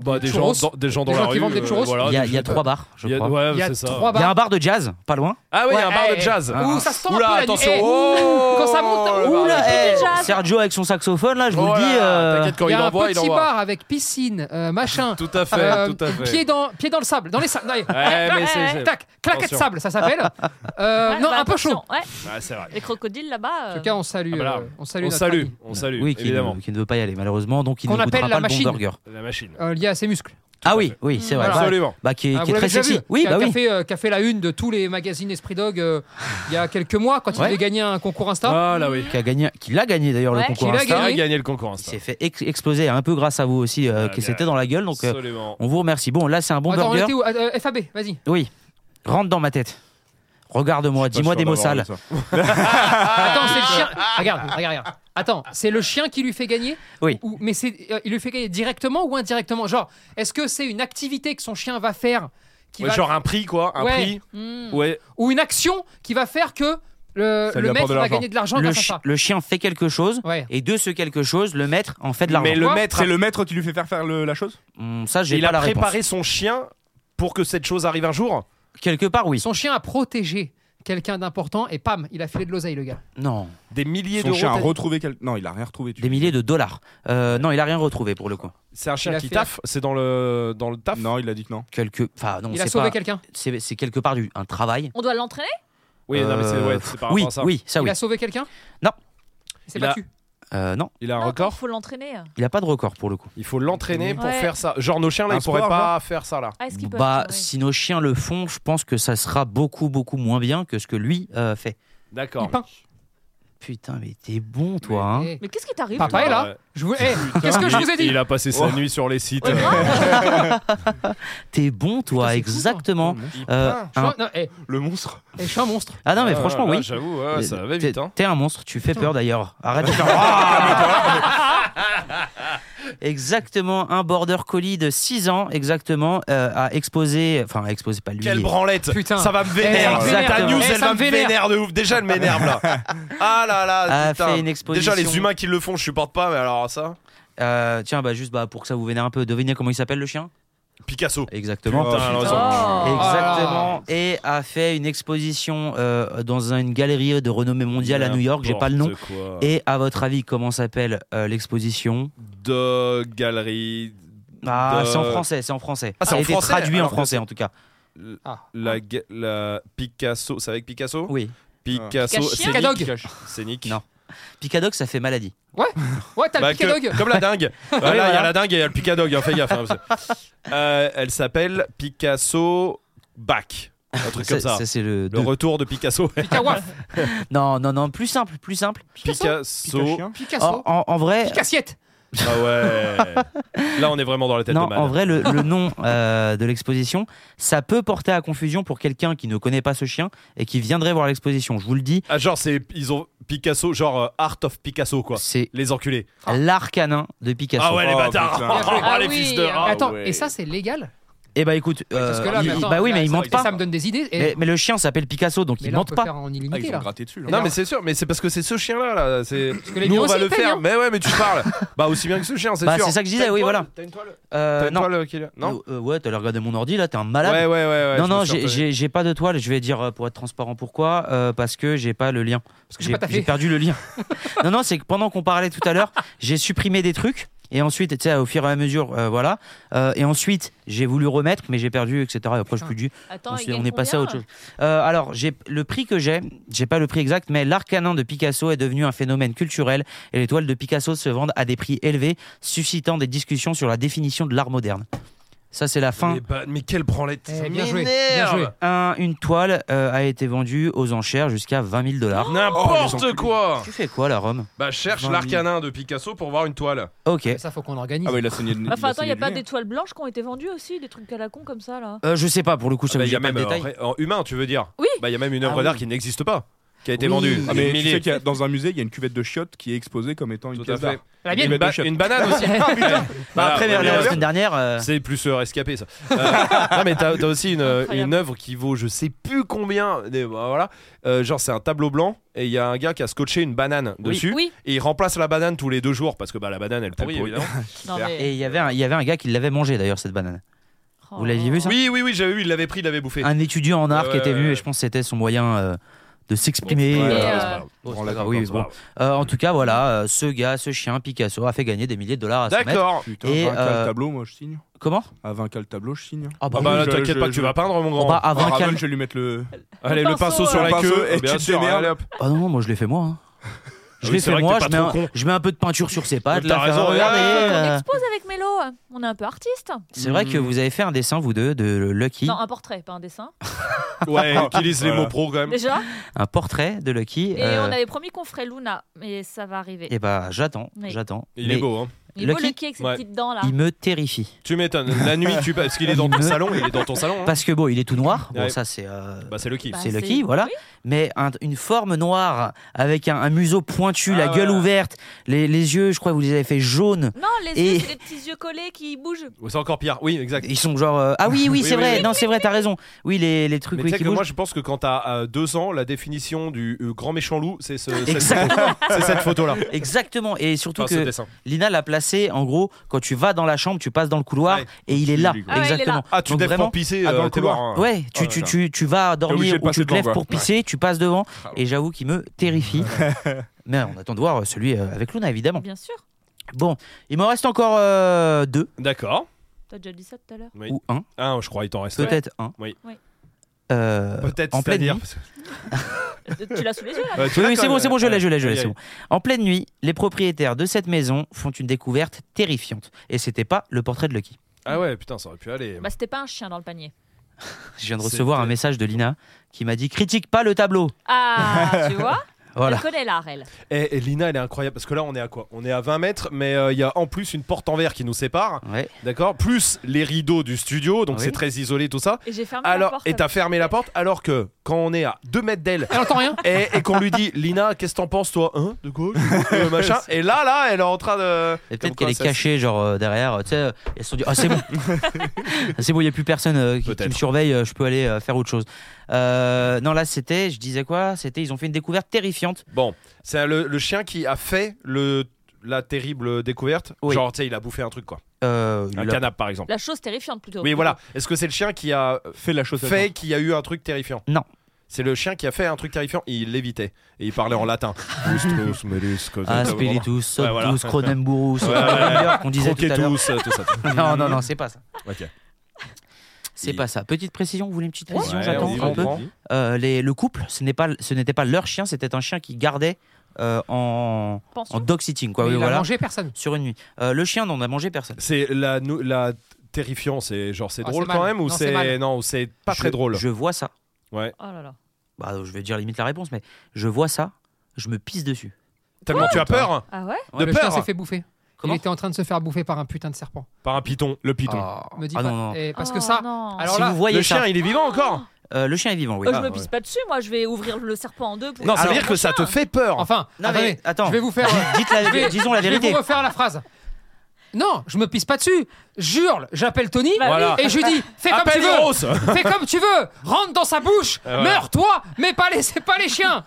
S2: Bah, des, gens
S3: Churros.
S2: dans, des gens dans
S3: Des
S2: la
S3: gens qui
S2: rue. euh,
S3: vendent des churros.
S2: voilà,
S6: Il y a,
S2: des-
S6: il y a trois bars, je
S2: il y a-
S6: crois.
S2: ouais,
S3: il y a
S2: c'est ça.
S3: trois
S6: Il y a un
S3: bars.
S6: bar de jazz, pas loin.
S2: Ah oui, il y a un
S3: Ouais,
S2: bar
S3: eh,
S2: de jazz.
S6: eh.
S3: Ouh, ça se sent un
S2: Oula,
S3: peu la nuit.
S2: attention.
S3: Eh,
S2: Oh
S3: quand ça monte, hein,
S2: le
S6: Oula,
S2: bar de
S6: eh,
S2: jazz.
S4: jazz.
S6: Sergio avec son saxophone là, je vous
S2: Oh
S6: le
S2: là
S6: dis.
S2: là,
S6: euh,
S2: T'inquiète, quand
S3: il y
S2: il
S3: a un
S2: envoie, il
S3: petit
S2: envoie.
S3: bar avec piscine, euh, machin.
S2: Tout à fait,
S3: Euh,
S2: tout à fait.
S3: Pied dans, pied dans le sable, dans les sables.
S2: Ouais, mais c'est- c'est-
S3: Tac, claquette
S2: Attention.
S3: sable,
S2: *laughs*
S3: ça s'appelle. Euh,
S4: Ouais,
S3: non,
S4: bah,
S3: un peu chaud.
S4: attention, Ouais,
S2: Ah, c'est vrai.
S4: les crocodiles là-bas.
S3: En
S4: euh,
S3: tout cas, on salue.
S2: Ah bah là,
S3: euh, on salue.
S2: On
S3: notre
S2: salue,
S3: ami,
S2: on salue,
S6: Oui, qui
S2: évidemment.
S6: ne, qui ne veut pas y aller malheureusement, donc il
S3: Qu'on
S6: ne goûtera
S3: appelle
S6: pas
S3: la
S6: le bon
S3: machine.
S6: burger.
S2: La machine.
S3: euh, lié à ses muscles.
S6: Ah oui, oui, c'est vrai.
S3: Voilà.
S6: Bah,
S2: Absolument.
S6: bah, qui est,
S3: Ah,
S6: qui est
S3: vous
S6: très
S3: l'avez déjà
S6: sexy.
S3: vu
S6: Oui,
S3: qui a,
S6: bah
S3: qui a
S6: oui.
S3: fait, euh, qui a fait la une de tous les magazines Esprit Dog euh, il y a quelques mois quand
S6: Ouais.
S3: il avait gagné un concours Insta.
S2: Ah là oui.
S6: Qui a gagné, qui l'a gagné d'ailleurs le
S4: Ouais,
S6: concours.
S3: qui l'a
S6: Insta.
S2: Ça a
S3: gagné.
S2: gagné le concours
S6: Il
S2: Insta.
S6: s'est fait ex- exploser un peu grâce à vous aussi, euh,
S2: Ah,
S6: que
S2: bien.
S6: c'était dans la gueule. Donc euh,
S2: Absolument.
S6: on vous remercie. Bon, là c'est un bon
S3: Attends, on
S6: burger.
S3: était où Euh, FAB, vas-y.
S6: Oui. Rentre dans ma tête. Regarde-moi, dis-moi
S1: Pas
S6: des
S1: sûr
S6: mots
S1: d'avoir
S6: sales.
S1: vu ça.
S3: Ah, Attends, c'est le chien. Regarde, regarde, regarde. Attends, c'est le chien qui lui fait gagner
S6: Oui.
S3: Ou, mais c'est, euh, il lui fait gagner directement ou indirectement Genre, est-ce que c'est une activité que son chien va faire qui
S2: Ouais,
S3: va-
S2: Genre un prix quoi, un
S3: Ouais.
S2: prix.
S4: hmm.
S2: Ouais,
S3: ou une action qui va faire que le,
S1: Ça
S3: le
S1: lui
S3: maître
S1: apporte de
S3: va
S1: l'argent.
S3: gagner de l'argent
S6: Le,
S3: grâce à
S6: chi-
S3: ça
S6: le chien fait quelque chose
S3: Ouais.
S6: et de ce quelque chose, le maître en fait de l'argent.
S2: mais le
S3: Quoi
S2: maître,
S1: C'est le maître qui lui fait faire faire le- la chose
S6: Hum, ça, j'ai
S2: il
S6: pas
S2: a
S6: la réponse.
S2: préparé son chien pour que cette chose arrive un jour.
S6: Quelque part, oui.
S3: Son chien a protégé quelqu'un d'important et pam, il a filé de l'oseille, le gars.
S6: Non,
S2: Des milliers
S1: Son
S2: d'euros.
S1: chien a
S2: t'as-
S1: retrouvé quel... Non, il a rien retrouvé. tu-
S6: des milliers de dollars. Euh, non, il a rien retrouvé pour le coup.
S2: C'est un
S3: Il
S2: chien
S3: a
S2: qui
S3: fait-
S2: taffe. C'est dans le dans le taf.
S1: Non, il a dit que non.
S6: Quelque, enfin non,
S3: Il a
S6: c'est
S3: sauvé
S6: pas. Ah
S3: quelqu'un.
S6: C'est c'est quelque part du un travail.
S4: On doit l'entraîner
S7: Oui, non, mais c'est
S6: Euh,
S7: ouais, c'est par
S6: oui,
S7: rapport à ça.
S6: oui, ça
S3: Il
S6: oui.
S3: a sauvé quelqu'un
S6: Non.
S3: Il s'est
S2: Il a-
S3: battu.
S6: Euh, non,
S2: Il a un
S4: Non,
S2: record.
S4: Il faut l'entraîner.
S6: il a pas de record pour le coup.
S2: Il faut l'entraîner pour
S4: Ouais.
S2: faire ça. Genre nos chiens là,
S1: Un
S2: ils pourraient
S1: sport,
S2: pas faire ça là.
S4: Ah, est-ce qu'il peut
S6: Bah,
S4: l'entraîner
S6: si nos chiens le font, je pense que ça sera beaucoup beaucoup moins bien que ce que lui euh, fait.
S2: D'accord.
S3: Il peint.
S6: Putain, mais t'es bon toi. hein.
S3: Eh,
S4: Mais qu'est-ce qui t'arrive
S3: Papa
S4: toi
S3: est là.
S2: Ouais.
S3: Je vous... eh, Qu'est-ce que je
S2: Il-
S3: vous ai dit
S2: Il a passé sa nuit sur les sites. Euh,
S4: Ouais, grave.
S6: T'es bon toi,
S3: Putain, c'est fou, ça.
S6: exactement.
S1: Le monstre.
S6: Euh,
S3: Je
S6: un-
S3: suis un- non, eh,
S1: Le monstre.
S3: eh, je suis un monstre.
S6: Ah non, mais
S2: Ah,
S6: franchement
S2: ah,
S6: oui.
S2: J'avoue, ouais, ça va
S6: T'es-
S2: vite. hein. Ah,
S6: T'es un monstre, tu fais peur d'ailleurs.
S2: *laughs*
S6: Arrête de faire. *laughs* exactement, un border collie de 6 ans, exactement, euh, a exposé. Enfin, a exposé pas lui.
S2: Quelle branlette
S3: Putain.
S2: Ça va me vénère.
S1: Eh,
S2: Ta
S3: exactement.
S2: news,
S3: Eh,
S2: elle
S3: ça
S2: va
S3: me
S2: me
S3: vénère.
S2: vénère de ouf. Déjà, elle m'énerve là. Ah là là.
S6: a
S2: putain.
S6: fait une exposition.
S2: Déjà, les humains qui le font, je supporte pas, mais alors ça.
S6: Euh, tiens, bah juste bah, pour que ça vous vénère un peu, devinez comment il s'appelle le chien
S2: Picasso.
S6: Exactement.
S1: Putain,
S2: alors,
S1: putain.
S4: Oh.
S6: Exactement. Et a fait une exposition euh, dans une galerie de renommée mondiale à New York, j'ai pas le nom.
S2: N'importe quoi.
S6: Et à votre avis, comment s'appelle euh, l'exposition
S2: De galerie.
S6: Ah,
S2: de-
S6: c'est en français, c'est en français.
S2: Ah, c'est
S6: Ça a
S2: en
S6: été
S2: français
S6: traduit en
S2: Alors que
S6: français en tout cas.
S2: La, ga- la Picasso. C'est avec Picasso
S6: Oui.
S2: Picasso.
S4: Picasso.
S2: c'est
S3: Picadog.
S2: Nick. C'est Nick.
S6: Non. Picadoc, ça fait maladie.
S3: Ouais, t'as
S2: Bah,
S3: le
S2: que-
S3: picadog.
S2: comme la dingue. Euh, là, il y
S6: voilà.
S2: a la dingue et il y a le Picadog. hein, fais gaffe. hein, parce que- Euh, elle s'appelle Picasso Back. Un truc comme
S6: Ça,
S2: ça.
S6: ça, c'est le.
S2: Le
S6: deux.
S2: retour de Picasso.
S3: Picawaf.
S6: Non, non, non, plus simple, plus simple.
S2: Picasso.
S1: Picachien.
S6: En,
S3: Picasso.
S6: en- en vrai,
S3: Picassiette.
S2: Ah ouais. Là, on est vraiment dans la tête
S6: non,
S2: de
S6: en
S2: man. *laughs*
S6: vrai, le, le nom euh, de l'exposition, ça peut porter à confusion pour quelqu'un qui ne connaît pas ce chien et qui viendrait voir l'exposition. Je vous le dis,
S2: Ah, genre, c'est ils ont Picasso, genre euh, Art of Picasso, quoi.
S6: c'est
S2: Les enculés.
S3: Ah.
S6: l'arcanin de Picasso.
S2: Ah ouais, les
S1: Oh,
S2: bâtards. *laughs*
S1: putain.
S2: Ah,
S4: Ah
S2: les
S4: oui.
S2: fils de. ah,
S3: attends,
S1: ouais.
S3: et ça, c'est légal
S6: Et bah écoute,
S3: Parce que
S6: euh,
S3: là,
S6: il-
S3: mais attends,
S6: bah oui,
S3: là,
S6: mais il
S3: ça-
S6: mente pas.
S3: Ça me donne des idées. Et-
S6: Mais, mais le chien s'appelle Picasso, donc
S3: mais
S6: il
S3: là, on
S6: mente
S3: peut
S6: pas.
S3: faire en
S1: Ah, ils
S3: illimité,
S1: ont
S3: là.
S1: gratté dessus. là.
S2: Non, mais c'est sûr, mais c'est parce que c'est ce chien-là. là, c'est-
S3: que les
S2: Nous,
S3: miens
S2: on va
S3: aussi,
S2: le
S3: ils payent,
S2: faire.
S3: hein.
S2: Mais ouais, mais tu parles. bah, aussi bien que ce chien, c'est
S6: Bah,
S2: sûr.
S6: c'est ça que je disais, oui, voilà.
S7: T'as une toile
S6: Euh,
S2: T'as une
S6: non.
S2: toile, euh, qui est là Non
S6: Euh, ouais, t'as regardé mon ordi là, t'es un
S2: Ouais,
S6: malade.
S2: ouais, ouais. ouais,
S6: non,
S2: je me
S6: non,
S2: suis
S6: j'ai-
S2: reconnu.
S6: j'ai j'ai pas de toile. Je vais dire euh, pour être transparent pourquoi. euh, parce que j'ai pas le lien. Parce
S3: que j'ai pas taffé.
S6: j'ai perdu le lien. non, non, c'est que pendant qu'on parlait tout à l'heure, j'ai supprimé des trucs. Et ensuite, tu sais, au fur et à mesure, euh, voilà. Euh, et ensuite, j'ai voulu remettre, mais j'ai perdu, etc. Et après, je
S3: Putain.
S6: peux dire,
S4: Attends,
S6: on,
S4: il
S6: s'est- on
S4: gagne
S6: est passé à autre
S4: combien
S6: chose. Euh, alors, j'ai le prix que j'ai, j'ai pas le prix exact, mais l'arcanin de Picasso est devenu un phénomène culturel et les toiles de Picasso se vendent à des prix élevés, suscitant des discussions sur la définition de l'art moderne. Ça, c'est la fin.
S2: Mais, bah, mais quelle branlette.
S3: Eh,
S2: ça
S3: bien joué, bien
S2: m'énerve.
S3: joué.
S6: Un- une toile euh, a été vendue aux enchères jusqu'à 20 000 dollars.
S1: Oh,
S2: N'importe
S1: les enculés.
S2: quoi.
S6: Tu fais quoi, la Rome
S2: Bah, cherche
S6: 20 000.
S2: l'arcanin de Picasso pour voir une toile.
S6: Ok.
S3: Ça, faut qu'on organise.
S1: Ah, bah, il a saigné de
S4: Enfin, attends, il
S1: saigné
S4: n'y a
S1: du
S4: pas
S1: nez.
S2: hein.
S4: des toiles blanches qui ont été vendues aussi, des trucs à la con comme ça là.
S6: Euh, je sais pas, pour le coup, ça
S2: Bah,
S6: me
S2: il y a
S6: dit pas
S2: même
S6: le détail.
S2: euh, en humain, tu veux dire
S4: Oui.
S2: Bah, il y a même une œuvre
S6: Ah oui.
S2: d'art qui n'existe pas, qui a été
S6: Oui.
S2: vendue.
S6: Ah,
S1: Ah,
S2: Des
S1: mais tu
S2: milliers.
S1: sais qu'il y a- dans un musée, il y a une cuvette de chiottes qui est exposée comme étant une
S2: Tout à
S1: pièce
S2: fait.
S1: d'art.
S3: La
S2: Ah, une,
S3: mienne.
S2: ba- une
S6: *laughs*
S2: banane aussi.
S6: Bah,
S2: Voilà,
S6: après, vers la
S2: Ah, ouais,
S6: semaine
S2: ouais.
S6: dernière, euh,
S2: C'est plus euh, rescapé ça. Euh, *laughs* non mais t'as t'as aussi une, euh,
S4: Incroyable.
S2: une œuvre qui vaut je sais plus combien. des- voilà, Euh, genre c'est un tableau blanc et il y a un gars qui a scotché une banane dessus
S4: Oui.
S2: et il remplace la banane tous les deux jours parce que bah la banane elle pourrit.
S7: Elle pourrit,
S2: évidemment.
S4: Non,
S2: Super.
S6: et
S4: mais...
S6: il y avait un- il y avait un gars qui l'avait mangé d'ailleurs, cette banane.
S4: Oh.
S6: Vous l'aviez vu ça Ah,
S2: oui oui oui j'avais vu il l'avait pris il l'avait bouffé.
S6: Un étudiant en art
S2: Ouais,
S6: qui était
S2: ouais,
S6: venu
S2: ouais.
S6: et je pense que c'était son moyen euh, de s'exprimer.
S2: Ouais, ouais,
S4: Et,
S6: euh,
S2: c'est
S4: euh,
S2: pas grave.
S6: bon, c'est
S2: Bon,
S6: pas
S2: la
S6: grave,
S2: grave,
S6: oui,
S2: c'est
S6: bon.
S2: pas grave.
S6: Euh, en tout cas, voilà, euh, ce gars, ce chien, Picasso, a fait gagner des milliers de dollars à son maître.
S2: D'accord.
S1: Putain,
S6: Et,
S1: 20 k
S6: euh,
S1: le tableau, moi je signe.
S6: Comment
S1: À 20 k le tableau, je signe.
S6: Ah
S2: Ah
S6: bah,
S2: bah là
S1: je-
S2: t'inquiète
S1: je-
S2: pas
S1: je-
S2: tu vas peindre mon
S6: oui.
S2: grand.
S6: Bah, à 20
S1: Ah,
S6: cal-
S1: Raven, je vais lui mettre le.
S2: Allez
S4: Le
S2: le pinceau
S4: pinceau,
S2: sur
S1: le
S2: la
S1: pinceau,
S2: queue
S1: et
S2: et
S1: tu
S2: bien
S1: te
S2: sûr.
S1: démerdes.
S2: allez, hop.
S6: Ah non, non, moi je l'ai fait
S2: *laughs*
S6: moi. hein. Je
S2: Ah oui,
S6: l'ai
S2: c'est
S6: fait
S2: vrai que
S6: moi,
S2: t'es
S6: je
S2: pas
S6: mets,
S2: trop
S6: un,
S2: con.
S6: je mets un peu de peinture sur ses pattes.
S2: T'as
S6: là,
S2: raison,
S6: faire,
S2: regarde,
S6: regardez,
S4: On
S6: euh,
S4: expose avec Mélo, on est un peu artiste.
S6: C'est vrai que vous avez fait un dessin, vous deux, de Lucky,
S4: Non, un portrait, pas un dessin.
S2: Ouais utilise les
S1: Voilà.
S2: mots pro quand même.
S4: Déjà.
S6: un portrait de Lucky.
S4: Et
S6: euh,
S4: on avait promis qu'on ferait Luna, mais ça va arriver.
S6: Et bah, j'attends,
S4: Oui. Ah.
S6: j'attends.
S2: *laughs* Il
S6: Mais
S2: est beau hein.
S4: Il est beau
S6: Lucky-
S4: le qui avec ses
S2: Ouais.
S4: petites dents là.
S6: Il me terrifie.
S2: Tu m'étonnes. La nuit tu parce qu'il est dans ton salon il est dans ton salon. hein.
S6: Parce que bon, il est tout noir. Bon,
S2: Ouais.
S6: ça c'est. euh,
S2: Bah c'est le kiff.
S4: Bah,
S6: c'est Lucky, voilà.
S4: Oui,
S6: mais un- une forme noire avec un, un museau pointu, la
S2: Ah
S6: gueule
S2: ouais.
S6: ouverte, les, les yeux, je crois que vous les avez fait jaunes.
S4: Non, les
S6: Et-
S4: yeux, c'est des petits yeux collés qui bougent.
S6: Bah.
S2: Ouais, C'est encore pire. Oui exact.
S6: Ils sont genre. euh, Ah oui, oui,
S2: Oui,
S6: c'est
S2: oui,
S6: vrai,
S2: oui.
S6: non, c'est vrai, t'as raison. Oui, les, les trucs
S2: Mais
S6: oui,
S2: tu sais
S6: qui
S2: que moi,
S6: bougent.
S2: je pense que quand t'as euh, deux ans, la définition du euh, grand méchant loup, c'est ce, cette,
S6: Exactement, *laughs*
S2: c'est cette photo-là.
S6: exactement. Et surtout
S2: Enfin, ce
S6: que
S2: dessin.
S6: Lina l'a passer, en gros, quand tu vas dans la chambre, tu passes dans le couloir
S2: Ouais.
S6: et il est là.
S1: Ah ouais,
S4: il est là.
S6: Exactement.
S2: Ah, tu
S6: Donc
S2: lèves
S6: vraiment-
S2: pour pisser
S1: Ah, dans
S2: euh,
S1: le
S2: t'es mort.
S1: couloir, hein.
S6: Ouais, tu,
S1: Ah,
S6: tu,
S1: d'accord.
S6: tu, tu vas
S1: obligé
S6: dormir
S1: de
S6: ou
S1: passer
S6: tu te lèves
S1: devant,
S6: pour
S1: quoi.
S6: pisser, tu passes devant,
S1: Ah ouais.
S6: et j'avoue qu'il me terrifie. *laughs* Mais on attend de voir celui euh, avec Luna, évidemment.
S4: Bien sûr.
S6: Bon, il m'en reste encore euh, deux
S2: D'accord.
S4: T'as déjà dit ça tout à l'heure.
S2: Oui.
S6: ou un,
S2: Ah, je crois, il t'en reste un.
S6: peut-être un.
S2: Oui.
S4: Oui.
S6: Euh,
S2: Peut-être,
S6: en pleine
S2: c'est-à-dire-
S6: nuit.
S4: Euh, tu l'as sous les yeux là
S2: Ouais, tu
S6: Oui,
S2: l'as
S6: oui,
S2: quand
S6: c'est bon,
S2: même.
S6: c'est bon, je l'ai, je l'ai, je
S2: euh,
S6: l'ai,
S2: Aïe,
S6: c'est
S2: aïe.
S6: bon. En pleine nuit, les propriétaires de cette maison font une découverte terrifiante. Et c'était pas le portrait de Lucky.
S2: Ah ouais, putain, ça aurait pu aller.
S4: Bah c'était pas un chien dans le panier.
S6: Je viens de
S2: C'était-
S6: recevoir un message de Lina qui m'a dit critique pas le tableau.
S4: Ah, tu vois
S6: Voilà.
S4: Je connais l'art, elle.
S2: Eh, Et, Lina, elle est incroyable parce que là, on est à quoi On est à 20 mètres, mais euh, il y a en plus une porte en verre qui nous sépare,
S6: Ouais.
S2: d'accord Plus les rideaux du studio, donc
S6: Oui.
S2: c'est très isolé, tout ça.
S4: Et j'ai fermé Ah la
S2: Alors,
S4: porte.
S2: et t'as fermé la porte, alors que quand on est à 2 mètres
S4: *laughs*
S2: d'elle
S3: Elle entend rien.
S2: et, et qu'on lui dit Lina, qu'est-ce que t'en penses toi Hein De quoi Euh, Machin. Et là, là, elle est en train de.
S6: Et
S2: Comme
S6: peut-être qu'elle
S2: quoi,
S6: est
S2: ça,
S6: cachée, genre euh, derrière. euh, Tu sais, euh, elles se sont dit
S2: *laughs*
S6: Ah, c'est bon. c'est bon, il n'y a plus personne euh, qui, qui me
S2: Peut-être.
S6: surveille, euh, je peux aller euh, faire autre chose. Euh, non, là, c'était, je disais quoi C'était, ils ont fait une découverte terrifiante.
S2: Bon, c'est le, le chien qui a fait le, la terrible découverte.
S6: Oui.
S2: Genre, tu sais, il a bouffé un truc, quoi.
S6: Euh,
S2: Un
S6: la-
S2: canapé, par exemple.
S4: La chose terrifiante plutôt.
S2: Oui, voilà. Est-ce que c'est le chien qui a
S1: Fais la chose.
S2: fait qu'il y a eu un truc terrifiant
S6: Non.
S2: C'est le chien qui a fait un truc terrifiant, il l'évitait. Et il parlait en latin. Lustros, melus, cosa-
S6: Ah, Spiritus, Soptus,
S2: voilà.
S6: Cronenbourus,
S2: Ouais, ouais,
S6: on disait tout à l'heure.
S2: Croquetus, tout ça.
S6: Non, non, non, c'est pas ça.
S2: Ok.
S6: C'est
S2: Il-
S6: pas ça. Petite précision, vous voulez une petite
S4: Ouais,
S6: précision
S2: Ouais,
S6: J'attends
S2: on y
S6: un
S2: va,
S6: peu.
S2: on prend.
S6: Euh, les- le couple, ce n'est pas, ce n'était pas leur chien, c'était un chien qui gardait euh, en, en
S4: Pension.
S6: dog sitting, quoi.
S3: Il
S6: Bah oui,
S3: a
S6: voilà,
S3: mangé personne.
S6: sur une nuit. Euh, le chien, non, on a mangé personne.
S2: C'est la, nou- la terrifiant, c'est genre c'est
S3: Ah,
S2: drôle
S3: c'est
S2: quand
S3: mal.
S2: même ou
S3: Non, c'est
S2: c'est
S3: mal.
S2: non ou c'est pas
S6: Je-
S2: très drôle.
S6: Je vois ça.
S4: Oh là là.
S6: Bah, je vais dire limite la réponse, mais je vois ça, je me pisse dessus.
S2: Tellement tu as peur
S4: Ah ouais
S2: De
S3: le
S2: peur.
S3: chien s'est fait bouffer.
S6: Comment
S3: il était en train de se faire bouffer par un putain de serpent.
S2: par un python, le python.
S6: Ah,
S3: Me dis
S6: ah
S3: pas.
S6: non, non.
S3: Et parce
S4: Oh,
S3: que ça,
S4: non.
S3: alors
S6: si
S3: là,
S6: vous voyez
S2: le
S6: ça,
S2: chien, il est vivant
S3: Ah.
S2: encore.
S6: euh, le chien est vivant, oui.
S4: Euh, je
S6: Ah,
S4: me
S6: ouais.
S4: pisse pas dessus, moi je vais ouvrir le serpent en deux pour.
S2: Non, ça
S6: Alors-
S2: veut dire que ça te fait peur.
S3: enfin,
S6: Non, mais
S3: attendez,
S6: attends.
S3: je vais
S6: *laughs*
S3: vous faire. euh,
S6: Dites la-
S3: je vais-
S6: disons la
S3: Je vais
S6: vérité.
S3: vous refaire la phrase. Non, je me pisse pas dessus. J'hurle, j'appelle Tony
S4: Bah
S2: Voilà.
S3: et je lui dis fais comme tu
S2: Appelle
S3: veux,
S2: Eros
S3: *laughs* fais comme tu veux, rentre dans sa bouche,
S2: voilà.
S3: meurs-toi, mais pas les, c'est pas
S6: *laughs*
S3: les chiens.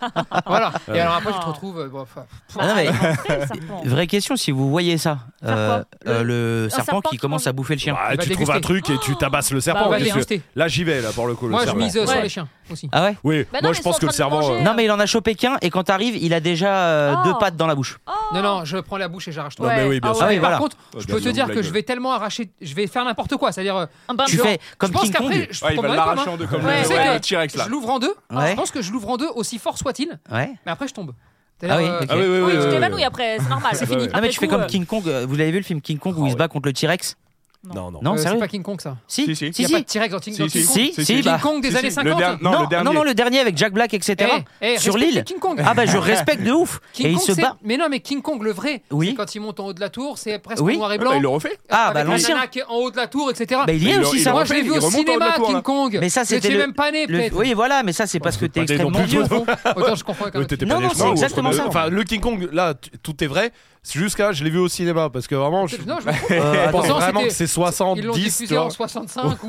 S3: voilà. Et alors après, tu te
S4: Ah.
S3: retrouves. euh, bon, enfin,
S6: Ah, non, mais-
S4: Après, le serpent.
S6: Vraie question, si vous voyez ça,
S4: Faire quoi
S6: euh, le
S4: Un
S6: serpent,
S4: serpent
S6: qui
S4: qui
S6: commence
S4: mange.
S6: à bouffer le chien.
S2: Bah,
S3: Il va
S2: tu trouves un
S3: déguster.
S2: truc et tu tabasses le
S3: bah, on
S2: serpent.
S3: va
S2: qu'est-ce que-
S3: déguster.
S2: Là, j'y vais là pour le coup. le
S3: Moi, je
S2: serpent.
S3: mise euh, sur
S4: Ouais.
S3: les chiens aussi.
S6: Ah ouais
S2: Oui,
S4: Bah non,
S2: moi
S4: mais
S2: je
S4: ils
S2: pense
S4: sont
S2: que
S4: en
S2: le
S4: train de
S2: serpent. euh,
S4: manger.
S6: Non, mais il en a chopé qu'un et quand t'arrives, il a déjà euh,
S4: Oh.
S6: deux pattes dans la bouche.
S3: Non, non, je prends la bouche et j'arrache tout.
S2: Non, mais oui, bien
S4: Ah
S2: sûr.
S6: Ah oui,
S3: Mais Ah par
S6: voilà.
S3: contre,
S1: Oh,
S3: je
S1: bien
S3: peux te
S1: sûr,
S3: dire
S1: la
S3: que je
S1: gueule.
S3: vais tellement arracher, je vais faire n'importe quoi. C'est-à-dire, euh,
S4: Un bain
S6: Tu
S4: blanc.
S6: fais comme
S3: je pense
S6: King
S3: qu'après,
S6: Kong.
S3: je
S1: Ouais, il
S3: tombe
S1: va
S3: dans les pommes,
S1: l'arracher
S3: hein.
S1: en deux comme
S4: Ouais,
S1: le
S4: ouais.
S1: ouais, le T-Rex là.
S3: Je l'ouvre en deux.
S6: Ouais.
S3: Je pense que je l'ouvre en deux aussi fort soit-il,
S6: Ouais.
S3: mais après je tombe.
S6: Ah oui,
S3: C'est-à-dire, euh,
S6: ok.
S2: Ah oui, oui,
S4: Oui,
S2: oui,
S4: tu
S2: oui,
S4: t'évanouis
S2: oui.
S4: après, c'est normal, c'est
S2: Ouais,
S4: fini.
S2: ouais.
S6: Ah mais
S4: Après
S6: tu fais
S4: coup,
S6: comme
S4: euh,
S6: King Kong. euh, Vous l'avez vu le film King Kong où
S2: Ah
S6: il se bat contre le T-Rex
S2: Non, non.
S6: Non,
S3: euh, c'est
S6: sérieux
S3: pas King Kong ça.
S6: Si,
S1: Si, si.
S3: Il
S6: si,
S3: y a pas
S6: si.
S3: de T-Rex dans King
S1: Si,
S3: Kong.
S1: si,
S6: si, si,
S3: King
S6: bah.
S3: Kong des
S1: Si, si,
S3: années
S1: le
S3: 50.
S1: dernier-
S6: Non,
S1: Non, le
S6: non,
S1: dernier.
S6: non, le dernier avec Jack Black,
S3: Eh,
S6: etc.
S3: eh,
S6: Sur
S3: respecte
S6: l'île.
S3: King Kong.
S6: Ah bah je respecte de ouf.
S3: King
S6: et
S3: Kong,
S6: il se
S3: c'est-
S6: bat.
S3: Mais non, mais King Kong le vrai,
S6: Oui.
S3: c'est quand il monte en haut de la tour, c'est presque
S6: Oui.
S3: en noir et
S1: Ah, bah,
S3: blanc.
S1: il le refait.
S6: Ah bah
S3: avec la
S6: l'ancien.
S3: nana qui est en haut de la tour, etc.
S6: Bah il y est
S1: Il-
S6: aussi
S1: il
S6: ça.
S1: le
S3: Moi,
S1: refait,
S3: je l'ai vu
S1: il
S3: au
S1: remonte en haut de la
S3: cinéma,
S1: tour, là.
S3: King Kong.
S6: Mais ça,
S3: Je
S6: c'était
S3: sais
S6: le-
S3: même pas né,
S6: Le-
S3: peut-être.
S6: Oui voilà, mais ça c'est parce que t'es
S2: pas des
S6: extrêmement
S2: non plus,
S6: vieux.
S3: Au fond. Autant je comprends quand
S2: Ouais,
S3: même.
S2: t'étais pas
S6: Non,
S2: hein,
S6: non,
S2: né,
S6: c'est
S2: je crois.
S6: exactement ça.
S2: Enfin, le King Kong, là, t- tout est vrai. C'est juste que là, je l'ai vu au cinéma parce que vraiment, je,
S3: Non, je me trompe.
S6: Euh,
S3: *laughs*
S2: je pense
S6: attends,
S3: Pensant,
S2: vraiment
S3: c'était-
S2: que c'est
S3: Ils l'ont
S2: 70. tu
S3: diffusé
S2: vois.
S3: en 65 ou.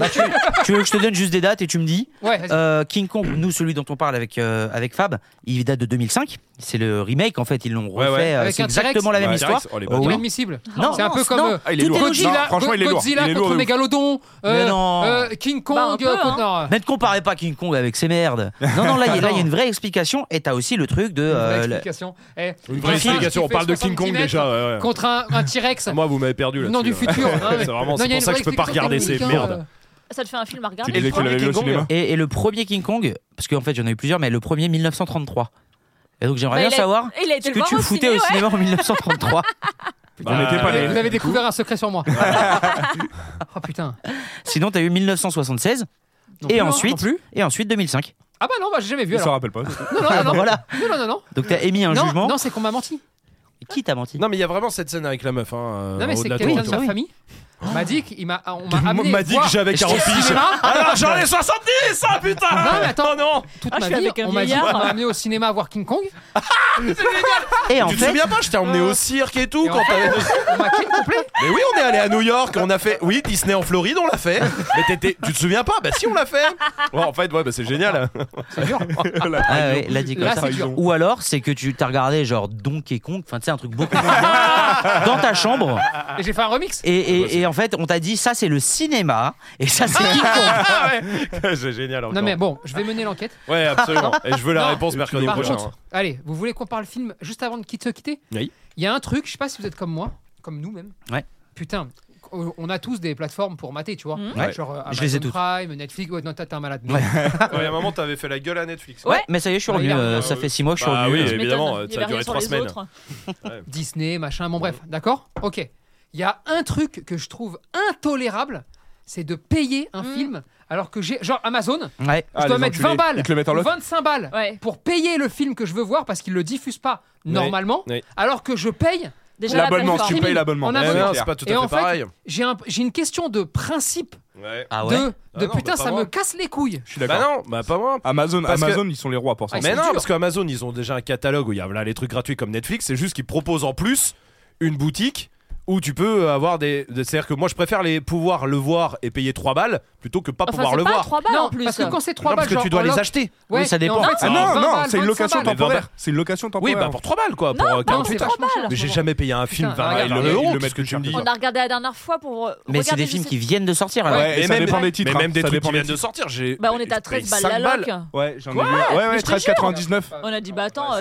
S6: tu veux que je te donne juste des dates et tu me dis
S3: Ouais, vas-y.
S6: Euh, King Kong, nous celui dont on parle avec euh, avec Fab, il date de 2005. C'est le remake en fait, ils l'ont
S2: Ouais,
S6: refait.
S2: ouais.
S6: euh,
S3: Avec
S6: C'est
S3: un T-Rex.
S6: exactement la même
S2: Ouais,
S6: histoire.
S2: T-Rex, oh, les
S6: Oh, oui.
S3: Inadmissible.
S6: Non,
S3: C'est un peu
S6: non,
S3: comme
S6: non.
S3: euh,
S1: Ah, il est
S6: Tout
S1: lourd.
S6: est logique.
S1: Non,
S3: Godzilla,
S1: franchement, il est lourd. Il
S3: Godzilla
S1: est lourd.
S3: contre
S1: de ouf.
S3: Mégalodon, euh,
S6: Mais non.
S3: euh, King Kong,
S4: Bah, un peu,
S3: euh, contre-
S4: hein.
S3: non, euh,
S6: Mais ne comparez pas King Kong avec ces merdes. Non, non, là, il y a- là, il y a une vraie explication. Et t'as aussi le truc de.
S3: une vraie
S6: euh, le-
S3: explication. Eh,
S2: Une
S3: un
S2: vraie
S3: singe qui
S2: explication. On
S3: fait
S2: parle de King
S3: 70
S2: Kong
S3: mètres
S2: déjà. ouais, ouais.
S3: Contre un, un T-Rex.
S2: Moi, vous m'avez perdu là. Bah,
S3: Non, du futur. hein, mais-
S2: C'est vraiment,
S3: Non,
S2: c'est
S3: il y a
S2: pour
S3: une
S2: ça que je
S3: vraie
S2: peux pas regarder ces
S3: explication
S2: merdes.
S4: Ça te fait un film à
S1: Tu
S4: regarder.
S1: disais que tu l'avais vu au
S2: King Kong,
S1: cinéma.
S6: et, et le premier King Kong, parce qu'en fait, il y en a eu plusieurs, mais le premier 1933. Et donc, j'aimerais bien
S4: Bah, il a-
S6: savoir
S4: Il a été
S6: ce
S4: le
S6: que
S4: voir
S6: tu
S4: au
S6: foutais
S4: ciné,
S6: au
S4: ouais.
S6: cinéma en 1933.
S1: On n'était pas
S3: euh,
S1: les-
S3: Vous avez découvert un secret sur moi. oh putain.
S6: Sinon, t'as eu 1976
S3: Non
S6: et
S3: plus, hein, non
S6: ensuite
S3: plus.
S6: et ensuite 2005.
S3: Ah bah non, bah, j'ai jamais vu
S1: Il s'en
S3: alors.
S1: rappelle pas.
S3: Non, ah non, non,
S6: *laughs*
S3: non.
S6: Voilà.
S3: Non, non, non, non.
S6: Donc, t'as émis un
S3: non,
S6: jugement.
S3: non, c'est qu'on m'a menti.
S6: Qui t'a menti
S2: Non, mais il y a vraiment cette scène avec la meuf. hein, euh,
S3: non, mais
S2: en haut
S3: c'est
S2: de la
S3: quelqu'un
S2: tour,
S3: de
S2: tu
S6: ça.
S3: ma
S6: Ah oui.
S3: famille. Madik, il m'a,
S6: *laughs*
S3: on m'a amené.
S2: M'a dit que
S3: voir
S2: j'avais
S3: le
S2: 40 piges.
S3: cinéma.
S2: Alors j'en ai 70 Ah putain
S3: Non, mais
S6: *laughs*
S3: attends.
S2: Oh non
S3: Toute
S4: Ah, je
S3: ma
S4: suis
S3: vie,
S4: avec un
S3: on m'a dit,
S4: vieillard.
S3: on m'a amené au cinéma voir King Kong.
S6: Et en
S2: Tu te
S6: fait,
S2: souviens pas, je t'ai emmené au cirque et tout
S3: euh, Et
S2: quand
S3: en fait,
S2: t'avais-
S3: on m'a kill complet.
S2: *laughs* Mais oui, on est allé à New York, on a fait. Oui, Disney en Floride, on l'a fait. Mais t'étais- tu te souviens pas Bah si, on l'a fait. Ouais, en fait, ouais, bah, c'est génial.
S3: C'est dur.
S6: ah ouais, là, dis comme
S3: Là,
S6: ça.
S3: c'est dur.
S6: Ou alors, c'est que tu t'as regardé genre Donkey Kong, enfin tu sais un truc beaucoup moins bien, dans ta chambre.
S3: Et j'ai fait un remix.
S6: Et, et- et en fait, on t'a dit ça c'est le cinéma et ça c'est King Kong.
S2: *laughs* c'est génial encore.
S3: Ah Non mais bon, je vais mener l'enquête.
S2: Ouais, absolument. Et je veux la
S3: Non.
S2: réponse mercredi
S3: Par
S2: prochain.
S3: contre, allez, vous voulez qu'on parle film juste avant de quitte- se quitter
S2: Oui.
S3: Il y a un truc, je sais pas si vous êtes comme moi, comme nous même.
S6: Ouais.
S3: Putain, on a tous des plateformes pour mater, tu vois.
S4: Mhm.
S6: Ouais.
S3: Genre euh,
S6: Je les ai toutes.
S3: Amazon Prime, Netflix, ouais, non, t'as- t'es un malade.
S6: Ouais.
S2: Il y a un moment, t'avais fait la gueule à Netflix.
S6: Ouais, mais ça y est, je suis
S3: Ouais,
S6: revenu.
S3: il a-
S6: euh,
S2: ah,
S6: ça
S2: oui.
S6: fait six mois que je suis
S2: Bah
S6: revenu.
S2: oui,
S4: Je
S2: évidemment,
S4: m'étonne, il y
S2: ça a
S4: avait
S2: duré
S4: rien sur
S2: trois
S4: les
S2: semaines.
S4: autres.
S3: Disney, machin, bon bref, d'accord Ok. Il y a un truc que je trouve intolérable, c'est de payer un
S4: Mm.
S3: film alors que j'ai. Genre Amazon,
S6: Ouais.
S1: Ah,
S3: je dois
S1: les
S3: mettre
S1: enculés,
S3: 20 balles,
S1: Ils te le mettent en
S3: ou
S1: lot.
S3: 25 balles
S4: Ouais.
S3: pour payer le film que je veux voir parce qu'ils le diffusent pas
S2: Oui.
S3: normalement,
S2: Oui.
S3: alors que je paye.
S4: Déjà, la
S1: L'abonnement,
S4: plateforme.
S1: si tu payes l'abonnement.
S3: En
S1: Ouais,
S3: abonnement.
S1: ouais,
S2: non,
S1: c'est
S2: c'est
S1: clair.
S2: pas tout
S3: Et
S2: à
S3: en
S2: fait
S3: fait,
S2: pareil.
S3: J'ai un- j'ai une question de principe,
S2: Ouais.
S6: Ah ouais.
S3: de, de
S2: Ah non,
S3: putain,
S2: bah, pas
S3: ça
S2: moi.
S3: me casse les couilles.
S1: Je suis
S2: Bah
S1: d'accord.
S2: non, bah pas moi.
S1: Amazon,
S2: Parce que-
S1: Amazon ils sont les rois pour ça.
S3: Ah,
S2: mais
S3: c'est
S2: non,
S3: dur.
S2: parce qu'Amazon, ils ont déjà un catalogue où il y a voilà, les trucs gratuits comme Netflix. C'est juste qu'ils proposent en plus une boutique où tu peux euh, avoir des. des- C'est-à-dire que moi, je préfère les pouvoir le voir et payer 3 balles plutôt que pas
S4: Enfin,
S2: pouvoir
S4: c'est
S2: le
S4: pas
S2: voir.
S4: 3 balles
S3: non,
S4: en plus.
S3: parce que quand c'est 3
S2: Non,
S3: balles,
S2: parce que
S3: genre,
S2: tu dois
S3: en
S2: les
S3: loc-
S2: acheter.
S3: Ouais,
S6: Oui, ça
S3: et en
S6: dépend.
S3: fait, c'est
S1: Ah non,
S3: 20
S1: non,
S3: balles,
S1: c'est une
S3: 25
S1: location
S3: balles.
S2: temporaire.
S1: temporaire. C'est une location
S2: Oui,
S1: temporaire.
S2: bah pour 3 balles quoi.
S4: Non,
S2: pour euh,
S4: non,
S2: 48
S4: c'est
S2: heures.
S4: 3 balles.
S2: Mais j'ai jamais payé un film
S3: Putain,
S2: 20
S3: ah,
S2: balles.
S3: ils le-
S2: le
S1: ils le
S2: honte,
S1: mettent
S2: ce que
S1: que
S2: tu me
S1: tu
S2: dis.
S1: regardes.
S4: On a regardé la dernière fois pour.
S6: Mais c'est des films qui viennent de sortir. alors.
S1: Ouais,
S2: Mais
S1: et ça
S2: même-
S1: dépend des titres.
S2: Mais même
S1: hein.
S2: des
S1: Ça
S2: trucs
S1: dépend
S2: qui viennent de sortir. j'ai-
S4: Bah, on est à
S2: je paye
S4: 13 balles
S2: cinq
S4: la loc.
S1: Ouais, j'en ai vu. Ouais, ouais,
S4: Mais je te jure.
S1: 13,99.
S4: On a dit, bah attends, euh,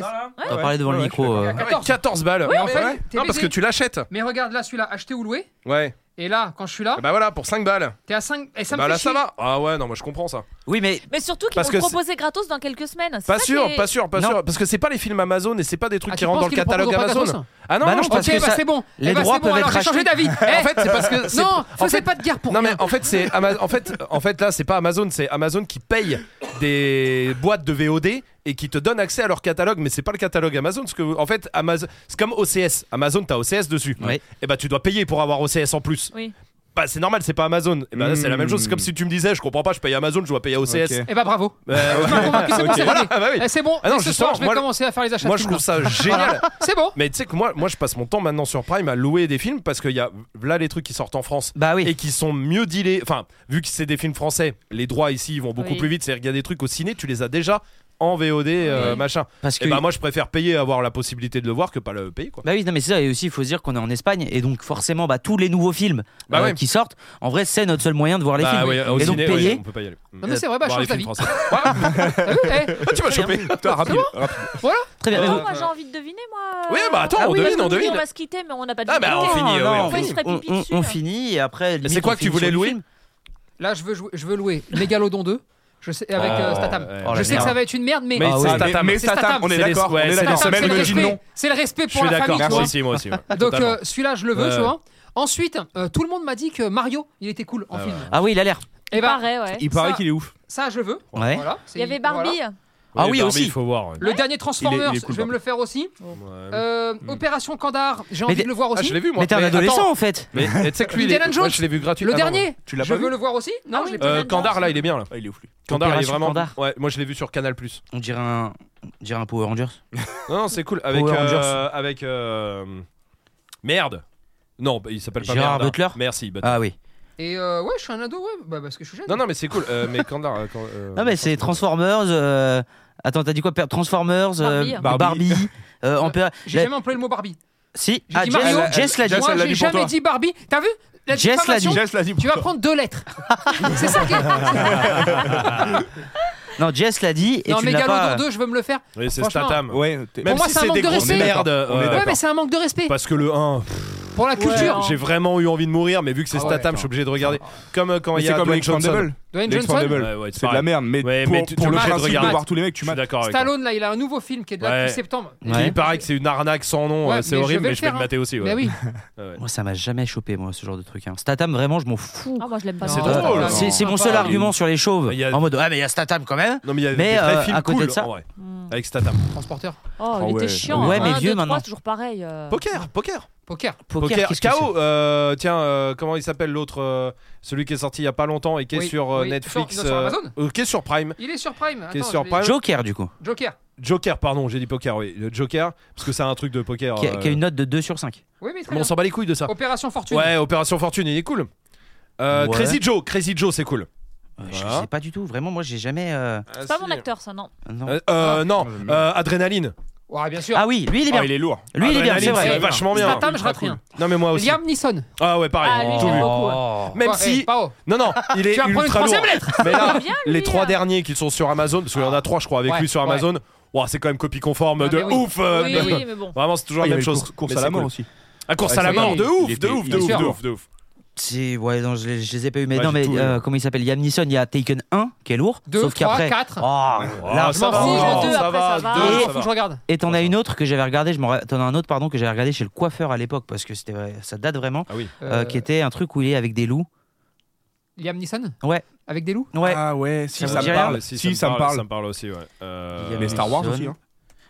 S6: On va parler devant le
S1: Ouais,
S6: micro. euh.
S2: Ouais, 14 balles.
S3: Oui, en
S2: Ouais,
S3: fait,
S2: ouais.
S3: t'es
S2: non, parce
S3: baisé.
S2: que tu l'achètes.
S3: Mais regarde là, celui-là, acheté ou loué.
S2: Ouais.
S3: Et là, quand je suis là,
S2: Bah voilà, pour 5 balles.
S3: t'es à 5. Et ça me
S2: Bah
S3: fait
S2: là,
S3: chier.
S2: ça va. Ah ouais, non, moi je comprends ça.
S6: Oui, mais
S4: mais surtout qu'ils
S2: Parce
S4: vont
S2: que
S4: le proposer gratos dans quelques semaines. C'est
S2: Pas
S4: ça qui
S2: sûr,
S4: est-
S2: pas sûr, pas
S6: Non.
S2: sûr. Parce que c'est pas les films Amazon et c'est pas des trucs
S3: Ah,
S2: qui
S3: tu
S2: rentrent dans
S3: penses
S2: le
S3: qu'ils le
S2: catalogue
S3: proposent pas
S2: Amazon.
S3: gratos
S2: Ah non,
S6: Bah non,
S2: je
S6: parce
S2: pense
S3: ok,
S6: que
S3: bah
S6: ça-
S3: c'est bon.
S6: les
S3: Eh bah,
S6: droits
S3: c'est bon,
S6: peuvent
S3: alors
S6: être
S3: j'ai changé
S6: achetés.
S3: d'avis. Eh,
S2: En fait, c'est parce que. c'est-
S3: non,
S2: en
S3: faisais
S2: fait-
S3: pas de guerre pour
S2: Non mais
S3: rien.
S2: en fait c'est Ama- en fait en fait là c'est pas Amazon c'est Amazon qui paye des boîtes de VOD et qui te donne accès à leur catalogue mais c'est pas le catalogue Amazon parce que en fait Amazon c'est comme OCS Amazon t'as OCS dessus
S6: Ouais.
S2: et bah tu dois payer pour avoir OCS en plus
S4: Oui.
S2: bah c'est normal c'est pas Amazon et bah là, c'est la même chose c'est comme si tu me disais je comprends pas je paye Amazon je dois payer OCS
S1: Ok.
S3: Eh bah bravo.
S2: Euh,
S3: Tu m'as
S2: *laughs*
S3: convaincu, c'est bon, c'est
S2: Voilà,
S3: gagné.
S2: ah bah oui.
S3: Eh, C'est bon.
S2: Ah non,
S3: Et ce soir,
S2: justement,
S3: je vais
S2: moi, le-
S3: commencer à faire les achats.
S2: moi
S3: de
S2: je
S3: films.
S2: trouve ça génial
S3: C'est bon.
S2: mais tu sais que moi moi je passe mon temps maintenant sur Prime à louer des films parce qu'il y a là les trucs qui sortent en France
S6: bah oui.
S2: et qui sont mieux dealés. Enfin, vu que c'est des films français, les droits ici ils vont beaucoup
S4: Oui.
S2: plus vite. C'est-à-dire qu'il y a des trucs au ciné, tu les as déjà en VOD, euh,
S4: Oui.
S2: machin.
S6: Parce que
S2: Et bah moi, je préfère payer, avoir la possibilité de le voir que pas le payer, quoi.
S6: Bah oui, non, mais c'est ça. Et aussi, il faut se dire qu'on est en Espagne. Et donc, forcément, bah, tous les nouveaux films
S2: Bah
S6: euh,
S2: ouais.
S6: qui sortent, en vrai, c'est notre seul moyen de voir les
S2: Bah
S6: films.
S2: ouais, au
S6: et donc,
S2: ciné,
S6: payer.
S2: ouais, on peut pas y aller. Mm.
S3: Non mais c'est vrai, bah
S2: Voir
S3: change
S2: les films
S3: d'avis.
S2: français.
S3: T'as vu Eh,
S2: tu vas choper.
S1: Putain, rapide. rapide.
S6: Très bien.
S2: Oh,
S4: Attends,
S6: mais-
S4: moi j'ai envie de deviner, moi.
S2: Oui, bah attends,
S6: Ah
S2: on
S6: oui,
S2: devine,
S4: Parce
S2: on
S4: qu'on dit, On
S2: devine.
S4: va se quitter, mais on n'a pas de
S2: Ah bah on finit, ouais, on
S6: non,
S4: finit.
S6: on-
S4: Après, il se fait pipi
S6: on-
S4: dessus. hein.
S6: on finit et après. limite,
S2: C'est quoi
S6: on
S2: que tu
S6: finit
S2: voulais
S6: sur le
S2: louer
S6: film.
S3: Là, je veux jouer- je veux louer Mégalodon 2. Je sais avec euh, Statham.
S2: Ouais.
S6: Oh la
S3: Je sais que
S6: merde.
S3: ça va être une merde, mais
S2: Mais
S6: Ah
S2: c'est
S6: ouais.
S2: Statham.
S1: Mais
S3: C'est
S1: Statham,
S3: Statham.
S1: on est
S2: C'est les-
S1: d'accord.
S2: ouais,
S1: on est
S2: c'est
S1: d'accord.
S2: les-
S1: Même
S3: c'est
S1: le
S3: le
S1: dit non.
S3: respect. C'est le respect
S2: Je
S3: pour
S2: suis
S3: la
S2: d'accord.
S3: famille.
S2: Merci,
S3: tu vois.
S2: si, moi aussi. ouais.
S3: Donc
S2: Totalement.
S3: euh, celui-là, je le veux,
S2: Ouais,
S3: tu
S2: ouais.
S3: vois. Ensuite, euh, tout le monde m'a dit que Mario, il était cool en
S2: Ah
S3: film.
S6: Ah oui, il a l'air.
S3: Et bah,
S4: Pareil, ouais.
S1: Il paraît
S3: Ça-
S1: qu'il est ouf.
S3: ça, je veux.
S6: Ouais.
S3: Voilà, c'est-
S4: Il y avait Barbie.
S3: voilà.
S6: Ah oui,
S2: Barbie,
S6: aussi.
S2: Il faut voir. ouais.
S3: Le dernier Transformers,
S1: Il est- il est cool,
S3: je vais me le faire aussi.
S2: Ouais.
S3: Euh, Opération Candar,
S6: Mais
S3: j'ai envie
S6: t'es-
S3: de le voir
S2: Ah,
S3: aussi.
S2: je l'ai vu, moi.
S6: Mais t'es un adolescent
S2: attends,
S6: en fait.
S2: Mais tu sais que lui, il
S3: Indiana
S2: est-
S3: Jones.
S2: moi, je l'ai vu gratuit.
S3: Le
S2: Ah, non,
S3: dernier,
S1: Tu l'as
S3: je
S1: pas
S3: veux
S1: vu
S3: le voir aussi. Non,
S4: Ah oui.
S3: je l'ai pas
S2: Euh,
S4: Indiana
S2: Kandar,
S4: Jones.
S2: là, il est bien là.
S1: Ah, Il est ouf lui.
S2: Kandar, il est
S6: Opération
S2: vraiment.
S6: Kandar.
S2: Ouais, moi je l'ai vu sur Canal Plus.
S6: On dirait un, on dirait un Power Rangers.
S2: Non, non, c'est cool. Avec.
S6: Power
S2: euh,
S6: Rangers.
S2: avec euh, Merde. Non, bah, il s'appelle pas
S6: Gérard
S2: Merde, hein.
S6: Butler
S2: Merci. Butler.
S6: Ah oui.
S3: Et euh, ouais, je suis un ado, ouais, bah, parce que je suis jeune.
S2: Non, non, mais c'est cool. Euh, mais Kandar. euh, quand- euh,
S6: Non mais c'est Transformers. euh, Attends, t'as dit quoi Père Transformers, euh,
S4: Barbie.
S6: Barbie.
S2: *laughs*
S6: euh, en P-
S3: J'ai
S6: la-
S3: jamais employé le mot Barbie.
S6: Si.
S3: J'ai
S6: Ah,
S3: dit
S6: Jess,
S3: Mario.
S6: Jess l'a dit.
S1: Jess,
S3: Moi,
S1: elle l'a
S3: j'ai
S1: dit pour
S3: jamais
S1: toi.
S3: dit Barbie. T'as vu la
S6: Jess l'a
S3: diffamation
S6: dit.
S1: Jess l'a dit.
S3: Tu vas prendre deux lettres. C'est ça qui est.
S6: Non, Jess l'a dit et
S3: non,
S6: tu l'as pas.
S3: Mégalodon 2, je veux me le faire.
S2: Oui, c'est
S3: Franchement.
S2: Statham.
S1: Ouais. t'es-
S2: Même
S3: moi,
S2: si
S3: c'est un
S2: c'est
S3: manque
S2: des
S3: de
S2: grosses
S3: respect.
S2: merdes.
S1: On est
S2: euh,
S3: Ouais, mais c'est un manque de respect
S2: Parce que le 1, pff,
S3: pour la culture.
S4: Ouais.
S2: j'ai vraiment eu envie de mourir, mais vu que c'est
S3: Ah ouais,
S2: Statham, je suis obligé de regarder. Comme euh, quand il
S1: Mais
S2: y
S1: C'est
S2: a
S1: comme
S2: Dwayne Johnson.
S1: l'Expandable.
S3: Dwayne Johnson.
S1: L'Expandable.
S2: Ouais, ouais,
S1: C'est de la merde. Mais
S2: Ouais,
S1: pour-
S2: mais tu-
S1: pour
S2: tu
S1: le
S2: mates,
S1: principe de
S2: regarde.
S1: voir tous les mecs, tu
S2: Je suis
S1: mates.
S2: d'accord avec toi.
S3: Stallone, là, il a un nouveau film qui est de là
S2: Ouais.
S3: depuis septembre.
S6: Ouais.
S2: Il paraît que c'est une arnaque sans nom,
S3: Ouais,
S2: euh, c'est
S3: mais je
S2: horrible,
S3: vais
S2: mais
S3: le
S2: je vais
S3: faire, hein.
S2: le mater aussi. ouais.
S3: Mais oui.
S6: Moi, ça m'a jamais chopé moi ce genre de truc. Hein. Statham, vraiment, je m'en fous.
S4: Ah, moi je l'aime pas.
S3: Non,
S2: c'est
S4: ça.
S2: drôle. Ah,
S3: Statham,
S6: C'est
S3: non.
S6: c'est mon
S3: Sympa.
S6: seul argument sur les chauves.
S2: Il y a-
S6: En mode, ah, mais il y a Statham quand même.
S2: Non, mais il y a
S6: Mais,
S2: des
S6: euh,
S2: vrais films
S6: à côté
S2: cool,
S6: de ça-
S2: en vrai.
S4: Mm.
S2: Avec Statham.
S3: Transporteur.
S4: Oh, il
S1: Ah ouais.
S4: était chiant.
S6: Ouais, mais
S4: Un,
S6: vieux
S4: deux, trois,
S6: maintenant.
S4: c'est toujours pareil. euh.
S2: Poker, poker.
S3: Poker.
S6: Poker,
S2: Poker,
S6: qu'est-ce que
S2: KO, euh, tiens, euh, comment il s'appelle l'autre euh, Celui qui est sorti il y a pas longtemps et qui est
S3: Oui,
S2: sur euh,
S3: oui.
S2: Netflix.
S3: Sur- sur
S2: euh,
S3: Amazon
S2: euh, qui est sur Prime.
S3: Il est sur Prime.
S2: Qui est
S3: Attends,
S2: sur
S3: je vais-
S2: Prime.
S6: c'est Joker, du coup,
S3: Joker.
S2: Joker, pardon, j'ai dit poker, oui. Le Joker, parce que c'est un truc de poker.
S6: qui a, qui a
S2: euh,
S6: une note de 2 sur 5.
S3: Oui, mais très
S2: mais on
S3: bien.
S2: s'en bat les couilles de ça.
S3: Opération Fortune.
S2: Ouais, Opération Fortune, il est cool. Euh,
S6: Ouais.
S2: Crazy Joe, Crazy Joe, c'est cool.
S6: Je je
S2: Voilà.
S6: sais pas du tout, vraiment, moi j'ai jamais. euh,
S3: Ah,
S4: C'est pas mon acteur, ça, non.
S6: non.
S2: Euh, euh, non,
S1: Ah, j'aime
S2: euh, Adrénaline.
S3: Ouais, bien sûr.
S6: Ah oui, lui il est bien.
S1: Ah, il est lourd.
S6: Lui il est bien,
S2: Adrénaline,
S6: c'est vrai.
S2: c'est vachement bien.
S3: Statham, je
S2: Ultra
S3: rate
S2: cool.
S3: rien.
S2: Non, mais moi aussi.
S3: Liam Neeson.
S2: Ah ouais, pareil.
S4: Ah, lui,
S2: Tout
S4: j'aime
S2: vu.
S4: beaucoup.
S2: Même
S3: Oh,
S2: si.
S3: eh, Pao,
S2: Non, non, il est
S3: Tu vas prendre une
S2: ultra lourd.
S3: troisième lettre.
S2: Mais là,
S4: bien, lui,
S2: les trois
S4: hein.
S2: derniers qui sont sur Amazon, parce qu'il y en a trois, je crois, avec
S3: Ouais,
S2: lui sur
S3: ouais.
S2: Amazon, ouah, c'est quand même copie conforme
S3: Non,
S2: de
S3: mais oui.
S2: ouf. euh,
S4: Oui,
S2: de-
S4: oui, mais bon.
S2: Vraiment, c'est toujours la même chose.
S1: Course
S2: Mais
S1: à la
S2: c'est
S1: mort
S2: cool.
S1: aussi.
S2: Ah, course
S1: Ouais,
S2: à la
S1: c'est
S2: mort,
S1: vrai.
S2: de
S1: Il
S2: ouf, de
S1: était-
S2: ouf,
S1: il
S2: de
S3: était
S2: ouf, de
S3: sûr.
S2: ouf, de ouf.
S6: C'est- ouais, non, je, les- je les ai pas eu. Mais
S1: Ouais,
S6: non,
S1: j'ai
S6: mais
S1: tout,
S6: euh, comment il s'appelle Liam Neeson, il y a Taken 1 qui est lourd.
S3: 2,
S6: sauf
S3: 3,
S6: qu'après.
S3: 4.
S6: Oh, largement.
S2: Ah, ça va,
S4: Si, je
S2: ça
S4: deux,
S2: va,
S4: après, ça va.
S2: deux,
S3: il
S2: ça
S3: faut que
S2: va.
S3: je regarde.
S6: Et t'en as une autre que j'avais regardée, je m'en ra- t'en as un autre pardon que j'avais regardé chez le coiffeur à l'époque parce que c'était vrai- ça date vraiment,
S2: Ah oui.
S6: euh,
S3: Euh,
S6: qui était un truc où il est avec des loups.
S3: Liam Neeson
S6: Ouais.
S3: Avec des loups
S6: Ouais.
S1: Ah ouais, si
S6: Ça
S1: ça
S6: vous
S1: me
S6: dit
S1: parle.
S2: Si,
S1: Si, ça me parle.
S2: Ça me parle aussi, ouais. Euh,
S6: Il y a
S1: Mais
S6: Liam
S1: Star Wars
S6: Neeson.
S1: aussi. hein.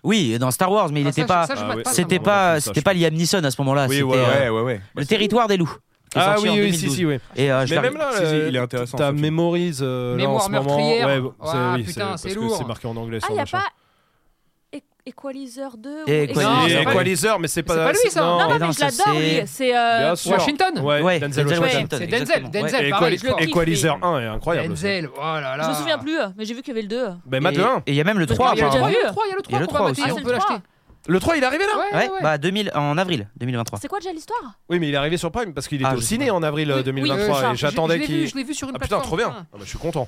S6: Oui, dans Star Wars, mais il
S3: Ah,
S6: n'était
S3: ça,
S6: pas.
S3: ça, je
S2: Ah
S3: mate
S2: oui,
S3: pas, ça
S6: c'était
S3: me-
S2: vraiment,
S6: pas
S2: ça,
S6: c'était
S2: je
S6: pas Liam Neeson à ce moment-là.
S2: Oui,
S6: c'était
S2: ouais,
S6: euh,
S1: ouais, ouais.
S6: le territoire des loups. qui est
S2: Ah
S6: sorti
S2: oui,
S6: en
S2: oui,
S6: 2012.
S2: si, si, oui.
S6: Et euh, je
S2: Mais
S6: l'ai-
S2: même là,
S1: Si, si,
S2: euh,
S1: il est intéressant.
S2: T'as
S1: ce film.
S2: mémorise euh, là, en
S3: Mémoire
S2: ce moment.
S3: meurtrière.
S2: Ouais, bon, c'est-
S3: Ah,
S2: oui,
S3: putain,
S2: c'est- parce
S3: c'est
S2: que
S3: lourd.
S2: C'est marqué en anglais.
S4: Ah,
S2: sur
S4: il n'y a
S2: machin.
S4: pas Equ- Equalizer 2
S6: Et
S4: ou
S2: Il
S3: Non,
S2: est
S3: c'est pas lui.
S2: Equalizer, mais c'est pas.
S3: pas lui, ça.
S4: Non,
S6: Mais
S4: non,
S6: non,
S4: mais je
S6: ça,
S4: l'adore,
S6: c'est-
S4: lui. C'est. euh,
S2: Bien sûr.
S3: Washington
S2: Ouais,
S6: Ouais,
S2: Denzel
S6: Denzel
S2: Washington.
S6: Washington,
S3: C'est Denzel.
S6: exactement. Ouais.
S3: Denzel,
S2: Et
S3: pareil,
S2: Equali-
S3: je le kiffe.
S2: Equalizer 1 est incroyable. aussi.
S3: Denzel, oh là là.
S4: Je me souviens plus, mais j'ai vu qu'il y avait le 2.
S2: Ben,
S6: Et-
S2: Matt le 1.
S6: Et il y a même le
S4: Parce
S6: 3
S4: qu'il y
S3: Il y
S4: a
S3: a
S6: apparemment.
S4: déjà
S3: le
S4: eu.
S3: 3, il y a le
S6: Il y
S3: 3,
S6: a le
S3: qu'on va
S6: 3
S3: mater,
S6: aussi.
S4: Ah,
S3: on
S4: c'est
S3: peut
S4: le
S3: l'acheter.
S4: 3.
S2: Le 3, il est arrivé là
S3: Ouais,
S6: Ouais,
S3: ouais, ouais.
S6: bah 2000 en avril 2023.
S4: C'est quoi déjà l'histoire
S2: Oui, mais il est arrivé sur Prime parce qu'il était
S6: Ah,
S2: au
S6: je sais
S2: ciné
S6: pas.
S2: en avril euh,
S3: Oui,
S2: 2023
S3: oui, ça,
S2: et
S3: je-
S2: j'attendais
S3: je l'ai vu,
S2: qu'il.
S3: Je l'ai vu sur une
S2: Ah putain,
S3: plateforme.
S2: trop bien! Ah, bah, je suis content.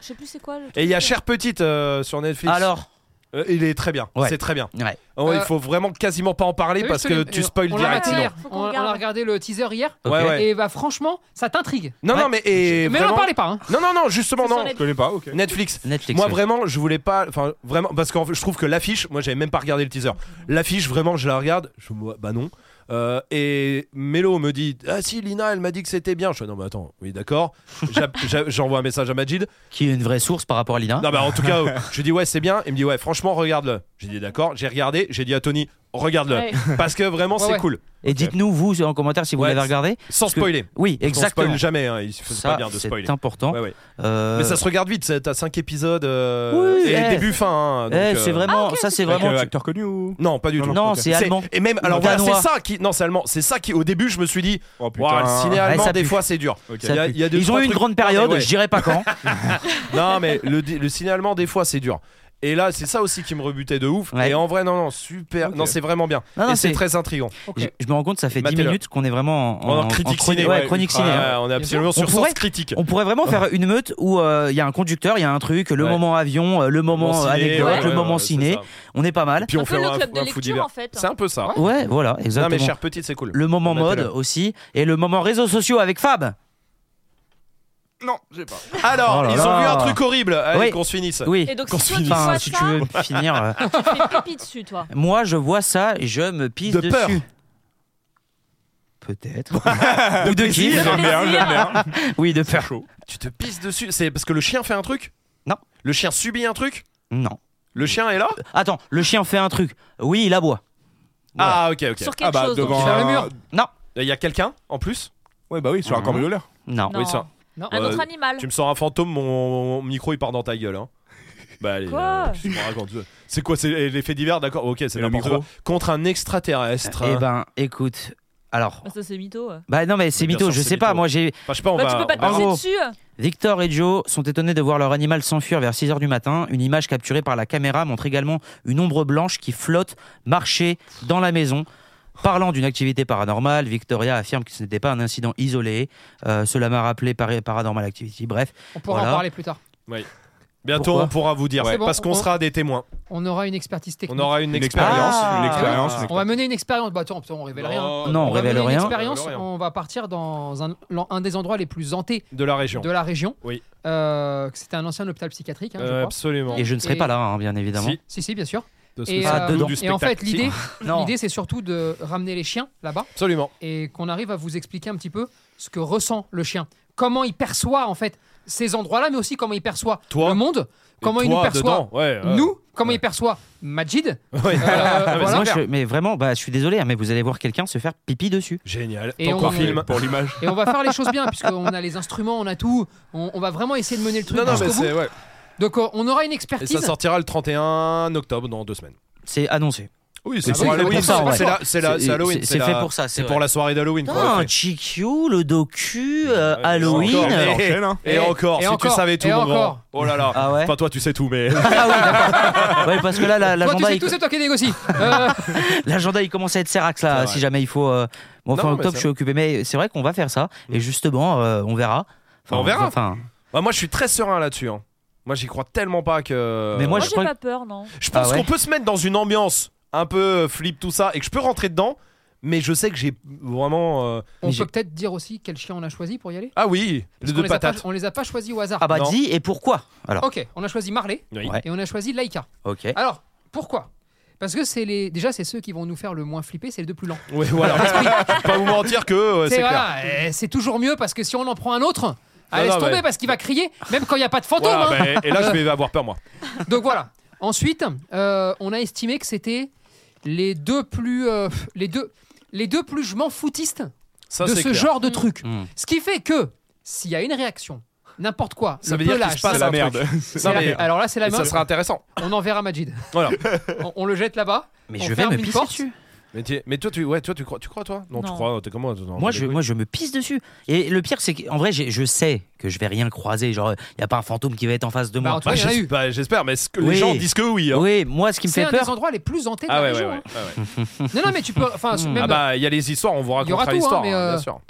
S4: Je sais plus c'est quoi le
S2: Et il y a
S4: truc.
S2: Cher Petite euh, sur Netflix.
S6: Alors,
S2: Euh, il est très bien.
S6: Ouais.
S2: C'est très bien.
S6: ouais.
S2: Oh,
S3: Euh,
S2: il faut vraiment quasiment pas en parler
S3: T'as vu
S2: parce que
S3: celui-
S2: tu
S3: euh,
S2: spoil
S3: on l'a
S2: direct. Euh,
S3: maté
S4: sinon.
S3: hier.
S4: Faut qu'on
S3: On, on
S4: regarde.
S3: a regardé le teaser hier.
S6: Ok.
S2: Ouais, ouais.
S3: Et bah franchement, ça t'intrigue.
S2: Non,
S6: Ouais.
S2: non, mais et
S3: Mais
S2: vraiment-
S3: n'en parlez pas. hein.
S2: Non, non, non, justement,
S4: C'est sur
S2: non.
S4: Netflix.
S1: Je connais pas, ok.
S2: Netflix.
S6: Netflix.
S2: Moi
S6: ouais.
S2: vraiment, je voulais pas, enfin vraiment, parce que je trouve que l'affiche, moi j'avais même pas regardé le teaser. L'affiche, vraiment, je la regarde, je me vois, bah non. Euh, et Mélo me dit, ah si Lina, elle m'a dit que c'était bien. Je fais non, mais attends, oui d'accord. J'a- *laughs* j'a- J'envoie un message à Majid.
S6: qui est une vraie source par rapport à Lina.
S2: Non, bah en tout
S6: *laughs*
S2: cas, je lui dis ouais, c'est bien. Il me dit ouais, franchement, regarde-le. J'ai dit d'accord, j'ai regardé, j'ai dit à Tony, regarde-le.
S4: Ouais.
S2: Parce que vraiment,
S3: Ouais,
S2: c'est
S3: ouais.
S2: cool.
S6: Et dites-nous vous en commentaire si vous
S2: Ouais,
S6: l'avez
S2: c'est-
S6: regardé.
S2: Sans
S6: Parce que-
S2: spoiler.
S6: Oui,
S2: On
S6: exactement.
S2: spoil jamais, hein, il faut pas
S6: Ça
S2: bien de spoiler.
S6: c'est important.
S2: Ouais, ouais.
S6: Euh,
S2: Mais ça se regarde vite, c'est- t'as 5 épisodes. euh,
S6: Oui,
S2: et
S6: eh.
S2: début-fin. hein, donc, euh,
S6: eh, c'est vraiment ça c'est
S1: Avec
S6: vraiment
S1: euh,
S6: tu-
S1: acteur connu ou
S2: Non, pas du
S1: Non,
S2: tout.
S6: non,
S1: ok.
S6: c'est allemand.
S2: Et même, alors voilà, c'est
S6: Danois.
S2: ça qui. Non, c'est allemand. C'est ça qui, au début, je me suis dit,
S1: Oh
S2: Ouah, le ciné
S6: Ouais,
S2: allemand,
S6: ça
S2: des
S6: pue.
S2: fois, c'est dur.
S1: Ok.
S6: ça
S2: Il y a-
S6: pue.
S2: il y a deux,
S6: Ils ont
S2: trois
S6: eu une
S2: trucs-
S6: grande
S2: Non, mais
S6: période,
S2: ouais.
S6: je dirais pas quand.
S2: Non,
S6: *laughs*
S2: mais le, le ciné allemand, des fois, c'est dur. Et là, c'est ça aussi qui me rebutait de ouf.
S6: Ouais.
S2: Et en vrai, non, non, super.
S1: Ok.
S2: Non, c'est vraiment bien.
S6: Non, non,
S2: et c'est
S6: c'est-
S2: très intriguant.
S6: Je, je me rends compte ça fait 10
S2: Matez-le.
S6: minutes qu'on est vraiment en,
S2: En
S6: en-
S2: critique
S6: en
S2: ciné,
S6: ouais,
S2: ouais,
S6: chronique
S1: ultra-
S6: ciné. hein.
S2: Ah, on est absolument sur
S6: pourrait-
S2: sens critique.
S6: On pourrait
S2: *laughs*
S6: vraiment faire une meute où euh, il y a un conducteur, il y a un truc, le
S2: Ouais.
S6: moment avion, euh, le moment
S2: Moment ciné,
S6: anecdote,
S4: ouais,
S6: le
S2: ouais,
S6: moment
S2: ouais, c'est
S6: ciné.
S2: ça.
S6: On est pas mal.
S2: Puis
S4: un
S2: on
S4: peu
S2: fait
S4: le
S2: un-
S4: club de
S2: un fou
S4: lecture
S2: divers.
S4: en fait. hein.
S2: C'est un peu ça.
S6: Ouais, voilà,
S2: Non,
S6: exactement.
S2: mais cher petit, c'est cool.
S6: Le moment
S2: On appelle.
S6: mode aussi et le moment réseaux sociaux avec Fab.
S1: Non, j'ai pas.
S2: Alors,
S6: Oh là
S2: ils ont
S6: là.
S2: vu un truc horrible. Allez,
S6: Oui.
S2: qu'on se finisse.
S6: Oui.
S4: Et donc
S2: Qu'on
S4: si toi tu
S6: Enfin,
S4: vois
S6: si
S4: ça,
S2: *laughs*
S6: tu veux finir. euh,
S4: tu fais pipi dessus toi.
S6: Moi, je vois ça et je me pisse
S2: De
S6: dessus.
S2: peur. *laughs*
S6: Peut-être. Ou de qui
S1: J'aime bien, j'aime bien.
S6: *laughs* Oui, de peur.
S2: Tu te pisses dessus. C'est parce que le chien fait un truc
S6: Non.
S2: Le chien subit un truc
S6: Non.
S2: Le chien est là
S6: Attends, le chien fait un truc. Oui, il aboie. Voilà.
S2: Ah, ok, ok.
S4: Sur quelque
S2: ah, bah,
S4: chose, donc.
S2: devant.
S3: Sur
S2: un-
S3: le mur.
S2: Il y a quelqu'un en plus
S1: Ouais, bah oui, sur un
S6: Mhm.
S1: cambrioleur.
S6: Non.
S4: Non.
S2: Oui, ça.
S3: Non.
S4: Un
S2: Ouais.
S4: autre animal.
S2: Tu me sors un fantôme, mon, mon micro il part dans ta gueule. Hein. Bah allez,
S4: Quoi
S2: euh, qu'est-ce que tu me racontes C'est quoi C'est l'effet divers, d'accord Ok, c'est
S1: Et le
S2: n'importe
S1: micro
S2: quoi. Contre un extraterrestre.
S6: Eh ben, écoute. Alors.
S4: Bah, Ça c'est mytho. ouais.
S6: Bah non, mais c'est
S2: Bien
S6: mytho.
S2: sûr,
S6: Je
S2: c'est
S6: sais pas.
S2: mytho.
S6: Moi, j'ai.
S2: Enfin, je sais pas, on
S4: Bah,
S2: va.
S4: tu peux pas te
S2: on va-
S4: passer
S6: bravo.
S4: dessus.
S6: Victor et Joe sont étonnés de voir leur animal s'enfuir vers 6 h du matin. Une image capturée par la caméra montre également une ombre blanche qui flotte, marcher dans la maison. Parlant d'une activité paranormale, Victoria affirme que ce n'était pas un incident isolé. Euh, cela m'a rappelé par- Paranormal Activity. Bref,
S3: On pourra
S6: Voilà.
S3: en parler plus tard.
S2: Bientôt
S6: Pourquoi
S2: on pourra vous dire.
S3: C'est bon,
S2: parce qu'on
S3: on-
S2: sera des témoins.
S3: On aura une expertise technique.
S2: On aura une,
S1: Une
S2: expérience.
S1: expérience,
S6: Ah.
S1: une expérience.
S2: Ah.
S1: une
S3: On va mener une expérience. Bah attends, putain, on révèle rien.
S6: Non, on
S3: va
S6: révèle
S3: mener une
S6: rien.
S3: expérience.
S2: On révèle rien.
S3: On va partir dans un, l'en- un des endroits les plus hantés
S2: De la région.
S3: de la région.
S2: Oui.
S3: Euh, C'était un ancien hôpital psychiatrique. hein, je
S2: Euh,
S3: crois.
S2: absolument.
S6: Et je ne serai
S3: Et-
S6: pas là, hein, bien évidemment.
S2: Si.
S3: Si, si, bien sûr.
S2: De ce
S3: Et,
S2: que ça
S6: euh,
S2: nous,
S6: dedans.
S2: du
S3: Et en fait,
S2: spectacle.
S3: l'idée,
S6: Non.
S3: l'idée, c'est surtout de ramener les chiens là-bas
S2: Absolument.
S3: et qu'on arrive à vous expliquer un petit peu ce que ressent le chien, comment il perçoit en fait ces endroits-là, mais aussi comment il perçoit
S2: Toi.
S3: le monde, comment
S2: Et
S3: il nous
S2: toi,
S3: perçoit
S2: dedans. Euh, Ouais, ouais.
S3: nous comment il perçoit Majid.
S2: *laughs* Ouais. Ah,
S3: Euh,
S6: Parce que
S3: voilà.
S6: moi, je- mais vraiment, bah, je suis désolé, hein, mais vous allez voir quelqu'un se faire pipi dessus.
S2: Génial.
S3: Et
S2: Tant
S3: on-
S2: qu'on
S3: on-
S2: filme.
S1: Pour l'image.
S3: Et on va faire les choses bien, puisqu'on a les instruments, on a tout. On, on va vraiment essayer de mener le truc
S2: Non, non, mais
S3: jusqu'au bout.
S2: c'est. Ouais.
S3: Donc euh, on aura une
S2: Et
S3: expertise.
S2: ça sortira le 31 octobre, dans deux semaines.
S6: C'est annoncé.
S1: Oui,
S6: c'est
S1: c'est
S6: pour
S1: pour
S6: Halloween.
S1: Halloween.
S6: pour ça, en vrai.
S2: C'est la- c'est la- c'est Halloween.
S6: C'est
S2: la-
S6: fait pour ça.
S2: C'est pour la soirée d'Halloween. quoi, en
S6: Putain,
S2: fait.
S6: GQ, Ah, le docu, euh,
S7: Ouais,
S6: Halloween.
S2: encore, mais- Et,
S3: Et-
S2: encore,
S3: et
S2: si tu
S3: encore,
S2: savais tout,
S3: et
S2: mon grand.
S3: encore.
S2: Oh là là.
S6: Ah ouais
S2: Enfin, toi, tu sais tout, mais. *laughs*
S6: Ah oui, d'accord. Ouais, parce que là, la-
S3: Toi, tu
S6: l'agenda,
S3: sais
S6: il-
S3: tout, c'est toi
S2: *laughs*
S3: qui négocie. Euh,
S6: l'agenda, il commence à être serrax là,
S2: C'est vrai.
S6: si jamais il faut. euh, Bon, fin
S2: Non, mais
S6: octobre,
S2: c'est
S6: je suis occupé, mais c'est vrai qu'on va faire ça. Et justement, euh, on verra. Enfin,
S2: On verra.
S6: Enfin,
S2: Bah, moi, je suis très serein là-dessus. hein. Moi, j'y crois tellement pas que.
S6: Mais moi,
S4: Moi,
S6: je
S4: j'ai
S6: crois-
S4: pas peur, non.
S2: Je pense
S6: Ah ouais
S2: qu'on peut se mettre dans une ambiance un peu euh, flip tout ça et que je peux rentrer dedans, mais je sais que j'ai vraiment. euh,
S3: on
S6: Mais j'ai-
S3: peut peut-être dire aussi quel chien on a choisi pour y aller.
S2: Ah oui, les
S3: Parce
S2: deux
S3: qu'on les a pas-
S2: patates.
S3: on les a pas choisis au hasard.
S6: ah bah
S2: Non.
S6: dis, et pourquoi Alors,
S3: Ok, on a choisi Marley
S2: Oui.
S6: Ouais.
S3: et on a choisi Laika.
S6: ok.
S3: Alors, pourquoi Parce que c'est les déjà c'est ceux qui vont nous faire le moins flipper, c'est les deux plus lents.
S2: Ouais,
S6: *laughs*
S2: voilà. je vais pas vous mentir que euh,
S3: C'est
S2: c'est clair.
S3: voilà, euh, c'est toujours mieux parce que si on en prend un autre, allez
S2: non,
S3: laisse tomber
S2: mais-
S3: parce qu'il va crier même quand il n'y a pas de fantôme.
S2: Voilà,
S3: hein.
S2: bah, et là, je vais avoir peur, moi.
S3: *laughs* Donc voilà. Ensuite, euh, on a estimé que c'était les deux plus euh, les deux les deux plus je m'en foutistes
S2: Ça,
S3: de
S2: c'est
S3: ce
S2: clair. Mmh.
S3: genre de truc.
S6: Hmm.
S3: Ce qui fait que s'il y a une réaction, n'importe quoi,
S2: Ça veut
S3: le
S2: dire qu'il
S3: pelage,
S2: se passe
S3: ça-
S1: C'est la
S2: un truc.
S1: merde.
S3: c'est
S2: Non,
S3: la-
S2: mais-
S3: alors là c'est la
S2: Et ça
S3: merde.
S2: sera intéressant.
S3: On
S2: *laughs*
S3: enverra Majid.
S2: Voilà.
S3: on, on le jette là-bas.
S6: Mais
S3: on
S6: je vais
S3: ferme
S6: me
S3: une
S6: pisser
S3: porte.
S6: dessus.
S2: Mais, tu- mais toi, tu, ouais, toi, tu crois, tu crois toi non, tu
S4: Non.
S2: crois, t'es comme moi. toi, non,
S6: Moi
S2: mais
S6: je,
S2: écoute.
S6: moi, je me pisse dessus. Et le pire, c'est qu'en vrai, j'ai- je sais que je vais rien croiser. Genre, il n'y a pas un fantôme qui va être en face de
S3: Bah,
S6: moi.
S3: en tout cas, il y en a
S2: j'es-
S3: eu.
S2: bah, j'espère, mais ce que les
S6: Oui.
S2: gens disent que oui. hein.
S6: oui, moi, ce qui me
S3: C'est
S6: fait
S3: un des
S6: peur.
S3: endroits les plus hantés de
S2: Ah
S3: la
S2: ouais, ouais,
S3: région,
S2: ouais.
S3: hein. Non, non, mais tu peux.
S2: *laughs*
S3: Enfin,
S6: Hmm.
S3: même,
S2: Ah bah, il y a les histoires, on vous
S3: y
S2: racontera
S3: aura tout, hein,
S2: l'histoire,
S3: mais,
S2: hein,
S3: euh,
S2: bien sûr.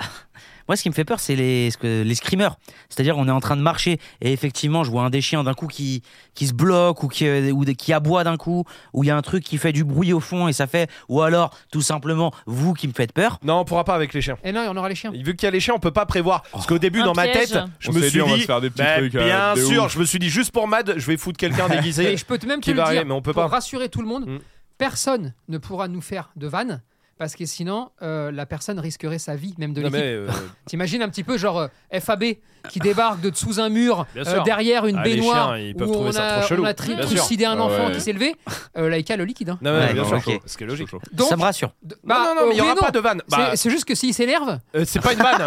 S6: Moi, ce qui me fait peur, c'est les, ce que- les screamers. C'est-à-dire, on est en train de marcher et effectivement, je vois un des chiens d'un coup qui, qui se bloque ou qui, euh, ou de- qui aboie d'un coup, ou il y a un truc qui fait du bruit au fond et ça fait. Ou alors, tout simplement, vous qui me faites peur.
S2: Non, on pourra pas avec les chiens.
S3: Et Eh non, il y en aura les chiens.
S2: Vu qu'il y a les chiens, on peut pas prévoir. Parce qu'au début,
S4: Un
S2: dans ma
S4: piège.
S2: tête, je
S1: On
S2: me
S1: s'est
S2: suis
S1: dit, on va
S2: dit,
S1: se faire des petits
S2: bah,
S1: trucs, euh,
S2: bien
S1: de
S2: sûr,
S1: ouf.
S2: je me suis dit juste pour Mad, je vais foutre quelqu'un déguisé.
S3: Et je peux te- même te
S2: qui
S3: le
S2: va arriver,
S3: dire.
S2: mais on peut
S3: pour
S2: pas.
S3: rassurer tout le monde,
S2: Hmm.
S3: personne ne pourra nous faire de vanne. Parce que sinon, euh, la personne risquerait sa vie, même de
S2: Non,
S3: l'équipe.
S2: mais, euh,
S3: T'imagines un petit peu genre euh, FAB qui débarque de dessous un mur,
S2: Bien
S3: euh,
S2: sûr.
S3: derrière une
S2: Ah, les
S3: baignoire,
S2: chiens, ils
S3: où
S2: peuvent
S3: on
S2: trouver ça trop
S3: a,
S2: chelou.
S3: on a tri-
S2: Bien sûr.
S3: trucidé un
S1: Ah
S3: enfant
S1: ouais.
S3: qui s'est levé. Euh, Laïka le liquide. hein.
S2: non, mais
S6: Ouais,
S2: bien
S6: non,
S2: sûr,
S6: ok.
S2: ce qui est logique.
S3: Donc,
S6: ça me rassure.
S3: de- bah,
S2: Non, non, non, mais il y
S3: euh, oui
S2: aura
S3: et non.
S2: pas de vanne.
S3: C'est-
S2: Bah,
S3: C'est juste que s'il s'énerve,
S2: euh, c'est pas une vanne.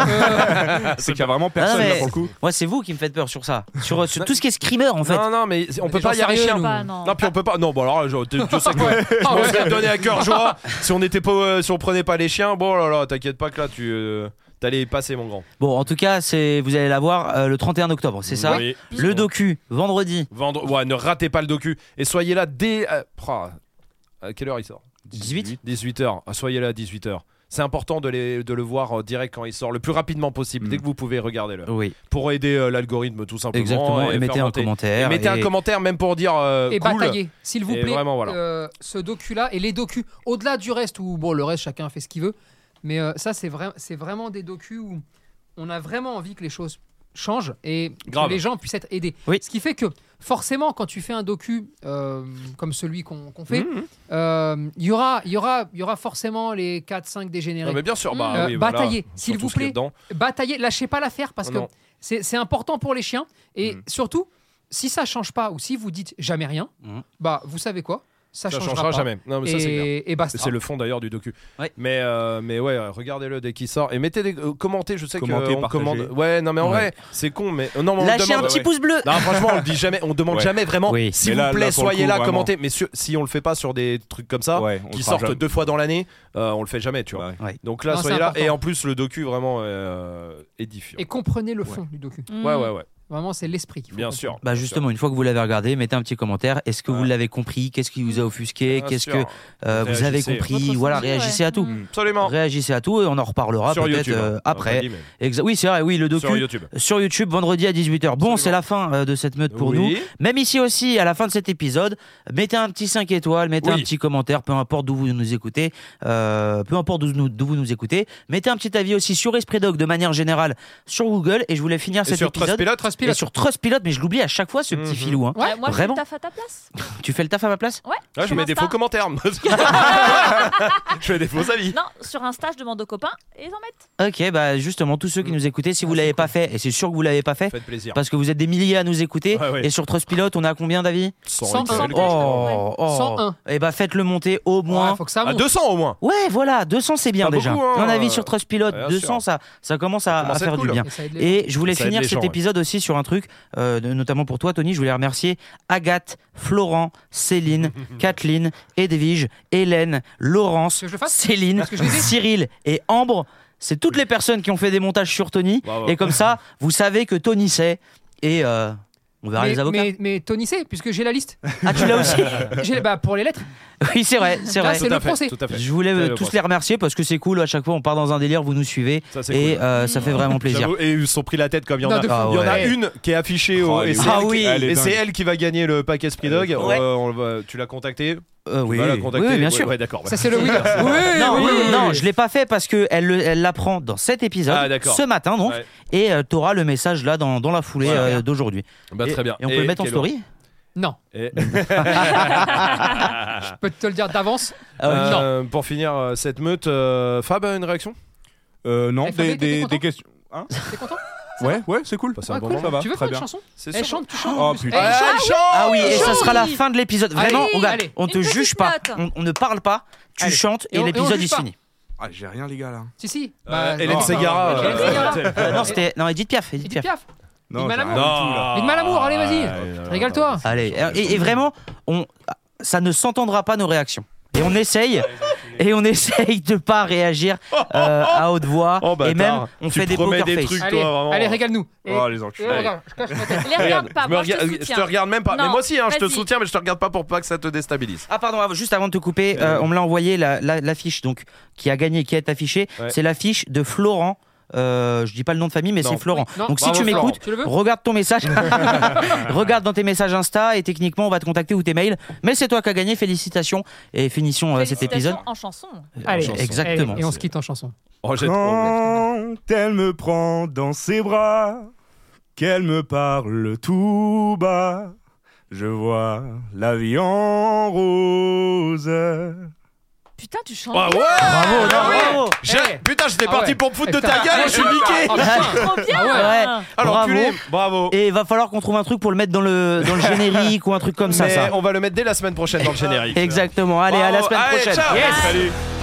S1: C'est qu'il y a vraiment personne
S6: mais-
S1: là pour le coup.
S6: Moi, c'est vous qui me faites peur sur ça.
S2: *laughs*
S6: Sur, sur tout ce qui est screamer, *laughs* en fait.
S2: Non, non, mais on
S3: des
S2: peut pas
S3: gens
S2: y arriver.
S3: sérieux,
S2: hein.
S3: nous.
S4: Pas, Bah, non.
S2: Non, puis on peut pas. Non, bon alors, je, je- je sais
S6: *laughs*
S2: que
S3: Ah,
S2: on
S3: ouais.
S2: serait donné à cœur joie si on était pas, euh, si on prenait pas les chiens. Bon oh là là, t'inquiète pas que là tu euh, t'allais y passer mon grand.
S6: Bon, en tout cas, c'est vous allez la voir euh, le 31 octobre, c'est ça
S2: Oui.
S6: Le docu, vendredi,
S2: Vendre. Ouais, ne ratez pas le docu et soyez là dès. euh, pra- à quelle heure il sort
S6: 18
S2: 18h. Soyez là à 18h. C'est important de, les, de le voir euh, direct quand il sort, le plus rapidement possible,
S1: Mm.
S2: dès que vous pouvez, regardez-le.
S6: Oui,
S2: Pour aider euh, l'algorithme, tout simplement.
S6: exactement.
S2: et
S6: Et,
S2: faire
S6: mettez un
S2: monter.
S6: commentaire.
S2: Et mettez un
S6: et-
S2: commentaire, même pour dire. euh,
S3: et
S2: cool.
S3: batailler, s'il vous
S2: Et
S3: plaît.
S2: vraiment, voilà.
S3: euh, ce docu-là et les docus, au-delà du reste, où bon, le reste, chacun fait ce qu'il veut, mais euh, ça, c'est vrai, c'est vraiment des docus où on a vraiment envie que les choses changent et
S2: Grave.
S3: que les gens puissent être aidés.
S6: Oui.
S3: Ce qui fait que, forcément, quand tu fais un docu euh, comme celui qu'on qu'on
S2: Mmh,
S3: fait, euh, il y, aura, il y, aura, il y aura forcément les 4-5 dégénérés.
S2: Non, mais bien sûr, bah,
S3: Euh,
S2: oui, voilà.
S3: bataillez, s'il
S2: Surtout
S3: vous
S2: ce qu'il y a
S3: plaît.
S2: dedans.
S3: Bataillez, lâchez pas l'affaire parce que
S2: Oh Non.
S3: c'est c'est important pour les chiens. Et
S1: Mm.
S3: surtout, si ça change pas ou si vous dites jamais rien,
S6: Mm.
S3: bah vous savez quoi Ça,
S2: Ça
S3: changera,
S2: changera
S3: pas.
S2: jamais. Non, mais ça, c'est clair.
S3: Et, et basta.
S2: C'est le fond d'ailleurs du docu.
S6: Ouais.
S2: Mais euh, mais ouais, euh, regardez-le dès qu'il sort et mettez des euh, commentez, je sais
S1: Commentez,
S2: que euh, on
S1: partagez.
S2: commande. Ouais, non mais en
S6: Ouais.
S2: vrai, c'est con mais euh, non mais on
S6: Lâchez
S2: demande
S6: un petit
S1: ouais.
S6: pouce bleu.
S2: Non, franchement, on le dit jamais, on demande
S1: Ouais.
S2: jamais vraiment
S6: Oui.
S2: s'il
S1: Mais
S2: vous
S1: là-
S2: plaît,
S1: là, pour le
S2: soyez
S1: coup,
S2: là,
S1: vraiment.
S2: commentez mais sur- si on le fait pas sur des trucs comme ça
S1: Ouais, on
S2: qui
S1: le fera
S2: sortent
S1: jamais.
S2: deux fois dans l'année, euh, on le fait jamais, tu vois.
S1: Ouais.
S2: Donc là,
S3: Non,
S2: soyez
S3: c'est
S2: là
S3: important.
S2: et en plus le docu vraiment euh, édifiant.
S3: Et comprenez le fond du docu.
S4: Mm.
S2: Ouais ouais ouais,
S3: Vraiment, c'est l'esprit. qu'il faut
S2: bien
S3: comprendre.
S2: sûr.
S6: Bah
S2: bien
S6: justement, une fois que vous l'avez regardé, mettez un petit commentaire. Est-ce que vous
S2: Ouais.
S6: l'avez compris Qu'est-ce qui vous a offusqué
S2: sûr. Bien
S6: Qu'est-ce que
S2: sûr.
S6: euh, vous avez
S2: Réagissez.
S6: compris
S4: Votre
S6: Voilà,
S4: sujet,
S6: réagissez à
S4: ouais.
S6: tout.
S4: Mm.
S2: Absolument.
S6: Réagissez à tout et on en reparlera
S2: Sur
S6: peut-être
S2: YouTube.
S6: euh,
S2: hein. On a pas
S6: après.
S2: dit, mais
S6: Exa- oui, c'est vrai, oui, le docu
S2: Sur
S6: sur YouTube,
S2: YouTube.
S6: vendredi à 18h. Bon,
S2: Absolument.
S6: c'est la fin euh, de cette meute pour
S2: Oui.
S6: nous. Même ici aussi, à la fin de cet épisode, mettez un petit 5 étoiles, mettez
S2: Oui.
S6: un petit commentaire, peu importe d'où vous nous écoutez, euh, peu importe d'où nous- d'où vous nous écoutez. Mettez un petit avis aussi sur Esprit Dog de manière générale sur Google. Et je voulais finir
S2: Et
S6: cet
S2: sur
S6: épisode.
S2: Trustpilot,
S3: Trust
S6: Et
S3: Trustpilot.
S6: sur Trustpilot, mais je l'oublie à chaque fois ce petit
S2: Mhm.
S6: filou. hein.
S3: Ouais,
S4: Euh, moi,
S6: vraiment.
S4: je fais le taf à ta place.
S6: Tu fais le taf à ma place
S4: Ouais.
S2: Ouais, Ah, je
S4: sur
S2: mets des
S4: Insta.
S2: faux commentaires. *laughs* moi. je fais des faux avis.
S4: Non, sur un stage, je demande aux copains et ils en
S6: *laughs*
S4: mettent.
S6: Ok, bah justement, tous ceux
S2: Mhm.
S6: qui nous écoutaient, si vous l'avez pas fait, et c'est sûr que vous l'avez pas fait,
S2: Ah, Faites plaisir.
S6: parce que vous êtes des milliers à nous écouter,
S2: Ouais, ouais.
S6: et sur Trustpilot, on a combien d'avis
S3: Cent
S2: Sans-
S3: un.
S2: sans-
S6: Oh, oh.
S3: 101.
S6: Et bah faites-le monter au moins.
S3: Ouais, faut que ça
S2: À
S3: monte.
S2: 200 Ah, au moins.
S6: Ouais, voilà, 200 c'est bien
S2: Pas
S6: déjà.
S2: beaucoup, hein.
S6: Un avis sur Trustpilot,
S2: bien
S6: 200
S2: sûr.
S6: ça, ça commence à,
S2: Ça commence
S6: à
S2: à
S6: faire
S2: être
S6: du
S2: cool.
S6: bien.
S3: Et ça aide les-
S6: Et je voulais
S2: Ça aide
S6: finir
S2: les
S6: cet
S2: gens, ouais.
S6: épisode aussi sur un truc, euh, de- notamment pour toi Tony, je voulais remercier Agathe, Florent,
S2: *laughs*
S6: Céline, Kathleen, Edwige, Hélène, Laurence,
S3: Que je le fasse
S6: Céline,
S3: Parce que je les ai.
S6: Cyril et Ambre. C'est toutes les personnes qui ont fait des montages sur Tony.
S2: Bravo.
S6: Et comme ça, vous savez que Tony sait. Et euh, on verra
S3: mais,
S6: les avocats.
S3: mais, mais Tony sait, puisque j'ai
S2: *laughs*
S3: la liste.
S6: Ah, tu
S3: *laughs*
S6: l'as aussi
S3: J'ai- bah, pour les lettres.
S6: Oui, c'est vrai, c'est
S3: Là,
S6: vrai.
S3: c'est
S2: Tout à
S3: le
S2: fait,
S3: procès.
S2: Tout à fait.
S6: Je voulais
S2: C'est le
S6: euh, tous
S2: procès.
S6: les remercier parce que c'est cool. À chaque fois, on part dans un délire, vous nous suivez.
S2: Ça, c'est
S6: Et
S2: cool. Mmh.
S6: euh, ça fait vraiment plaisir.
S2: J'avoue, Et ils se sont pris la tête comme il y en
S3: Non,
S2: a.
S3: de fou.
S6: Ah
S2: Il y en a
S6: ouais.
S2: une qui est affichée au.
S1: Oh, elle est
S2: et c'est
S6: Ah
S2: elle qui-
S6: oui.
S2: elle est
S1: Et
S2: Et
S1: dingue.
S2: c'est elle qui va gagner le pack Esprit Dog.
S6: Ouais.
S2: Euh, on le va- tu l'as contactée
S6: Euh, oui,
S2: Tu vas la
S6: oui,
S2: contacter
S6: oui, bien
S2: Ouais,
S6: sûr.
S2: ouais, d'accord. ouais.
S3: Ça,
S2: *laughs*
S3: c'est le winner. Oui,
S6: non,
S3: oui,
S6: oui,
S3: oui.
S6: non, je l'ai pas fait parce que elle le- elle l'apprend dans cet épisode,
S2: Ah, d'accord.
S6: ce matin donc,
S2: Ouais.
S6: et tu auras le message là dans, dans la foulée
S2: Voilà.
S6: euh, d'aujourd'hui.
S2: Bah,
S6: Et-
S2: très bien.
S6: Et on peut le mettre en
S2: quel-
S6: story.
S3: Non,
S2: et-
S3: je peux te le dire d'avance.
S6: Ah ouais.
S2: Euh, pour finir euh, cette meute, euh, Fab a une réaction
S1: Euh, non,
S3: Eh,
S1: des,
S3: Fabien, t'étais
S1: des-
S3: content
S1: des questions. Hein
S3: T'es content
S1: Ouais, ouais, c'est cool.
S2: Passer Bah, un
S3: Ouais,
S2: bon
S3: cool.
S2: moment.
S1: Ça va,
S3: Tu veux
S1: très
S3: faire une
S1: bien.
S3: chanson
S2: C'est
S3: Elle
S2: sûr.
S3: chante, tu chantes.
S1: Oh,
S3: Elle
S1: putain.
S3: chante.
S2: Elle chante
S6: Ah oui, et ça
S4: Joli.
S6: sera la fin de l'épisode. Vraiment,
S3: Allez,
S6: on, regarde,
S3: allez.
S6: on te
S4: Une
S6: juge
S4: petite
S6: pas,
S4: note.
S6: on, on ne parle pas, tu
S3: Allez.
S6: chantes et,
S3: Et on- et on
S6: l'épisode
S3: juge
S6: il
S3: pas.
S6: se finit.
S1: Ah, j'ai rien, les gars, là.
S3: Si, si.
S2: Euh,
S3: Bah,
S2: Hélène
S3: non,
S2: Segara.
S3: Hélène
S2: euh,
S3: Segara.
S2: *laughs*
S6: Euh, non, c'était non, Edith Piaf, Edith Piaf.
S3: Piaf.
S1: Non,
S3: Mais
S1: j'ai
S3: Malamour.
S2: Ah
S1: rien du tout, là.
S2: Non.
S3: Mais de Malamour, allez, vas-y.
S2: Ah, Ouais, ouais,
S3: Régale-toi.
S6: Allez, euh, et, et vraiment, on, ça ne s'entendra pas nos réactions. Et on essaye, et on essaye de pas réagir euh, à haute voix.
S2: Oh, bâtard.
S6: et même, on
S2: Tu
S6: fait des
S2: promets
S6: poker
S2: des
S6: face.
S2: trucs.
S3: Allez,
S2: Toi, vraiment.
S3: allez, régale-nous. Et-
S1: Oh, les
S3: et
S1: enculés.
S3: regarde, je cache ma tête.
S4: Les regarde pas,
S2: je, me
S4: moi, je
S2: regarde-
S4: te
S2: je
S4: soutiens.
S2: te regarde même pas.
S4: Non,
S2: mais moi aussi, hein, je te
S4: vas-y.
S2: soutiens, mais je te regarde pas pour pas que ça te déstabilise.
S6: Ah pardon, av- juste avant de te couper, euh, on me l'a envoyé la- la- l'affiche donc qui a gagné, qui est affichée.
S2: Ouais.
S6: C'est l'affiche de Florent. Euh, je dis pas le nom de famille, mais
S2: Non.
S6: c'est Florent.
S3: Oui, non.
S6: donc si
S2: Bravo,
S6: tu
S2: Florent.
S6: m'écoutes,
S3: Tu le veux
S6: regarde
S2: *laughs*
S6: ton message, *laughs* regarde dans tes messages Insta et techniquement on va te contacter ou tes mails. Mais c'est toi qui as gagné, félicitations et finissons euh, cet
S4: Félicitations
S6: épisode.
S4: en chanson.
S3: Allez,
S2: chanson.
S6: Exactement.
S3: Et on se quitte en chanson.
S2: Oh, j'ai trop.
S1: Quand elle me prend dans ses bras, qu'elle me parle tout bas, je vois la vie en rose.
S4: Putain, tu chantes.
S2: Ah ouais
S6: Bravo, non,
S3: Ah ouais.
S6: bravo.
S2: J'ai-
S3: Eh.
S2: Putain, j'étais
S3: Ah
S2: parti
S3: ouais.
S2: pour me foutre de
S3: Et putain,
S2: ta gueule,
S6: ah,
S3: ouais,
S2: Ah, je suis
S3: putain.
S2: niqué.
S3: Oh, putain.
S4: Trop bien.
S3: Ah ouais.
S2: Alors,
S6: bravo.
S2: enculé, bravo.
S6: *laughs* Et il va falloir qu'on trouve un truc pour le mettre dans le,
S2: *laughs*
S6: dans le générique ou un truc comme ça.
S2: Mais
S6: ça.
S2: on va le mettre dès la semaine prochaine dans le générique.
S6: Exactement. Allez, à la
S2: Bravo.
S6: semaine
S2: Allez,
S6: prochaine.
S2: ciao.
S6: Yes.
S1: Salut